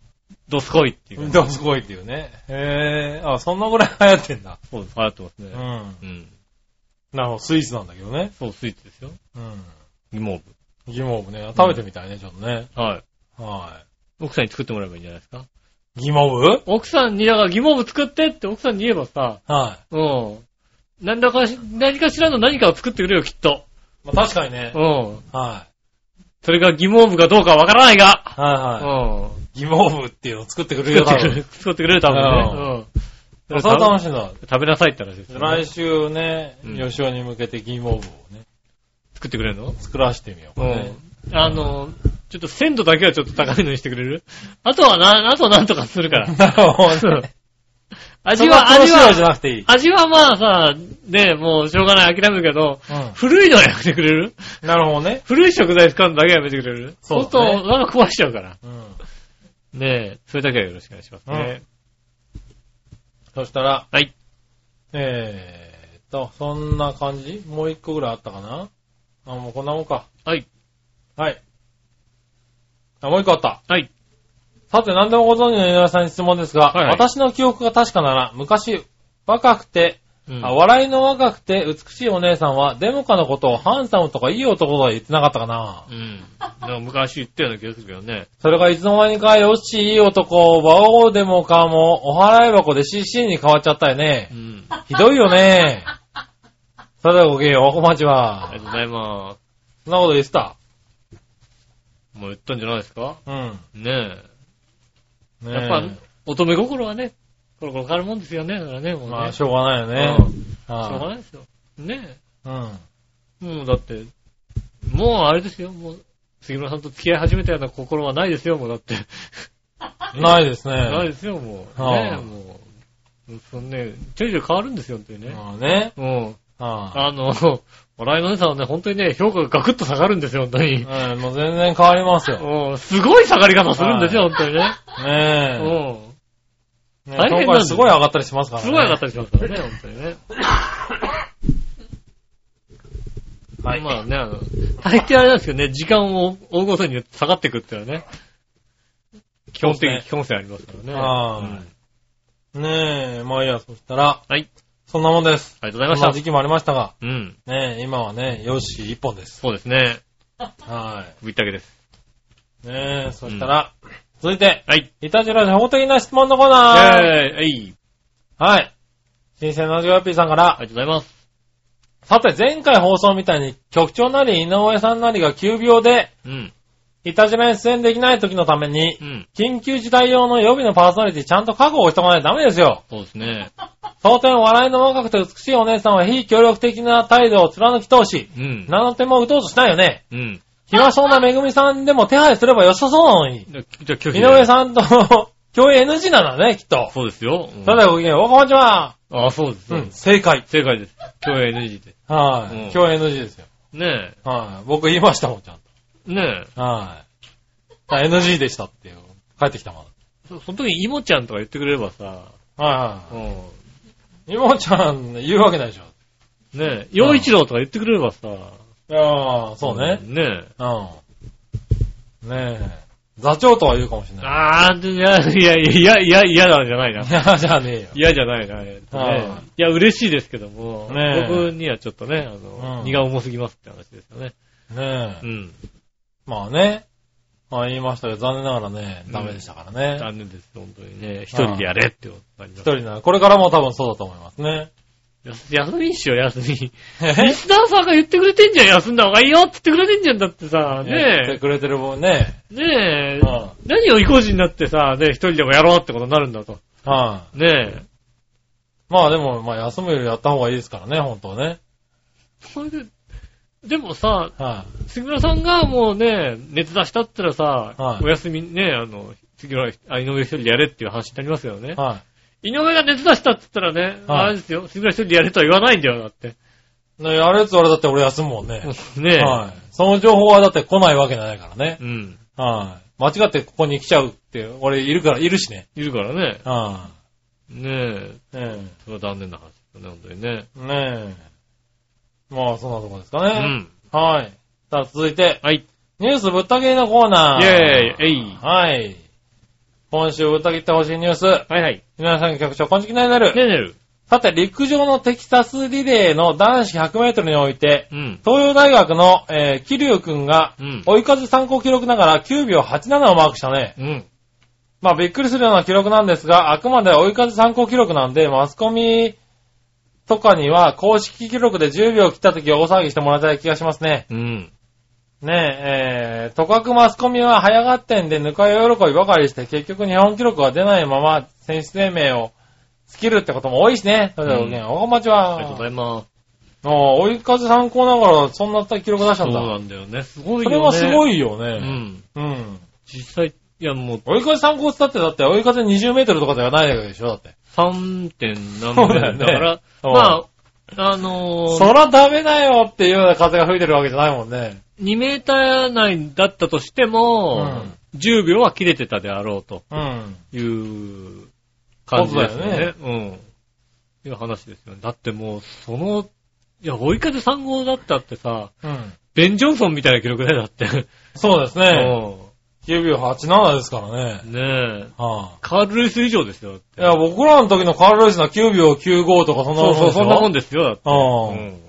Speaker 2: ドスコイっていう
Speaker 3: 運
Speaker 2: 感じ。
Speaker 3: 動すごいっていうね。へえ。あ、そんなぐらい流行ってんだ。
Speaker 2: そうです。流行ってます
Speaker 3: うん。
Speaker 2: ね。
Speaker 3: な
Speaker 2: うん。
Speaker 3: るほど、スイーツなんだけどね。
Speaker 2: そう、スイーツですよ。
Speaker 3: うん。
Speaker 2: ギモ
Speaker 3: ギモブね。食べてみたいね、ちょっとね。
Speaker 2: 部。はい。
Speaker 3: は
Speaker 2: 奥さんに作ってもらえばいいんじゃないですか。
Speaker 3: い。ギモブ
Speaker 2: 奥さんに、だからギモ部作ってって奥さんに言えばさ、
Speaker 3: は
Speaker 2: うん。何だかし、何かしらの何かを作ってくれよ、きっと。
Speaker 3: い。まあ、確かにね。
Speaker 2: うん。
Speaker 3: は
Speaker 2: それが疑問部かどうかはわからないが、
Speaker 3: い。はいは
Speaker 2: う
Speaker 3: い。ギモブっていうのを作ってくれ
Speaker 2: ん。
Speaker 3: るよ、
Speaker 2: 作って
Speaker 3: 多
Speaker 2: くれ
Speaker 3: 分。
Speaker 2: る、作ってくれる、多分ね。うん。
Speaker 3: それは
Speaker 2: 食
Speaker 3: 楽しいな。
Speaker 2: べ食べなさいって話ですよね、
Speaker 3: 来週ね、
Speaker 2: うん
Speaker 3: 吉尾に向けてギモブをね、
Speaker 2: 作ってくれるの
Speaker 3: 作らせてみよう
Speaker 2: う
Speaker 3: かね。
Speaker 2: ん。あの、ちょっと鮮度だけはちょっと高いのにしてくれるあとはな、あとはなんとかするから
Speaker 3: 。なるほどね。
Speaker 2: 味は、
Speaker 3: そこ
Speaker 2: 味
Speaker 3: 調子よじゃ
Speaker 2: は、
Speaker 3: なくていい。
Speaker 2: 味はまあさ、ね、もうしょうがない諦めるけど、
Speaker 3: う
Speaker 2: 古いのはやめてくれる
Speaker 3: ん。なるほどね。
Speaker 2: 古い食材使うのだけはやめてくれる
Speaker 3: そうだね
Speaker 2: そうすると、なんか壊しちゃうから。
Speaker 3: うん。
Speaker 2: ねえ、それだけはよろしくお願いしますね。
Speaker 3: そしたら、
Speaker 2: はい。
Speaker 3: えーっと、そんな感じもう一個ぐらいあったかなあ、もうこんなもんか。
Speaker 2: はい。
Speaker 3: はい。あ、もう一個あった。
Speaker 2: はい。
Speaker 3: さて、何でもご存知の井上さんに質問ですが、
Speaker 2: はいはい
Speaker 3: 私の記憶が確かなら、昔、若くて、
Speaker 2: うん
Speaker 3: あ、笑いの若くて美しいお姉さんは、デモカのことをハンサムとかいい男とは言ってなかったかな。
Speaker 2: うん。なんか昔言ったような気がするけどね。
Speaker 3: それがいつの間にか、よし、いい男、バオーデモカも、お払い箱で CC に変わっちゃったよね
Speaker 2: う。ん。
Speaker 3: ひどいよね。それではごきげんよう、おこま
Speaker 2: あ
Speaker 3: ち
Speaker 2: り
Speaker 3: は
Speaker 2: が。とうございま
Speaker 3: そんなこと言ってた。
Speaker 2: す。もう言ったんじゃないですか
Speaker 3: うん。
Speaker 2: ねえ。
Speaker 3: ねえ
Speaker 2: やっぱ、乙女心はね、コロコロ変わるもんですよね。だからね、もうね。
Speaker 3: まあ、し
Speaker 2: ょ
Speaker 3: ょうがないよね。
Speaker 2: うんし
Speaker 3: は
Speaker 2: ょうがないですよ。ね
Speaker 3: うん。
Speaker 2: え。もうだって、もうあれですよ。もう、杉村さんと付き合い始めたような心はないですよ、もうだって。
Speaker 3: ないですね。
Speaker 2: ないですよ、もう。
Speaker 3: はあ
Speaker 2: ねえ、もう。そんね、ちょいちょい変わるんですよ、本当にね。
Speaker 3: まあね。
Speaker 2: うん。
Speaker 3: は
Speaker 2: あの、笑いのお姉さんはね、本当にね、評価がガクッと下がるんですよ、本当
Speaker 3: い。
Speaker 2: に。
Speaker 3: うん、もう全然変わりますよ。ね
Speaker 2: うん、すごい下がり方するんですよ、本当にね。
Speaker 3: え。
Speaker 2: うん。
Speaker 3: ね
Speaker 2: 大変なんだ
Speaker 3: 今回すごい上がったりしますからね。
Speaker 2: すごい上がったりしますからね、本当にね。
Speaker 3: はい
Speaker 2: まあね、あの、大抵あれなんですけどね、時間を追うごとに下がってくっていうのはね、基本的
Speaker 3: そうで
Speaker 2: に
Speaker 3: す
Speaker 2: 基本線ありますからね。
Speaker 3: は
Speaker 2: う
Speaker 3: ーい
Speaker 2: ん
Speaker 3: ねえ、まあいいや、そしたら、
Speaker 2: はい。
Speaker 3: そんなもんです。
Speaker 2: ありがとうござい
Speaker 3: そ
Speaker 2: ま
Speaker 3: ん
Speaker 2: した。
Speaker 3: な時期もありましたが、
Speaker 2: うん。
Speaker 3: ねえ、今はね、よし、一本です。
Speaker 2: そうですね。
Speaker 3: は
Speaker 2: 首ったけです。
Speaker 3: い。ねえ、そしたら、続いて、
Speaker 2: はい。
Speaker 3: いたじら社法的な質問のコー
Speaker 2: イェー
Speaker 3: ナー。
Speaker 2: イえい。
Speaker 3: はい。新鮮なジョヨッピーさんから
Speaker 2: あ、りがとうございます。
Speaker 3: さて前回放送みたいに局長なり井上さんなりが急病で、
Speaker 2: うん。
Speaker 3: いたじらに出演できない時のために
Speaker 2: う、ん。
Speaker 3: 緊急事態用の予備のパーソナリティちゃんと覚悟をしとかないとダメですよ。
Speaker 2: そうですね。
Speaker 3: その点笑いの若くて美しいお姉さんは非協力的な態度を貫き通し、
Speaker 2: うん。
Speaker 3: 何の手も打とうとしないよね。
Speaker 2: うん。
Speaker 3: 暇そうなめぐみさんでも手配すれば良さそうなのに。
Speaker 2: じゃあ、拒否
Speaker 3: 井上さんと共演 NG なんだね、きっと。
Speaker 2: そうですよ。うん
Speaker 3: ただごきげんよう、おこんにちは。
Speaker 2: あ、そうです。
Speaker 3: う、
Speaker 2: そうんです
Speaker 3: 正解。
Speaker 2: 正解です。共演 NG です。
Speaker 3: は
Speaker 2: うん
Speaker 3: い。共演 NG ですよ。
Speaker 2: ね
Speaker 3: はい。僕言いましたもん、ちゃんと。
Speaker 2: え。ねえ。
Speaker 3: はい。あ NG でしたっていう。帰ってきたま
Speaker 2: そその時、イモちゃんとか言ってくれればさ、
Speaker 3: だ。は
Speaker 2: うん。
Speaker 3: いはい。イモちゃん言うわけないでしょ。
Speaker 2: ねえ、洋一郎とか言ってくれればさ。
Speaker 3: ああ、そうね。
Speaker 2: ね
Speaker 3: うん。ねえ。座長とは言うかもしれ
Speaker 2: え。
Speaker 3: ない。
Speaker 2: あー、でいや、いや、いや、いや、いやなんじゃないな。
Speaker 3: いや、じゃあねえよ。
Speaker 2: 嫌じゃないな、えっと
Speaker 3: は
Speaker 2: ね。いや、嬉しいですけども、
Speaker 3: ねえ
Speaker 2: 僕にはちょっとね、あの、
Speaker 3: うん
Speaker 2: 荷が重すぎますって話ですよね。
Speaker 3: ね
Speaker 2: う
Speaker 3: え。
Speaker 2: ん。
Speaker 3: まあね。まあ言いましたけど、残念ながらね、ダメでしたからね。
Speaker 2: 残念です、本当にね。一人でやれってことになりま
Speaker 3: 一
Speaker 2: す。
Speaker 3: 人なら、これからも多分そうだと思いますね。
Speaker 2: 休休みにしよう、休み。 リ
Speaker 3: え
Speaker 2: スナーさんが言ってくれてんじゃん、休んだ方がいいよって言ってくれてんじゃん、だってさ、
Speaker 3: 言って
Speaker 2: ね
Speaker 3: くれてる分ね。
Speaker 2: え、ねえ
Speaker 3: う、ん
Speaker 2: 何を意固地になってさ、ねえ、一人でもやろうってことになるんだと。
Speaker 3: はい。
Speaker 2: ねえ、
Speaker 3: まあでも、まあ休むよりやった方がいいですからね、本当はね。
Speaker 2: それで、でもさ、
Speaker 3: は
Speaker 2: 杉村さんがもうね、熱出したったらさ、
Speaker 3: はい
Speaker 2: お休みね、あの、杉村、あ、井上一人でやれっていう話になりますよね
Speaker 3: い。。は
Speaker 2: 井上が熱出したって言ったらね、
Speaker 3: はい
Speaker 2: あれですよ、杉村一人でやれとは言わないんだよ、だっ て。
Speaker 3: い。ねやれって言われたって俺休むもんね。
Speaker 2: ねえ。
Speaker 3: はい。その情報はだって来ないわけないからね。
Speaker 2: うん。
Speaker 3: は間違ってここに来ちゃうって、俺いるから、いるしね。
Speaker 2: いるからね。
Speaker 3: あ
Speaker 2: ねえ。
Speaker 3: あ。ね
Speaker 2: それは残念な話だね、本当にね。
Speaker 3: え。ねえ。まあ、そんなとこですか
Speaker 2: う
Speaker 3: ね。
Speaker 2: ん。
Speaker 3: はい。さあ、続いて、
Speaker 2: はい。イ
Speaker 3: ニュースぶった切りのコーナー。
Speaker 2: ェーイえい
Speaker 3: はい。今週ぶった切ってほしいニュース。
Speaker 2: はいはい。
Speaker 3: 皆さん局長、こんちきなになる。
Speaker 2: ねえねる。
Speaker 3: さて、陸上のテキサスリレーの男子100メートルにおいて、
Speaker 2: うん。
Speaker 3: 東洋大学の、えー、桐生くんが
Speaker 2: う、ん。
Speaker 3: 追い風参考記録ながら9秒87をマークしたね。
Speaker 2: うん。
Speaker 3: まあ、びっくりするような記録なんですが、あくまで追い風参考記録なんで、マスコミとかには公式記録で10秒切った時は大騒ぎしてもらいたい気がしますね。
Speaker 2: うん。
Speaker 3: ねえ、えー、とかくマスコミは早がってんで、ぬかよ喜びばかりして、結局日本記録が出ないまま選手生命を尽きるってことも多いしね。それではごきげんよう、おこんばんち
Speaker 2: ありがとうござ
Speaker 3: は。
Speaker 2: います。
Speaker 3: もう、追い風参考ながら、そんな記録出した
Speaker 2: そうん
Speaker 3: だ。
Speaker 2: なんだよね。すごい
Speaker 3: そ
Speaker 2: よ
Speaker 3: れ
Speaker 2: ね。
Speaker 3: はすご
Speaker 2: い。
Speaker 3: いよ
Speaker 2: う
Speaker 3: ね。
Speaker 2: ん。
Speaker 3: うん。
Speaker 2: 実際、いやもう
Speaker 3: 追い風参考ってだって、だって追い風20メートルとかではないわけでしょ、だって。
Speaker 2: 3点何
Speaker 3: そう
Speaker 2: メだ
Speaker 3: だよね
Speaker 2: から、
Speaker 3: うん
Speaker 2: まあ、あのー
Speaker 3: そらダメだよっていうような風が吹いてるわけじゃないもんね。
Speaker 2: 2メーター内だったとしても、10秒は切れてたであろうと
Speaker 3: うん。
Speaker 2: いう感じですよ
Speaker 3: そうだよ
Speaker 2: ね。うん。いう話ですよね。だってもう、その、いや、追い風3号だったってさ、
Speaker 3: うん。
Speaker 2: ベン・ジョンソンみたいな記録だよ、だって。
Speaker 3: そうですね。
Speaker 2: う
Speaker 3: 9秒87ですからね。
Speaker 2: ん。ねえ。
Speaker 3: は
Speaker 2: カール・ルイス以上ですよ、だって
Speaker 3: あ、いや、僕らの時のカール・ルイスの9秒95とかそんな
Speaker 2: そ
Speaker 3: もん
Speaker 2: うそう、そんなもん
Speaker 3: で
Speaker 2: ですよ、だって。
Speaker 3: しょうん。
Speaker 2: ん。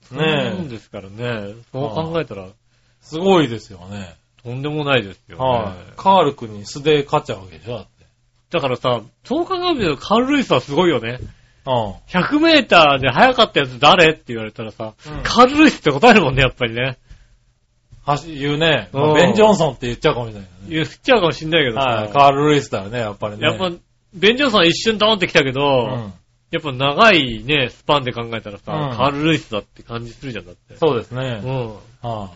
Speaker 2: そんなもん
Speaker 3: ねえ。
Speaker 2: ですからね。そう考えたら、
Speaker 3: すごいですよね。
Speaker 2: とんでもないですよ、ね。
Speaker 3: はい。カール君に素で勝っちゃうわけでしょ、だって。
Speaker 2: だからさ、そう考えるとカール・ルイスはすごいよね。
Speaker 3: う
Speaker 2: 100メーターで速かったやつ誰って言われたらさ、
Speaker 3: うん
Speaker 2: カール・ルイスって答えるもんね、やっぱりね。
Speaker 3: ん。はし、言うね。
Speaker 2: うん
Speaker 3: ベン・ジョンソンって言っちゃうかもしれないけどね。
Speaker 2: 言っちゃうかもしんないけどさ、
Speaker 3: はい。カール・ルイスだよね、やっぱりね。
Speaker 2: やっぱ、ベン・ジョンソンは一瞬ドーンって来たけど、
Speaker 3: うん。
Speaker 2: やっぱ長いね、スパンで考えたらさ、
Speaker 3: うん
Speaker 2: カール・ルイスだって感じするじゃん、だって。
Speaker 3: そうです
Speaker 2: う
Speaker 3: ね。
Speaker 2: ん。
Speaker 3: は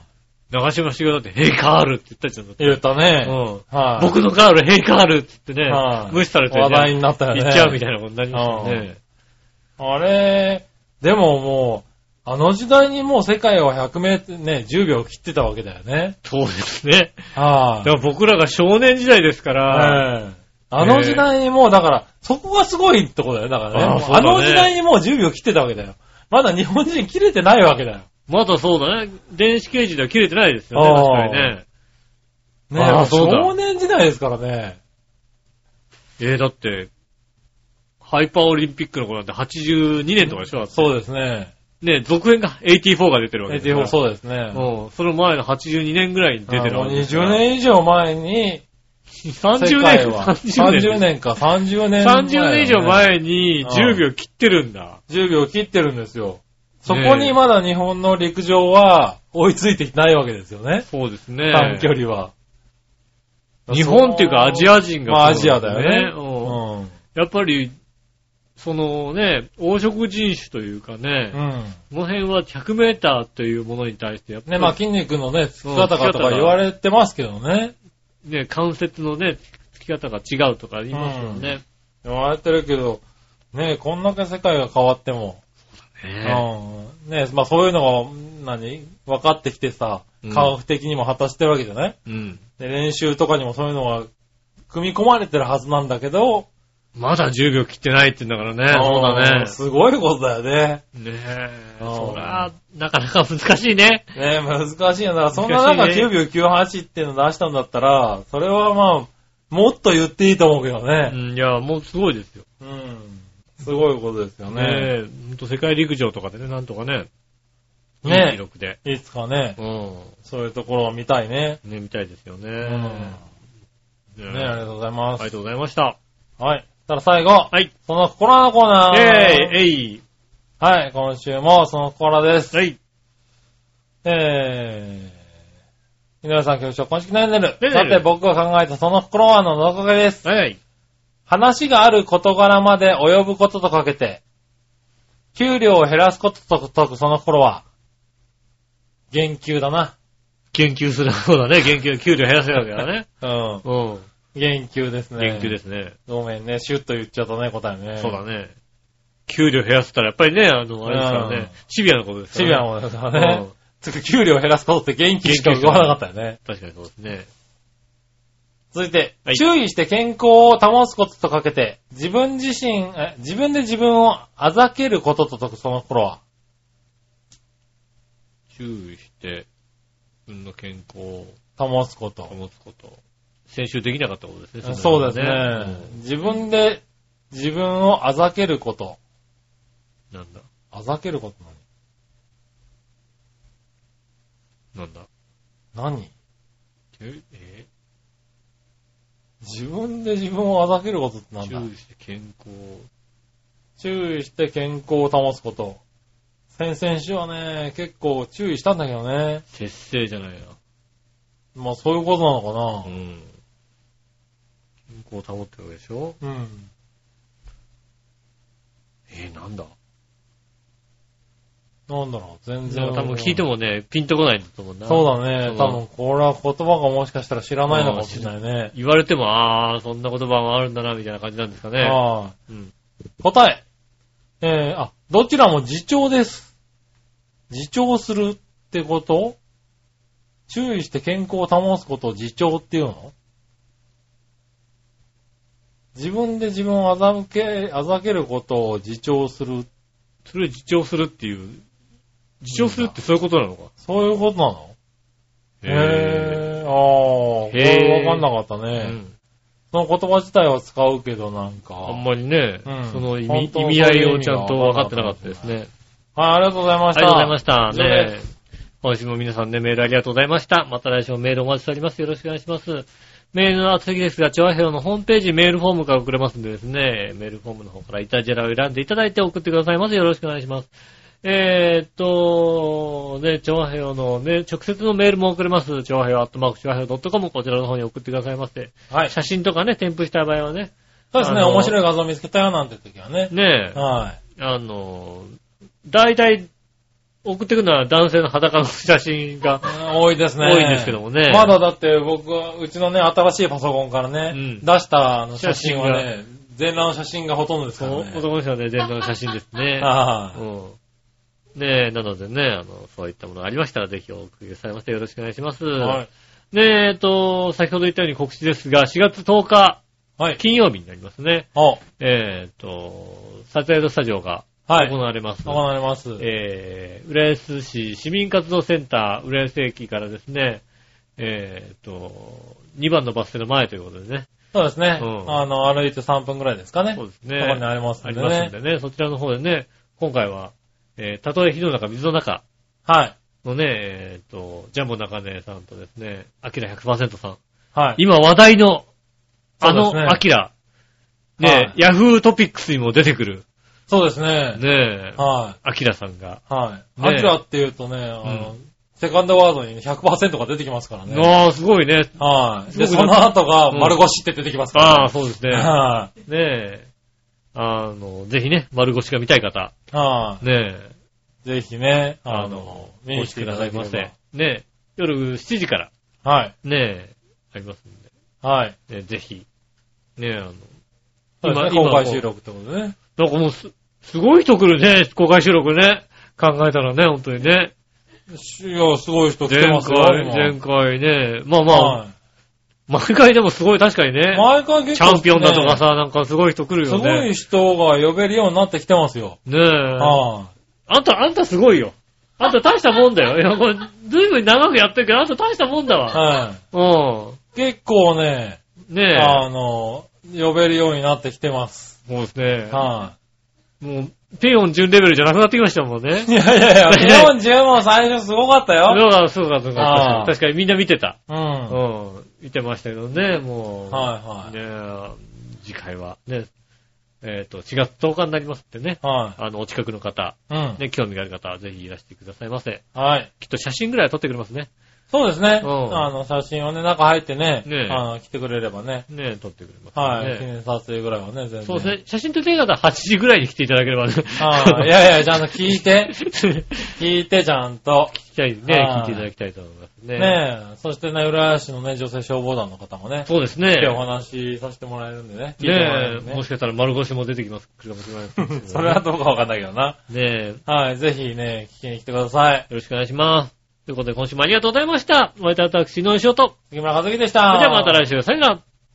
Speaker 2: 長島茂雄だって、ヘイカールって言ったじゃん、だっ
Speaker 3: い。
Speaker 2: て。
Speaker 3: 言ったね。
Speaker 2: うん。
Speaker 3: はい。
Speaker 2: 僕のカール、ヘイカールって言ってね、
Speaker 3: はい
Speaker 2: 無視されてね、
Speaker 3: 話題になったよね。
Speaker 2: 行っちゃうみたいなことになりましたよね。
Speaker 3: あれ、でももう、あの時代にもう世界は100メートル、ね、10秒切ってたわけだよね。
Speaker 2: そうですね。だ
Speaker 3: は
Speaker 2: から僕らが少年時代ですか
Speaker 3: あ。
Speaker 2: ら、
Speaker 3: はいあの時代にもう、だから、そこがすごいってことだよ。だからね。
Speaker 2: ああ
Speaker 3: あ
Speaker 2: そうだね
Speaker 3: の時代にもう10秒切ってたわけだよ。まだ日本人切れてないわけだよ。
Speaker 2: まだそうだね。電子掲示では切れてないですよ
Speaker 3: あ
Speaker 2: ね、
Speaker 3: ー
Speaker 2: 確かにね。
Speaker 3: ね
Speaker 2: ああそうだ
Speaker 3: 少年時代ですからね。
Speaker 2: えー、だって、ハイパーオリンピックの頃なんて82年とかでしょだって
Speaker 3: そうですね。
Speaker 2: ね、続編が84が出てるわけです
Speaker 3: 84
Speaker 2: う
Speaker 3: そうですね。
Speaker 2: うん。その前の82年ぐらいに出てる
Speaker 3: あ
Speaker 2: わ
Speaker 3: の
Speaker 2: けです
Speaker 3: 20年以上前に、
Speaker 2: 30
Speaker 3: 世界
Speaker 2: 年、
Speaker 3: は
Speaker 2: 30
Speaker 3: 30
Speaker 2: 年。
Speaker 3: 年か、30年前だね、
Speaker 2: 30年以上前に10秒切ってるんだ。
Speaker 3: 10秒切ってるんですよ。そこにまだ日本の陸上は追いついてきてないわけですよね。
Speaker 2: そうですね。
Speaker 3: 短距離は。
Speaker 2: 日本っていうかアジア人が、
Speaker 3: まあアジアだよね。
Speaker 2: うん
Speaker 3: うん。
Speaker 2: やっぱり、そのね、黄色人種というかね、
Speaker 3: うん。
Speaker 2: この辺は100メーターというものに対して、やっぱ
Speaker 3: ね、
Speaker 2: り
Speaker 3: まあ筋肉のね、つき
Speaker 2: そ
Speaker 3: 方
Speaker 2: う
Speaker 3: が
Speaker 2: つき
Speaker 3: と
Speaker 2: 方が
Speaker 3: か言われてますけどね。
Speaker 2: ね、関節のね、つき方が違うとか言いますよね。
Speaker 3: 言われてるけど、ね、こんだけ世界が変わっても。
Speaker 2: ね
Speaker 3: うん。ね、まあそういうのが、何分かってきてさ
Speaker 2: うん、
Speaker 3: 科学的にも果たしてるわけじゃない、
Speaker 2: うん。
Speaker 3: で、練習とかにもそういうのが組み込まれてるはずなんだけど、
Speaker 2: まだ10秒切ってないって言うんだからね。そう
Speaker 3: う
Speaker 2: だ
Speaker 3: んすごいことだよね。
Speaker 2: ね。ねえ。
Speaker 3: うん
Speaker 2: そりゃ、なかなか難しいね。
Speaker 3: ねえ、難しいよな。そんな
Speaker 2: 難しい
Speaker 3: 中
Speaker 2: ね
Speaker 3: 9秒98っていうの出したんだったら、それはまあ、もっと言っていいと思うけど
Speaker 2: う
Speaker 3: ね。
Speaker 2: ん、いや、もうすごいですよ。
Speaker 3: うん。すごいことですよね。
Speaker 2: ねえ、ほんと世界陸上とかでね、なんとかね、
Speaker 3: ねえ
Speaker 2: いい記録で。
Speaker 3: いつかね、
Speaker 2: うん。
Speaker 3: そういうところを見たいね。
Speaker 2: ね、見たいですよね。
Speaker 3: うん。ね
Speaker 2: ねえ
Speaker 3: えありがとうございま
Speaker 2: ありが
Speaker 3: す。
Speaker 2: とうございました。
Speaker 3: はい。たら最後、
Speaker 2: はい。
Speaker 3: その心のコーナー。
Speaker 2: えい、えい、
Speaker 3: はい、今週もその心です。
Speaker 2: はい。
Speaker 3: えー。皆さん、今日、今式悩んでる
Speaker 2: ね。え
Speaker 3: さて、僕が考えたその心はのおかげです。
Speaker 2: はいはい。
Speaker 3: 話がある事柄まで及ぶこととかけて、給料を減らすことと解くその頃は、減給だな。
Speaker 2: 研究する。そうだね。研究、給料減らせるわけだね。
Speaker 3: うん。
Speaker 2: うん。
Speaker 3: 減給ですね。。
Speaker 2: 研究ですすね。
Speaker 3: ごめんね、シュッと言っちゃったね、答えね。
Speaker 2: そうだね。給料減らせたら、やっぱりね、あの、あれですから
Speaker 3: うん
Speaker 2: ね。シビアなことですか
Speaker 3: シビアな
Speaker 2: らね。
Speaker 3: もんだからね
Speaker 2: うん。
Speaker 3: つうか給料を減らすことって減給しか言わなかったよね。
Speaker 2: 確かにそうですね。
Speaker 3: 続いて、
Speaker 2: はい
Speaker 3: 注意して健康を保つこととかけて、自分自身、え自分で自分をあざけることと解くその頃は、
Speaker 2: 注意して、自分の健康を
Speaker 3: 保つこと。
Speaker 2: 保つこと。先週できなかったことですね。
Speaker 3: そうです
Speaker 2: れは
Speaker 3: ね。自分で自分をあざけること。
Speaker 2: うんなんだ、
Speaker 3: あざけること
Speaker 2: なんだ。
Speaker 3: 何何
Speaker 2: ええ
Speaker 3: 自分で自分をあざけることってなんだ
Speaker 2: 注意して健康を
Speaker 3: 注意して健康を保つこと。先々週はね、結構注意したんだけどね。
Speaker 2: 節制じゃない
Speaker 3: まあそういうことなの
Speaker 2: な。う
Speaker 3: か
Speaker 2: ん。健康を保ってるわけでしょ
Speaker 3: な。うん。
Speaker 2: えー、なんだ
Speaker 3: なんだろう、全
Speaker 2: で
Speaker 3: 然。
Speaker 2: も多分聞いてもね、ピンとこないんだと思うな。
Speaker 3: そうだね。
Speaker 2: そう
Speaker 3: 多分これは言葉がもしかしたら知らないのかもしれないね。
Speaker 2: 言われても、あー、そんな言葉もあるんだな、みたいな感じなんですかね。
Speaker 3: ああ
Speaker 2: うん。
Speaker 3: 答え。えー、あ、どちらも自重です。自重するってこと注意して健康を保つことを自重っていうの自分で自分をあざけ、あざけることを自重する。
Speaker 2: それを自重するっていう、自重するってそういうことなのか。
Speaker 3: そういうことなのへぇー。ああ、こ
Speaker 2: へ
Speaker 3: れ
Speaker 2: ー
Speaker 3: わかんなかった
Speaker 2: え
Speaker 3: ね、
Speaker 2: うん
Speaker 3: その言葉自体は使うけどなんか。
Speaker 2: あんまりね、
Speaker 3: うん
Speaker 2: その意
Speaker 3: 本
Speaker 2: 味
Speaker 3: 当
Speaker 2: 意味合いをちゃんと分かってなかったですね。
Speaker 3: はい、ありがとうございま
Speaker 2: あ
Speaker 3: し
Speaker 2: りがと
Speaker 3: た。
Speaker 2: うございました。
Speaker 3: 以上です
Speaker 2: ね今週も皆さんね、メールありがとうございました。また来週もメールお待ちしております。よろしくお願いします。メールの宛先ですが、チョアヘロのホームページメールフォームから送れますんでですね、メールフォームの方からイタジェラを選んでいただいて送ってくださいませ。よろしくお願いします。えー、っと、ね、チョアヘロの、ね、直接のメールも送れます。チョアヘロアットマークチョアヘロ .com こちらの方に送ってくださいませ。
Speaker 3: はい。
Speaker 2: 写真とかね、添付した場合はね、
Speaker 3: そうですね、
Speaker 2: あの
Speaker 3: 面白い画像見つけたよなんて時はね。
Speaker 2: ねえ、
Speaker 3: は
Speaker 2: あの、大体、送ってくるのは男性の裸の写真が
Speaker 3: い。、多いですね。
Speaker 2: 多いんですけどもね
Speaker 3: まだだって僕は、うちのね、新しいパソコンからね、
Speaker 2: うん
Speaker 3: 出したあの写真はね、全裸の写真がほとんどですから
Speaker 2: そう
Speaker 3: ね。
Speaker 2: 男の人はね、全裸の写真です ね。
Speaker 3: は
Speaker 2: う
Speaker 3: い
Speaker 2: ん。ねえ、なのでね、あの、そういったものがありましたら、ぜひお送りくださいませ。よろしくお願いします。
Speaker 3: はい。
Speaker 2: ねえ、えっと、先ほど言ったように告知ですが、4月10日、
Speaker 3: はい。
Speaker 2: 金曜日になりますね。
Speaker 3: お
Speaker 2: えっと、サテライトスタジオが
Speaker 3: はい
Speaker 2: 行。われます。
Speaker 3: 行われます。
Speaker 2: えー、浦安市市民活動センター、浦安駅からですね、えー、と、2番のバス停の前ということでね。
Speaker 3: そうですね、
Speaker 2: うん
Speaker 3: あの、歩いて3分ぐらいですかね。
Speaker 2: そうですね。
Speaker 3: そこにありますん
Speaker 2: あ
Speaker 3: で
Speaker 2: り
Speaker 3: ね。
Speaker 2: ますんでね、そちらの方でね、今回は、えー、たとえ火の中、水の中
Speaker 3: はい。
Speaker 2: のね、えー、と、ジャンボ中根さんとですね、アキラ100%さん、
Speaker 3: はい。
Speaker 2: 今話題の、あ
Speaker 3: そうですね
Speaker 2: の、アキラ、ね
Speaker 3: は、い
Speaker 2: ヤフートピックスにも出てくる、
Speaker 3: そうですね。
Speaker 2: ね、
Speaker 3: はい。
Speaker 2: アキラさんが、
Speaker 3: はい。
Speaker 2: ね
Speaker 3: アキラっていうとね、あの、
Speaker 2: う
Speaker 3: セカンドワードにね100%が出てきますからね。
Speaker 2: ああ、すごいね。
Speaker 3: はい。で、
Speaker 2: す
Speaker 3: そ
Speaker 2: ごく
Speaker 3: の後が
Speaker 2: うん
Speaker 3: 丸腰って出てきますから、
Speaker 2: ああ、そうですね。
Speaker 3: は
Speaker 2: ねえ、あの、ぜひね、丸腰が見たい方、
Speaker 3: い。は
Speaker 2: ねえ、
Speaker 3: い。ぜひね、あ
Speaker 2: あ
Speaker 3: の
Speaker 2: の、、お
Speaker 3: 見に
Speaker 2: 越
Speaker 3: 来
Speaker 2: して
Speaker 3: い
Speaker 2: く
Speaker 3: た
Speaker 2: ださ
Speaker 3: だい
Speaker 2: い
Speaker 3: て
Speaker 2: ま
Speaker 3: れ
Speaker 2: せ。ねえ、夜7時から、
Speaker 3: ば。はい。
Speaker 2: ねえ、ありますん
Speaker 3: はい。
Speaker 2: で、ねえぜひ、ねえ、あの、
Speaker 3: そうですね
Speaker 2: 今
Speaker 3: 公開収録ってことでね。
Speaker 2: なんかもうす、すごい人来るね、公開収録ね。考えたらね、本当にね。
Speaker 3: いや、すごい人来
Speaker 2: 前
Speaker 3: てますよ。
Speaker 2: 回、
Speaker 3: 今
Speaker 2: 前回ね、まあまあ、
Speaker 3: は
Speaker 2: 毎回でもすごい確かに
Speaker 3: い。
Speaker 2: ね、
Speaker 3: 毎回結
Speaker 2: チ
Speaker 3: 構ね
Speaker 2: ャンピオンだとか、さ、なんかすごい人来る
Speaker 3: す
Speaker 2: よ
Speaker 3: ご
Speaker 2: ね。
Speaker 3: い人が呼べるようになってきてますよ。
Speaker 2: ねえ。
Speaker 3: は
Speaker 2: あんた、あんたすごいよ。あんた大したもんだよ。いや、これ、ずいぶん長くやってるけど、あんた大したもんだ
Speaker 3: い。
Speaker 2: わ。
Speaker 3: は
Speaker 2: う
Speaker 3: い。結構ね、
Speaker 2: ん。ねえ。
Speaker 3: あの、呼べるようになってきてます。
Speaker 2: そうですね。
Speaker 3: は
Speaker 2: もう、ペヨン準レベルじゃなくなってきましたもんね
Speaker 3: い。。いやいやいや、40も最初すごかったよ。
Speaker 2: そうか、そうか、そう
Speaker 3: ああ
Speaker 2: か。確かにみんな見てた。
Speaker 3: うん。
Speaker 2: う
Speaker 3: は
Speaker 2: ん。見てましたけどね、も。
Speaker 3: いうはい。
Speaker 2: ねえ、次回は、ね、えっと、4月10日になりますってね。
Speaker 3: は
Speaker 2: あの、お近くの方、
Speaker 3: い。うん。
Speaker 2: ね、興味がある方はぜひいらしてくださいませ。
Speaker 3: はい。
Speaker 2: きっと写真ぐらいは撮ってくれますね。
Speaker 3: そうですね。
Speaker 2: うん
Speaker 3: あの、写真をね、中入ってね、
Speaker 2: ねえ
Speaker 3: あの、来てくれればね。
Speaker 2: ねえ、撮ってくれますね。
Speaker 3: はい。記念撮影ぐらいはね、全然。
Speaker 2: そうですね。写真撮りたい方は8時ぐらいに来ていただければね。
Speaker 3: はい。いやいや、ちゃんと聞いて、
Speaker 2: 聞
Speaker 3: 聞いて、ちゃんと。
Speaker 2: きたいね。
Speaker 3: はい
Speaker 2: 聞いていただきたいと思いますね。
Speaker 3: ねえ。そしてね、浦安市のね、女性消防団の方もね、
Speaker 2: そうですね。
Speaker 3: 今日お話しさせてもらえるんでね。聞いてもらえ
Speaker 2: ね
Speaker 3: るん
Speaker 2: え、
Speaker 3: で
Speaker 2: もしかしたら丸腰も出てきます。来るかもしれないですけ どね
Speaker 3: ねそれはどうかわかんないけどな。
Speaker 2: ねえ、よ
Speaker 3: はい。ぜひね、聞きに来てください。
Speaker 2: ろしくお願いします。ということで、今週もありがとうございました。お会いいたい私、井上翔と。
Speaker 3: 杉村和樹でした。
Speaker 2: それではまた来週。さよなら。